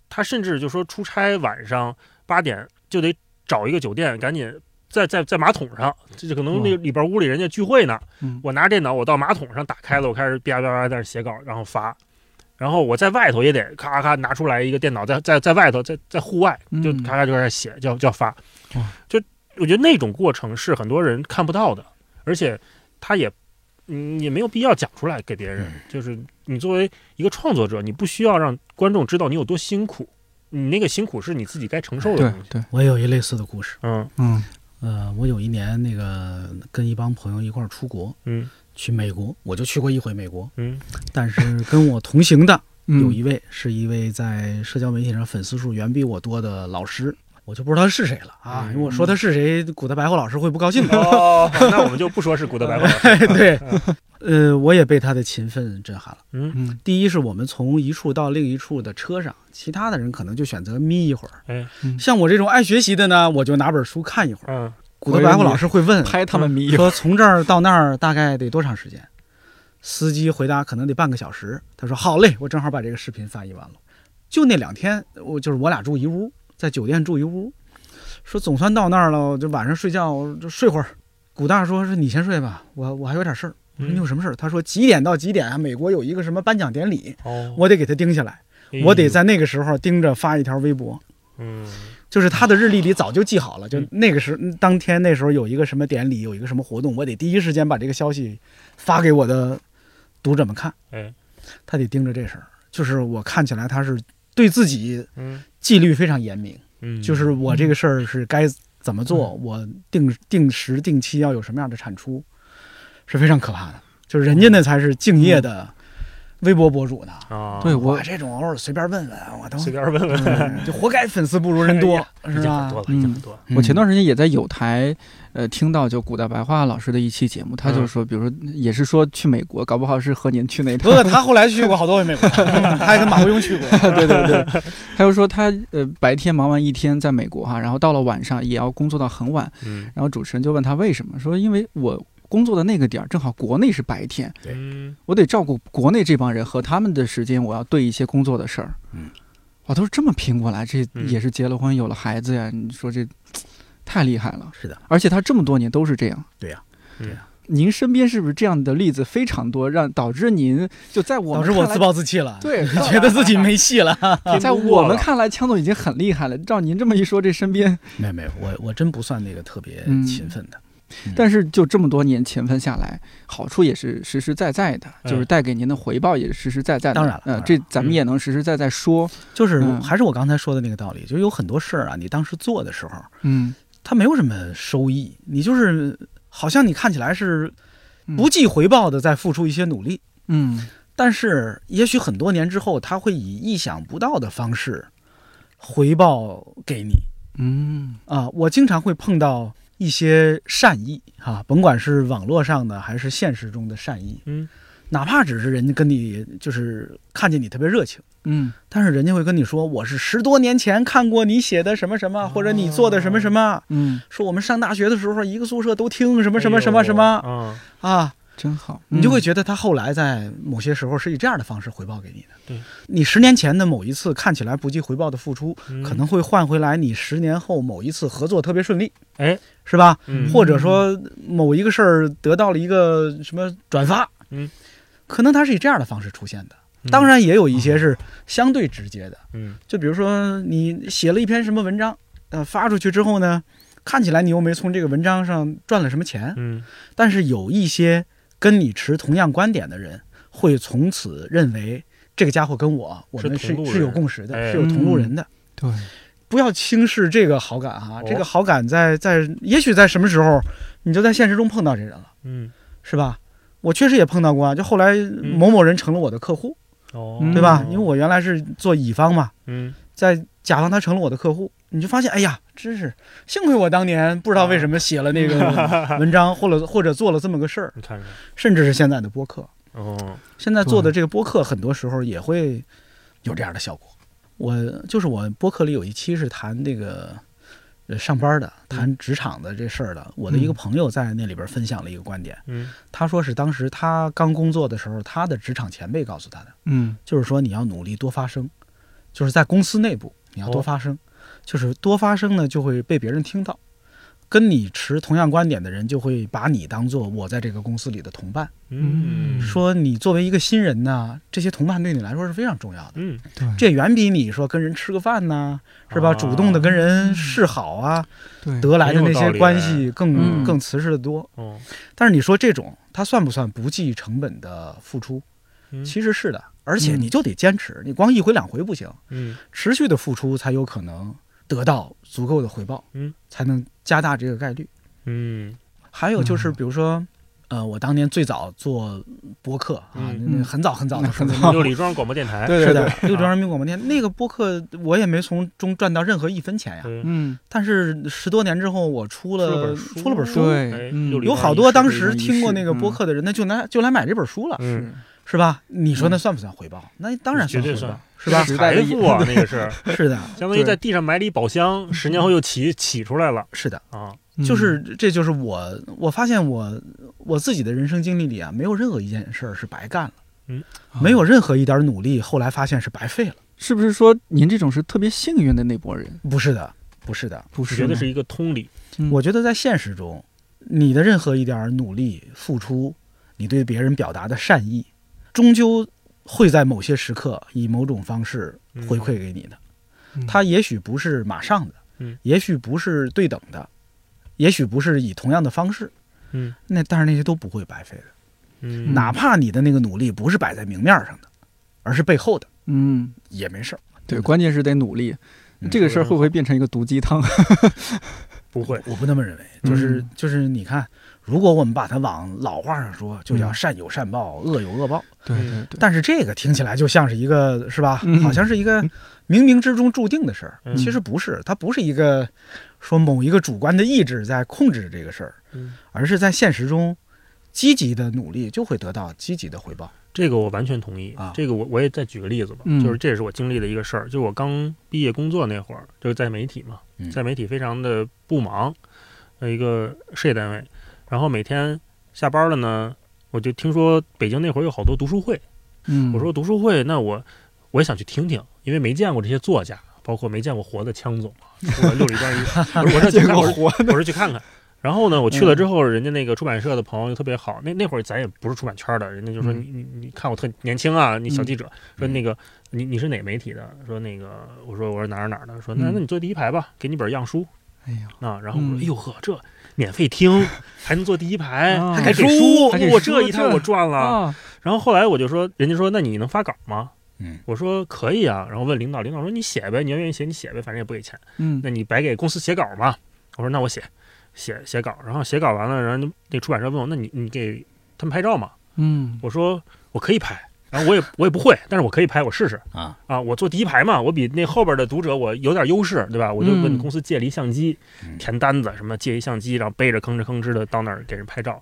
Speaker 3: 他甚至就说出差晚上八点就得找一个酒店，赶紧在在在马桶上，这就可能那
Speaker 1: 哇
Speaker 3: 里边屋里人家聚会呢，
Speaker 1: 嗯
Speaker 3: 我拿电脑我到马桶上打开了，我开始叭叭叭在那写稿，然后发。然后我在外头也得咔咔拿出来一个电脑，在在在外头，在在户外就
Speaker 1: 嗯
Speaker 3: 咔咔就开始写，就就要发
Speaker 1: 哇。
Speaker 3: 就我觉得那种过程是很多人看不到的，而且他也嗯也没有必要讲出来给别
Speaker 4: 嗯
Speaker 3: 人。就是你作为一个创作者，你不需要让观众知道你有多辛苦，你那个辛苦是你自己该承受的
Speaker 1: 对
Speaker 3: 东西。
Speaker 1: 对，
Speaker 4: 我有一类似的故事。
Speaker 3: 嗯
Speaker 1: 嗯
Speaker 4: 呃，我有一年那个跟一帮朋友一块儿出国
Speaker 3: 嗯
Speaker 4: 去美国，我就去过一回美国，
Speaker 3: 嗯
Speaker 4: 但是跟我同行的
Speaker 7: 嗯
Speaker 4: 有一位是一位在社交媒体上粉丝数远比我多的老师，我就不知道他是谁了
Speaker 7: 嗯
Speaker 4: 啊，因为我说他是谁，古德白话老师会不高 兴的。
Speaker 3: 哦，那我们就不说是古德白话了。
Speaker 4: 对，呃，我也被他的勤奋震撼了。
Speaker 3: 嗯，
Speaker 7: 嗯
Speaker 4: 第一是我们从一处到另一处的车上，其他的人可能就选择眯一会儿，
Speaker 3: 哎，
Speaker 4: 像我这种爱学习的呢，我就拿本书看一会儿。
Speaker 3: 嗯，
Speaker 4: 古德白话老师会问
Speaker 7: 拍他们迷
Speaker 4: 说从这儿到那儿大概得多长时间？司机回答可能得半个小时。他说好嘞，我正好把这个视频翻译完了。就那两天，我就是我俩住一屋，在酒店住一屋。说总算到那儿了，我就晚上睡觉我就睡会儿。古大说：“是你先睡吧，我我还有点事儿。”
Speaker 3: 嗯
Speaker 4: 我说：“你有什么事儿？”他说：“几点到几点啊？美国有一个什么颁奖典礼，
Speaker 3: 哦，哎
Speaker 4: 我得给他盯下来，我得在那个时候盯着发一条微博。”
Speaker 3: 嗯
Speaker 4: 就是他的日历里早就记好了，就
Speaker 3: 嗯
Speaker 4: 那个时候当天那时候有一个什么典礼，有一个什么活动，我得第一时间把这个消息发给我的读者们看。
Speaker 3: 哎，
Speaker 4: 他得盯着这事儿，就是我看起来他是对自己
Speaker 3: 嗯
Speaker 4: 纪律非常严明，
Speaker 3: 嗯，
Speaker 4: 就是我这个事儿是该怎么做，我定定时定期要有什么样的产出，是非常可怕的。就是人家那才是敬业的微博博主呢，
Speaker 3: 啊，
Speaker 1: 对我
Speaker 4: 我这种偶尔随便问问，我都
Speaker 3: 随便问问，
Speaker 4: 嗯就活该粉丝不如人多
Speaker 3: 哎呀，
Speaker 4: 是
Speaker 3: 已经很
Speaker 4: 吧？
Speaker 3: 多了，已经很多了。
Speaker 1: 我前
Speaker 4: 嗯
Speaker 1: 段时间也在有台，呃，听到就古代白话老师的一期节目，他就
Speaker 3: 嗯
Speaker 1: 说，比如说也是说去美国，搞不好是和您去 那
Speaker 4: 不
Speaker 1: 趟。
Speaker 4: 过他后来去过好多回美 国，他还跟马伯庸去过。
Speaker 1: 对对对，他就说他呃白天忙完一天在美国哈，然后到了晚上也要工作到很晚，
Speaker 3: 嗯
Speaker 1: 然后主持人就问他为什么，说因为我工作的那个点儿正好国内是白天，
Speaker 4: 对
Speaker 3: 嗯，
Speaker 1: 我得照顾国内这帮人和他们的时间，我要对一些工作的事儿。
Speaker 4: 嗯，
Speaker 1: 哇，都是这么拼过来，这
Speaker 3: 嗯
Speaker 1: 也是结了婚有了孩子呀，你说这太厉害了。
Speaker 4: 是的，
Speaker 1: 而且他这么多年都是这样。
Speaker 4: 对呀
Speaker 3: 对
Speaker 1: 呀
Speaker 3: 呀。
Speaker 1: 您身边是不是这样的例子非常多，让导致您就在我
Speaker 4: 导
Speaker 1: 们
Speaker 4: 致
Speaker 1: 看
Speaker 4: 我
Speaker 1: 来
Speaker 4: 自暴自弃了，
Speaker 1: 对，
Speaker 4: 觉得自己没戏了。 嗯
Speaker 1: 在我们看来，枪总已经很厉害了。照您这么一说，这身边，
Speaker 4: 没有没有，我我真不算那个特别
Speaker 1: 嗯
Speaker 4: 勤奋的。
Speaker 1: 但是就这么多年勤奋下来，好处也是实实在在的，
Speaker 3: 嗯
Speaker 1: 就是带给您的回报也是实实在在的。
Speaker 4: 当然了嗯
Speaker 1: 呃，
Speaker 4: 当然
Speaker 1: 这
Speaker 4: 了
Speaker 1: 咱们也能实实在在说。
Speaker 4: 就是
Speaker 1: 嗯
Speaker 4: 还是我刚才说的那个道理，就是有很多事儿啊，你当时做的时候，
Speaker 1: 嗯，
Speaker 4: 它没有什么收益，你就是好像你看起来是
Speaker 1: 嗯
Speaker 4: 不计回报的在付出一些努力，
Speaker 1: 嗯，
Speaker 4: 但是也许很多年之后，它会以意想不到的方式回报给你。
Speaker 1: 嗯，
Speaker 4: 啊，我经常会碰到一些善意啊，甭管是网络上的还是现实中的善意，
Speaker 3: 嗯，
Speaker 4: 哪怕只是人家跟你就是看见你特别热情，
Speaker 1: 嗯，
Speaker 4: 但是人家会跟你说我是十多年前看过你写的什么什
Speaker 3: 啊
Speaker 4: 么，或者你做的什么什么，
Speaker 1: 嗯，
Speaker 4: 说我们上大学的时候一个宿舍都听什
Speaker 3: 什
Speaker 4: 么什么什么什么
Speaker 3: 啊，
Speaker 4: 啊，
Speaker 1: 真好。
Speaker 4: 你就
Speaker 1: 嗯
Speaker 4: 会觉得他后来在某些时候是以这样的方式回报给你的。
Speaker 3: 对，
Speaker 4: 你十年前的某一次看起来不计回报的付出，
Speaker 3: 嗯
Speaker 4: 可能会换回来你十年后某一次合作特别顺利，
Speaker 3: 哎，
Speaker 4: 是吧？
Speaker 3: 嗯
Speaker 4: 或者说某一个事儿得到了一个什么转发，
Speaker 3: 嗯，
Speaker 4: 可能它是以这样的方式出现的。
Speaker 3: 嗯
Speaker 4: 当然也有一些是相对直接的，
Speaker 3: 嗯
Speaker 4: 就比如说你写了一篇什么文章，呃，发出去之后呢，看起来你又没从这个文章上赚了什么钱，
Speaker 3: 嗯
Speaker 4: 但是有一些跟你持同样观点的人会从此认为这个家伙跟我我们
Speaker 3: 是同
Speaker 4: 是
Speaker 3: 路人
Speaker 4: 是有共识
Speaker 3: 哎
Speaker 4: 的，是有同路人的。
Speaker 1: 对，
Speaker 4: 不要轻视这个好感啊
Speaker 3: 哦！
Speaker 4: 这个好感在在，也许在什么时候，你就在现实中碰到这人了，
Speaker 3: 嗯，
Speaker 4: 是吧？我确实也碰到过啊，就后来某某人成了我的客户，
Speaker 3: 哦，
Speaker 1: 嗯
Speaker 4: 对吧？因为我原来是做乙方嘛，
Speaker 3: 嗯
Speaker 4: 在甲方他成了我的客户，你就发现，哎呀，真是幸亏我当年不知道为什么写了那个文章，或者或者做了这么个事儿，
Speaker 3: 你看看
Speaker 4: 甚至是现在的播客，
Speaker 3: 哦，
Speaker 4: 现在做的这个播客，很多时候也会有这样的效果。我就是我播客里有一期是谈那个呃上班的，谈职场的这事儿的。我的一个朋友在那里边分享了一个观点，
Speaker 3: 嗯
Speaker 4: 他说是当时他刚工作的时候，他的职场前辈告诉他的，
Speaker 1: 嗯
Speaker 4: 就是说你要努力多发声，就是在公司内部你要多发声，就是多发声呢就会被别人听到，跟你持同样观点的人就会把你当做我在这个公司里的同伴。
Speaker 3: 嗯，
Speaker 4: 说你作为一个新人呢，这些同伴对你来说是非常重要的，
Speaker 3: 嗯
Speaker 1: 对，
Speaker 4: 这远比你说跟人吃个饭呐、是吧？
Speaker 3: 啊嗯
Speaker 4: 主动的跟人示好啊，
Speaker 1: 对
Speaker 4: 得来的那
Speaker 3: 很有道
Speaker 4: 些
Speaker 3: 理啊
Speaker 4: 关系更、
Speaker 1: 嗯
Speaker 4: 更瓷实的多。
Speaker 3: 哦，
Speaker 4: 但是你说这种，它算不算不计成本的付出？
Speaker 3: 嗯
Speaker 4: 其实是的，而且你就得坚持，你光一回两回不行，
Speaker 3: 嗯
Speaker 4: 持续的付出才有可能得到足够的回报，
Speaker 3: 嗯，
Speaker 4: 才能加大这个概率。
Speaker 3: 嗯
Speaker 4: 还有就是，比如说，呃，我当年最早做播客啊，
Speaker 3: 嗯
Speaker 4: 那那很早很早的时候，
Speaker 3: 六里庄广播电台，
Speaker 1: 对
Speaker 4: 是
Speaker 1: 对
Speaker 4: 的
Speaker 1: 对，，
Speaker 4: 六庄人民广播电台那个播客，我也没从中赚到任何一分钱呀。
Speaker 3: 嗯，
Speaker 1: 嗯，
Speaker 4: 但是十多年之后，我出
Speaker 3: 出了
Speaker 4: 了
Speaker 3: 本书
Speaker 4: 出了本书，
Speaker 3: 哎
Speaker 1: 对，
Speaker 3: 六
Speaker 1: 嗯
Speaker 3: 零
Speaker 4: 有好
Speaker 3: 一
Speaker 4: 多
Speaker 3: 世
Speaker 4: 当
Speaker 1: 六零
Speaker 4: 时
Speaker 1: 一
Speaker 4: 听过
Speaker 1: 世
Speaker 4: 那个播
Speaker 1: 嗯
Speaker 4: 客的人，那就来就来买这本书了，
Speaker 3: 嗯，
Speaker 4: 是吧？你说那
Speaker 1: 嗯
Speaker 4: 算不算回报？那当然
Speaker 3: 绝
Speaker 4: 回
Speaker 3: 对
Speaker 4: 报
Speaker 3: 算，
Speaker 4: 是吧？
Speaker 1: 时代
Speaker 3: 财
Speaker 1: 的
Speaker 3: 富 啊，那个是
Speaker 4: 是的，
Speaker 3: 相当于
Speaker 1: 对
Speaker 3: 在地上埋了一宝箱，十年后又起起出来了
Speaker 4: 是的，
Speaker 3: 啊，
Speaker 5: 嗯
Speaker 4: 就是这就是我我发现我我自己的人生经历里啊，没有任何一件事儿是白干了，
Speaker 1: 啊
Speaker 3: 啊
Speaker 4: 没有，任何一点努力后来发现是白费了，
Speaker 1: 是不是说您这种是特别幸运的那波人？
Speaker 4: 不是的，不是的。
Speaker 1: 不是
Speaker 3: 绝
Speaker 1: 吗，
Speaker 3: 对是一个通理。
Speaker 1: 嗯
Speaker 4: 我觉得在现实中，你的任何一点努力、付出，你对别人表达的善意，终究会在某些时刻以某种方式回馈给你的。
Speaker 5: 嗯
Speaker 4: 它也许不是马上的，
Speaker 3: 嗯
Speaker 4: 也许不是对等的，也许不是以同样的方式，
Speaker 3: 嗯
Speaker 4: 那但是那些都不会白费的。
Speaker 3: 嗯，
Speaker 4: 哪怕你的那个努力不是摆在明面上的，而是背后的，
Speaker 1: 嗯，
Speaker 4: 也没事儿。
Speaker 1: 对，关键是得努力。
Speaker 4: 嗯
Speaker 1: 这个事儿会不会变成一个毒鸡汤？
Speaker 3: 不会，
Speaker 4: 我不那么认为，就是、
Speaker 1: 嗯
Speaker 4: 就是，你看，如果我们把它往老话上说，就叫
Speaker 5: 嗯
Speaker 4: 善有善报，恶有恶报。
Speaker 5: 对对
Speaker 3: 嗯
Speaker 5: 对，
Speaker 4: 但是这个听起来就像是一个是吧
Speaker 1: 嗯？
Speaker 4: 好像是一个冥冥之中注定的事儿，
Speaker 3: 嗯
Speaker 4: 其实不是，它不是一个说某一个主观的意志在控制这个事儿
Speaker 3: 嗯，
Speaker 4: 而是在现实中积极的努力就会得到积极的回报。
Speaker 3: 这个我完全同意
Speaker 4: 啊
Speaker 3: 这个我我也再举个例子吧，
Speaker 1: 嗯
Speaker 3: 就是这也是我经历的一个事儿，就是我刚毕业工作那会儿，就是在媒体嘛
Speaker 4: 嗯，
Speaker 3: 在媒体非常的不忙，呃，一个事业单位，然后每天下班了呢，我就听说北京那会儿有好多读书会，
Speaker 1: 嗯，
Speaker 3: 我说读书会，那我我也想去听听，因为没见过这些作家，包括没见过活的枪总啊，除了六里 庄一，我说我说去
Speaker 1: 结
Speaker 3: 看，
Speaker 1: 果
Speaker 3: 我说
Speaker 1: 活的，嗯
Speaker 3: 我是去看看。然后呢，我去了之后，人家那个出版社的朋友就特别好。那那会儿咱也不是出版圈的，人家就说
Speaker 5: 嗯
Speaker 3: 你你你看我特年轻啊，你小记者，说
Speaker 4: 嗯
Speaker 3: 那个你你是哪媒体的？说那个我说我是哪儿哪儿的，说那
Speaker 5: 嗯
Speaker 3: 那你坐第一排吧，给你本样书
Speaker 5: 哎呀，
Speaker 3: 啊。然后我说
Speaker 1: 嗯
Speaker 3: 哎呦呵，这免费听还能坐第一排，
Speaker 1: 啊
Speaker 3: 还
Speaker 1: 还
Speaker 3: 给
Speaker 1: 给
Speaker 3: 书，
Speaker 1: 还给
Speaker 3: 我
Speaker 1: 书
Speaker 3: 这一趟
Speaker 1: 这
Speaker 3: 我赚了。
Speaker 1: 啊，
Speaker 3: 然后后来我就说，人家说那你能发稿吗？
Speaker 4: 嗯，
Speaker 3: 我说可以啊。然后问领导，领导说你写呗，你要愿意写你写呗，反正也不给钱，
Speaker 1: 嗯
Speaker 3: 那你白给公司写稿嘛。我说那我写，写写稿。然后写稿完了，然后那出版社问我，那你你给他们拍照嘛？
Speaker 1: 嗯
Speaker 3: 我说我可以拍，然后我也我也不会，但是我可以拍，我试试
Speaker 4: 啊
Speaker 3: 啊！我坐第一排嘛，我比那后边的读者我有点优势，对吧？我就问
Speaker 1: 嗯，
Speaker 3: 公司借了一相机，
Speaker 4: 嗯
Speaker 3: 填单子什么借一相机，然后背着吭哧吭哧的到那儿给人拍照，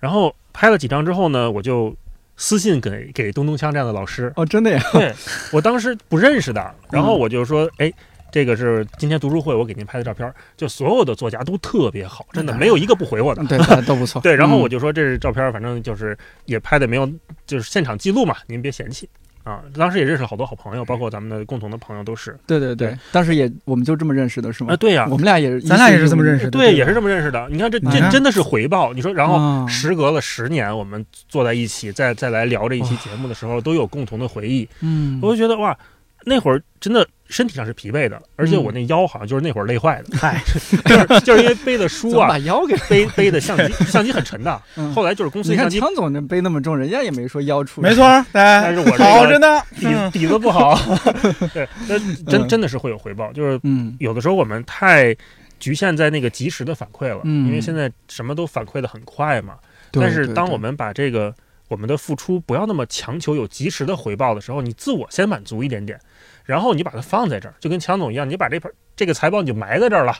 Speaker 3: 然后拍了几张之后呢，我就私信给给东东锵这样的老师
Speaker 1: 哦， 真的呀，
Speaker 3: 对我当时不认识的，然后我就说，哎。这个是今天读书会我给您拍的照片，就所有的作家都特别好，真的
Speaker 1: 那当然
Speaker 3: 没有一个不回我的。
Speaker 1: 对，大家都不错。
Speaker 3: 对，然后
Speaker 1: 嗯
Speaker 3: 我就说这是照片儿，反正就是也拍的没有，就是现场记录嘛，您别嫌弃啊。当时也认识了好多好朋友，包括咱们的共同的朋友都是
Speaker 1: 对对对
Speaker 3: 对，
Speaker 1: 当时也我们就这么认识的是吗
Speaker 3: 啊，？对呀、
Speaker 1: 嗯我们俩也是，
Speaker 4: 咱俩也是这么认识的，
Speaker 3: 对，也
Speaker 4: 吧
Speaker 3: 是这么认识的。你看这
Speaker 1: 嗯
Speaker 4: 你看
Speaker 3: 这真的是回报，你说，然后
Speaker 1: 后
Speaker 3: 时隔了十年，我们坐在一起，再再来聊这一期节目的时候，都有共同的回忆，
Speaker 1: 嗯，
Speaker 3: 我就觉得哇，那会儿真的。身体上是疲惫的，而且
Speaker 1: 嗯
Speaker 3: 我那腰好像就是那会儿累坏的，
Speaker 4: 嗨，
Speaker 3: 就是就是因为背的书
Speaker 1: 怎么
Speaker 3: 啊，
Speaker 1: 把腰给
Speaker 3: 背背的相机，相机很沉的。
Speaker 1: 嗯
Speaker 3: 后来就是公司
Speaker 1: 你
Speaker 3: 的
Speaker 1: 看
Speaker 3: 相机
Speaker 1: 强总这背那么重，人家也没说腰出来，
Speaker 4: 没错儿，哎
Speaker 3: 但是我这个
Speaker 4: 好着呢，
Speaker 3: 底
Speaker 4: 嗯
Speaker 3: 底子不好， 对，那真
Speaker 1: 嗯
Speaker 3: 真的是会有回报，就是
Speaker 1: 嗯，
Speaker 3: 有的时候我们太局限在那个及时的反馈了，
Speaker 1: 嗯
Speaker 3: 因为现在什么都反馈的很快嘛。
Speaker 1: 对
Speaker 3: 但是
Speaker 1: 对
Speaker 3: 当
Speaker 1: 对
Speaker 3: 我们把这个我们的付出不要那么强求有及时的回报的时候，你自我先满足一点点，然后你把它放在这儿，就跟强总一样，你把这盆这个财报你就埋在这儿了，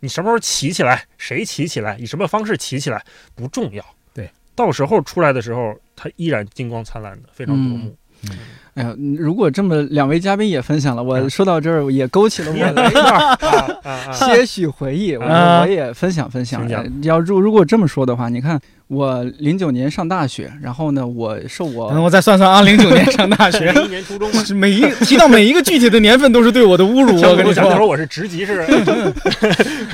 Speaker 3: 你什么时候起起来，谁起起来，以什么方式起起来不重要，
Speaker 4: 对，
Speaker 3: 到时候出来的时候，它依然金光灿烂的，非常夺目。
Speaker 1: 哎呀，如果这么两位嘉宾也分享了，我
Speaker 3: 嗯
Speaker 1: 说到这儿也勾起了
Speaker 3: 你也
Speaker 1: 我 来一段儿
Speaker 3: 啊啊 啊！
Speaker 1: 些许回忆，我
Speaker 4: 啊
Speaker 1: 我也分享分享
Speaker 3: 请。讲
Speaker 1: 哎要如如果这么说的话，你看我零九年上大学，然后呢，我受
Speaker 4: 等
Speaker 3: 嗯
Speaker 1: 我
Speaker 4: 我再算算啊，零九年上大 学，
Speaker 3: 零一年初中嘛，
Speaker 4: 每一提到每一个具体的年份都是对我的侮辱，我跟你
Speaker 3: 讲那会
Speaker 4: 说，
Speaker 3: 儿我是职级是，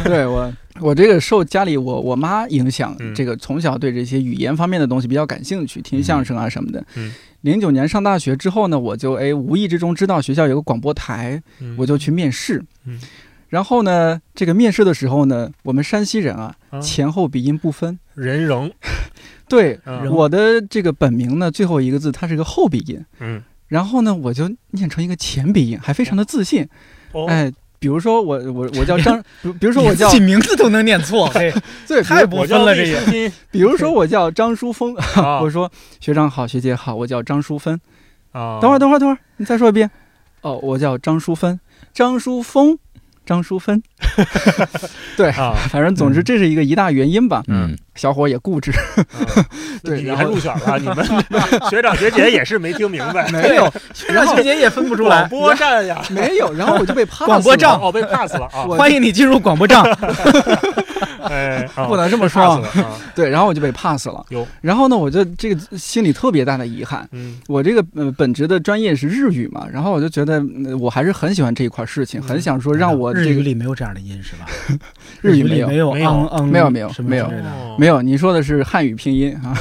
Speaker 1: 对我我这个受家里我我妈影响
Speaker 3: 嗯，
Speaker 1: 这个从小对这些语言方面的东西比较感兴趣，听相声啊什么的
Speaker 3: 嗯。
Speaker 1: 零九年上大学之后呢，我就哎无意之中知道学校有个广播台，我就去面试
Speaker 3: 嗯。
Speaker 1: 然后呢，这个面试的时候呢，我们山西人啊，
Speaker 3: 啊
Speaker 1: 前后鼻音不分。
Speaker 3: 人仍，
Speaker 1: 对，
Speaker 3: 啊
Speaker 4: 人
Speaker 1: 我的这个本名呢，最后一个字它是个后鼻音，
Speaker 3: 嗯，
Speaker 1: 然后呢，我就念成一个前鼻音，还非常的自信。
Speaker 3: 哦，
Speaker 1: 哎，比如说我我我叫 张，比如比如说我
Speaker 4: 你
Speaker 1: 叫
Speaker 4: 自己名字都能念错，嘿，
Speaker 1: 对， 比如
Speaker 4: 太过
Speaker 3: 我
Speaker 4: 分
Speaker 3: 叫
Speaker 4: 了，
Speaker 3: 魏
Speaker 4: 这也
Speaker 3: 书 欣
Speaker 1: 比如说我叫张淑芬，
Speaker 3: 啊
Speaker 1: 我说学长好，学姐好，我叫张淑芬。
Speaker 3: 啊，
Speaker 1: 等会儿，等会儿，等会儿，你再说一遍。哦，我叫张淑芬，张淑峰，张淑芬。
Speaker 3: 啊，
Speaker 1: 反正总之这是一个一大原因吧。
Speaker 4: 嗯，
Speaker 1: 小伙儿也固执，
Speaker 3: 啊
Speaker 1: 对
Speaker 3: 你
Speaker 1: 然
Speaker 3: 还
Speaker 1: 后
Speaker 3: 入选了，你们 学长学姐也是没听明白，
Speaker 1: 没有
Speaker 4: 学长学姐也分不出
Speaker 3: 广
Speaker 4: 来。
Speaker 3: 播站呀，
Speaker 1: 没有，然后我就被 pass
Speaker 4: 广播
Speaker 1: 了
Speaker 4: 站
Speaker 3: 哦被 pass 了啊，
Speaker 1: 我
Speaker 4: 欢迎你进入广播站，
Speaker 3: 哎，啊
Speaker 1: 不能这么
Speaker 3: 被
Speaker 1: 说
Speaker 3: pass 了啊，
Speaker 1: 对，然后我就被 pass 了
Speaker 3: 有。
Speaker 1: 然后呢，我就这个心里特别大的遗憾。
Speaker 3: 嗯
Speaker 1: 我这个呃本职的专业是日语嘛，然后我就觉得嗯我还是很喜欢这一块事情，很想说让我
Speaker 4: 嗯日
Speaker 1: 这
Speaker 4: 语
Speaker 1: 个
Speaker 4: 里没有这样的音是吧？
Speaker 1: 日语
Speaker 4: 里
Speaker 1: 没有
Speaker 3: 没
Speaker 4: 没有
Speaker 3: 有
Speaker 4: 嗯嗯
Speaker 1: 没有没有
Speaker 4: 什么
Speaker 1: 没有
Speaker 4: 之类的
Speaker 3: 哦
Speaker 1: 没有，你说的是汉语拼音啊。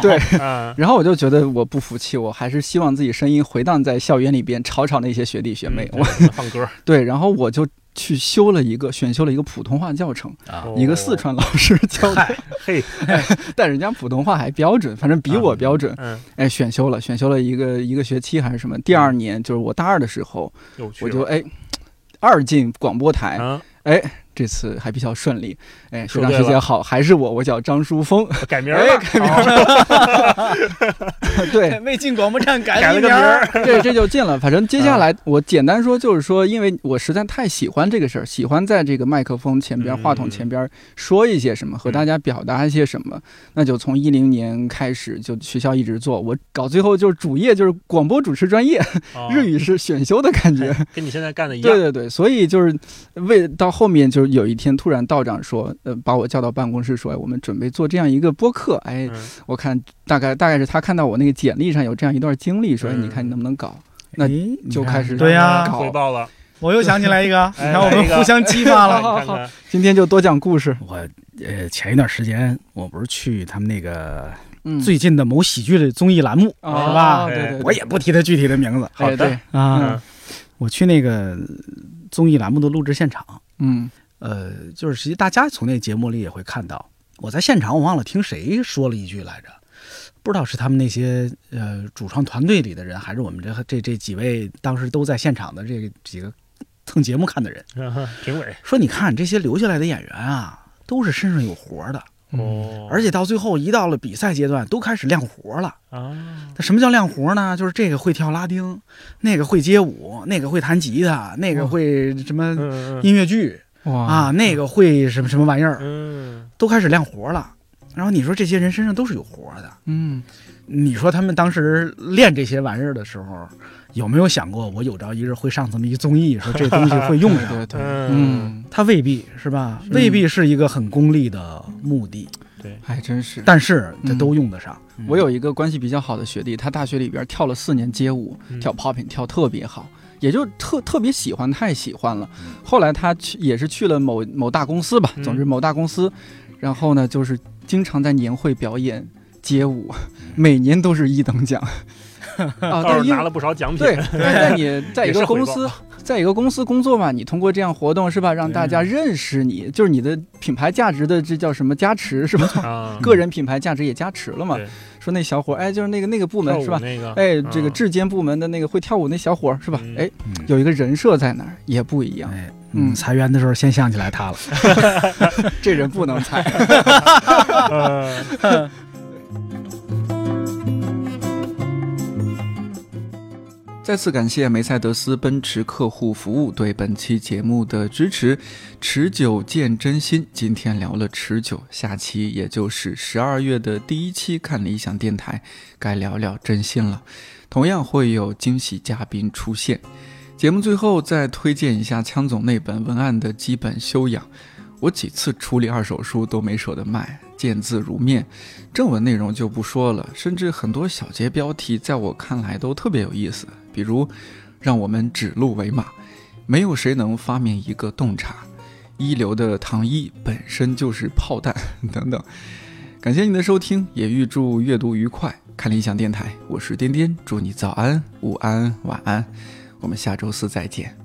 Speaker 1: 对，
Speaker 3: 啊，
Speaker 1: 然后我就觉得我不服气，我还是希望自己声音回荡在校园里边，吵吵那些学弟学妹。我 啊
Speaker 3: 嗯放歌，
Speaker 1: 对，然后我就去修了一个选修了一个普通话教程，
Speaker 4: 啊
Speaker 3: 哦
Speaker 1: 一个四川老师教的，
Speaker 4: 嗨，
Speaker 3: 嘿，
Speaker 1: 但人家普通话还标准，反正比我标准。
Speaker 3: 嗯，
Speaker 1: 哎，选修了，选修了一个一个学期还是什么？第二年就是我大二的时候，
Speaker 3: 有趣
Speaker 1: 我
Speaker 3: 啊了，
Speaker 1: 就哎。二进广播台，
Speaker 3: 啊，
Speaker 1: 这次还比较顺利。哎，学
Speaker 3: 说
Speaker 1: 长
Speaker 3: 对
Speaker 1: 学姐
Speaker 3: 了
Speaker 1: 好，还是我，我叫张淑峰。
Speaker 3: 改名
Speaker 1: 哎
Speaker 3: 儿了，哦改名
Speaker 1: 对，
Speaker 4: 未进哎广播站改
Speaker 3: 改了个名儿，
Speaker 1: 这这就进了。反正接
Speaker 3: 啊
Speaker 1: 下来我简单说，就是说，因为我实在太喜欢这个事儿，喜欢在这个麦克风前边、
Speaker 3: 嗯
Speaker 1: 话筒前边说一些什么，和大家表达一些什么。那就从一零年开始，就学校一直做，我搞最后就是主业就是广播主持专业，
Speaker 3: 啊
Speaker 1: 日语是选修的感觉。
Speaker 3: 哎跟你现在干的一
Speaker 1: 对
Speaker 3: 样，
Speaker 1: 对对，所以就是为到后面，就是有一天突然道长说，呃，把我叫到办公室说，哎我们准备做这样一个播客，哎，
Speaker 3: 嗯
Speaker 1: 我看大概大概是他看到我那个简历上有这样一段经历，说，哎
Speaker 3: 嗯
Speaker 1: 你看你能不能搞？那
Speaker 4: 哎
Speaker 1: 就开始
Speaker 4: 对呀
Speaker 1: 搞
Speaker 3: 汇报了，
Speaker 4: 我又想起 来一个，你
Speaker 3: 哎
Speaker 4: 看我
Speaker 3: 来一
Speaker 4: 们
Speaker 3: 个
Speaker 4: 互相激发了。
Speaker 1: 好
Speaker 3: 你看看
Speaker 1: 今天就多讲故事，
Speaker 4: 我呃前一段时间我不是去他们那个
Speaker 1: 嗯，
Speaker 4: 最近的某喜剧的综艺栏目，
Speaker 1: 啊
Speaker 4: 是吧哎
Speaker 1: 对对对，
Speaker 4: 我也不提他具体的名字
Speaker 3: 好
Speaker 1: 哎
Speaker 3: 的
Speaker 1: 对，
Speaker 4: 啊
Speaker 3: 嗯，
Speaker 4: 我去那个综艺栏目的录制现场，
Speaker 1: 嗯
Speaker 4: 呃，就是实际大家从那节目里也会看到，我在现场我忘了听谁说了一句来着。不知道是他们那些呃主创团队里的人，还是我们这这这几位当时都在现场的这几个蹭节目看的人，
Speaker 3: 嗯评委
Speaker 4: 说你看这些留下来的演员啊，都是身上有活儿的，
Speaker 1: 嗯
Speaker 3: 哦，
Speaker 4: 而且到最后一到了比赛阶段，都开始亮活了。
Speaker 3: 啊，
Speaker 4: 那什么叫亮活呢？就是这个会跳拉丁，那个会街舞，那个会弹吉他，那个会什么
Speaker 3: 哦嗯
Speaker 4: 音乐剧、
Speaker 1: 哇
Speaker 4: 啊，那个会什么什么玩意儿，
Speaker 3: 嗯
Speaker 4: 都开始亮活了。然后你说这些人身上都是有活的，
Speaker 1: 嗯
Speaker 4: 你说他们当时练这些玩意儿的时候，有没有想过我有朝一日会上这么一综艺，说这东西会用
Speaker 1: 对
Speaker 4: 上？
Speaker 1: 哎 对对，
Speaker 3: 嗯，
Speaker 1: 嗯，
Speaker 4: 他未必是吧？
Speaker 1: 是
Speaker 4: 未必是一个很功利的目的，
Speaker 1: 还哎真是。
Speaker 4: 但是他都用得上。
Speaker 1: 嗯我有一个关系比较好的学弟，他大学里边跳了四年街舞，
Speaker 3: 嗯
Speaker 1: 跳 popping 跳特别好，也就特特别喜欢，太喜欢了。后来他去也是去了某某大公司吧，
Speaker 3: 嗯
Speaker 1: 总之某大公司，然后呢就是经常在年会表演街舞，
Speaker 3: 嗯
Speaker 1: 每年都是一等奖 啊，
Speaker 3: 倒
Speaker 1: 但
Speaker 3: 是
Speaker 1: 因为
Speaker 3: 拿了不少奖品，
Speaker 1: 对，但但 你在一
Speaker 3: 也是
Speaker 1: 个公
Speaker 3: 回
Speaker 1: 司
Speaker 3: 报，
Speaker 1: 在一个公司工作嘛，你通过这样活动是吧，让大
Speaker 3: 嗯
Speaker 1: 家认识你，就是你的品牌价值的这叫什么加持是吧？
Speaker 3: 啊，
Speaker 1: 个人品牌价值也加持了嘛
Speaker 3: 对。
Speaker 1: 说那小伙儿，哎，就是那个那个部
Speaker 3: 跳
Speaker 1: 门
Speaker 3: 舞
Speaker 1: 是吧？
Speaker 3: 那个，
Speaker 1: 哎，这个
Speaker 3: 嗯
Speaker 1: 质监部门的那个会跳舞那小伙儿是吧
Speaker 3: 嗯？
Speaker 1: 哎，
Speaker 4: 嗯
Speaker 1: 有一个人设在那儿也不一样，
Speaker 4: 哎，
Speaker 1: 嗯
Speaker 4: 嗯，裁员的时候先想起来他了。
Speaker 1: 这人不能裁。
Speaker 3: 呃
Speaker 5: 再次感谢梅赛德斯奔驰客户服务对本期节目的支持。持久见真心，今天聊了持久，下期也就是十二月的第一期看理想电台，该聊聊真心了。同样会有惊喜嘉宾出现。节目最后再推荐一下枪总那本文案的基本修养，我几次处理二手书都没舍得卖，见字如面。正文内容就不说了，甚至很多小节标题在我看来都特别有意思，比如“让我们指鹿为马”，没有谁能发明一个洞察，一流的糖衣本身就是炮弹等等。感谢你的收听，也预祝阅读愉快。看理想电台，我是颠颠，祝你早安、午安、晚安，我们下周四再见。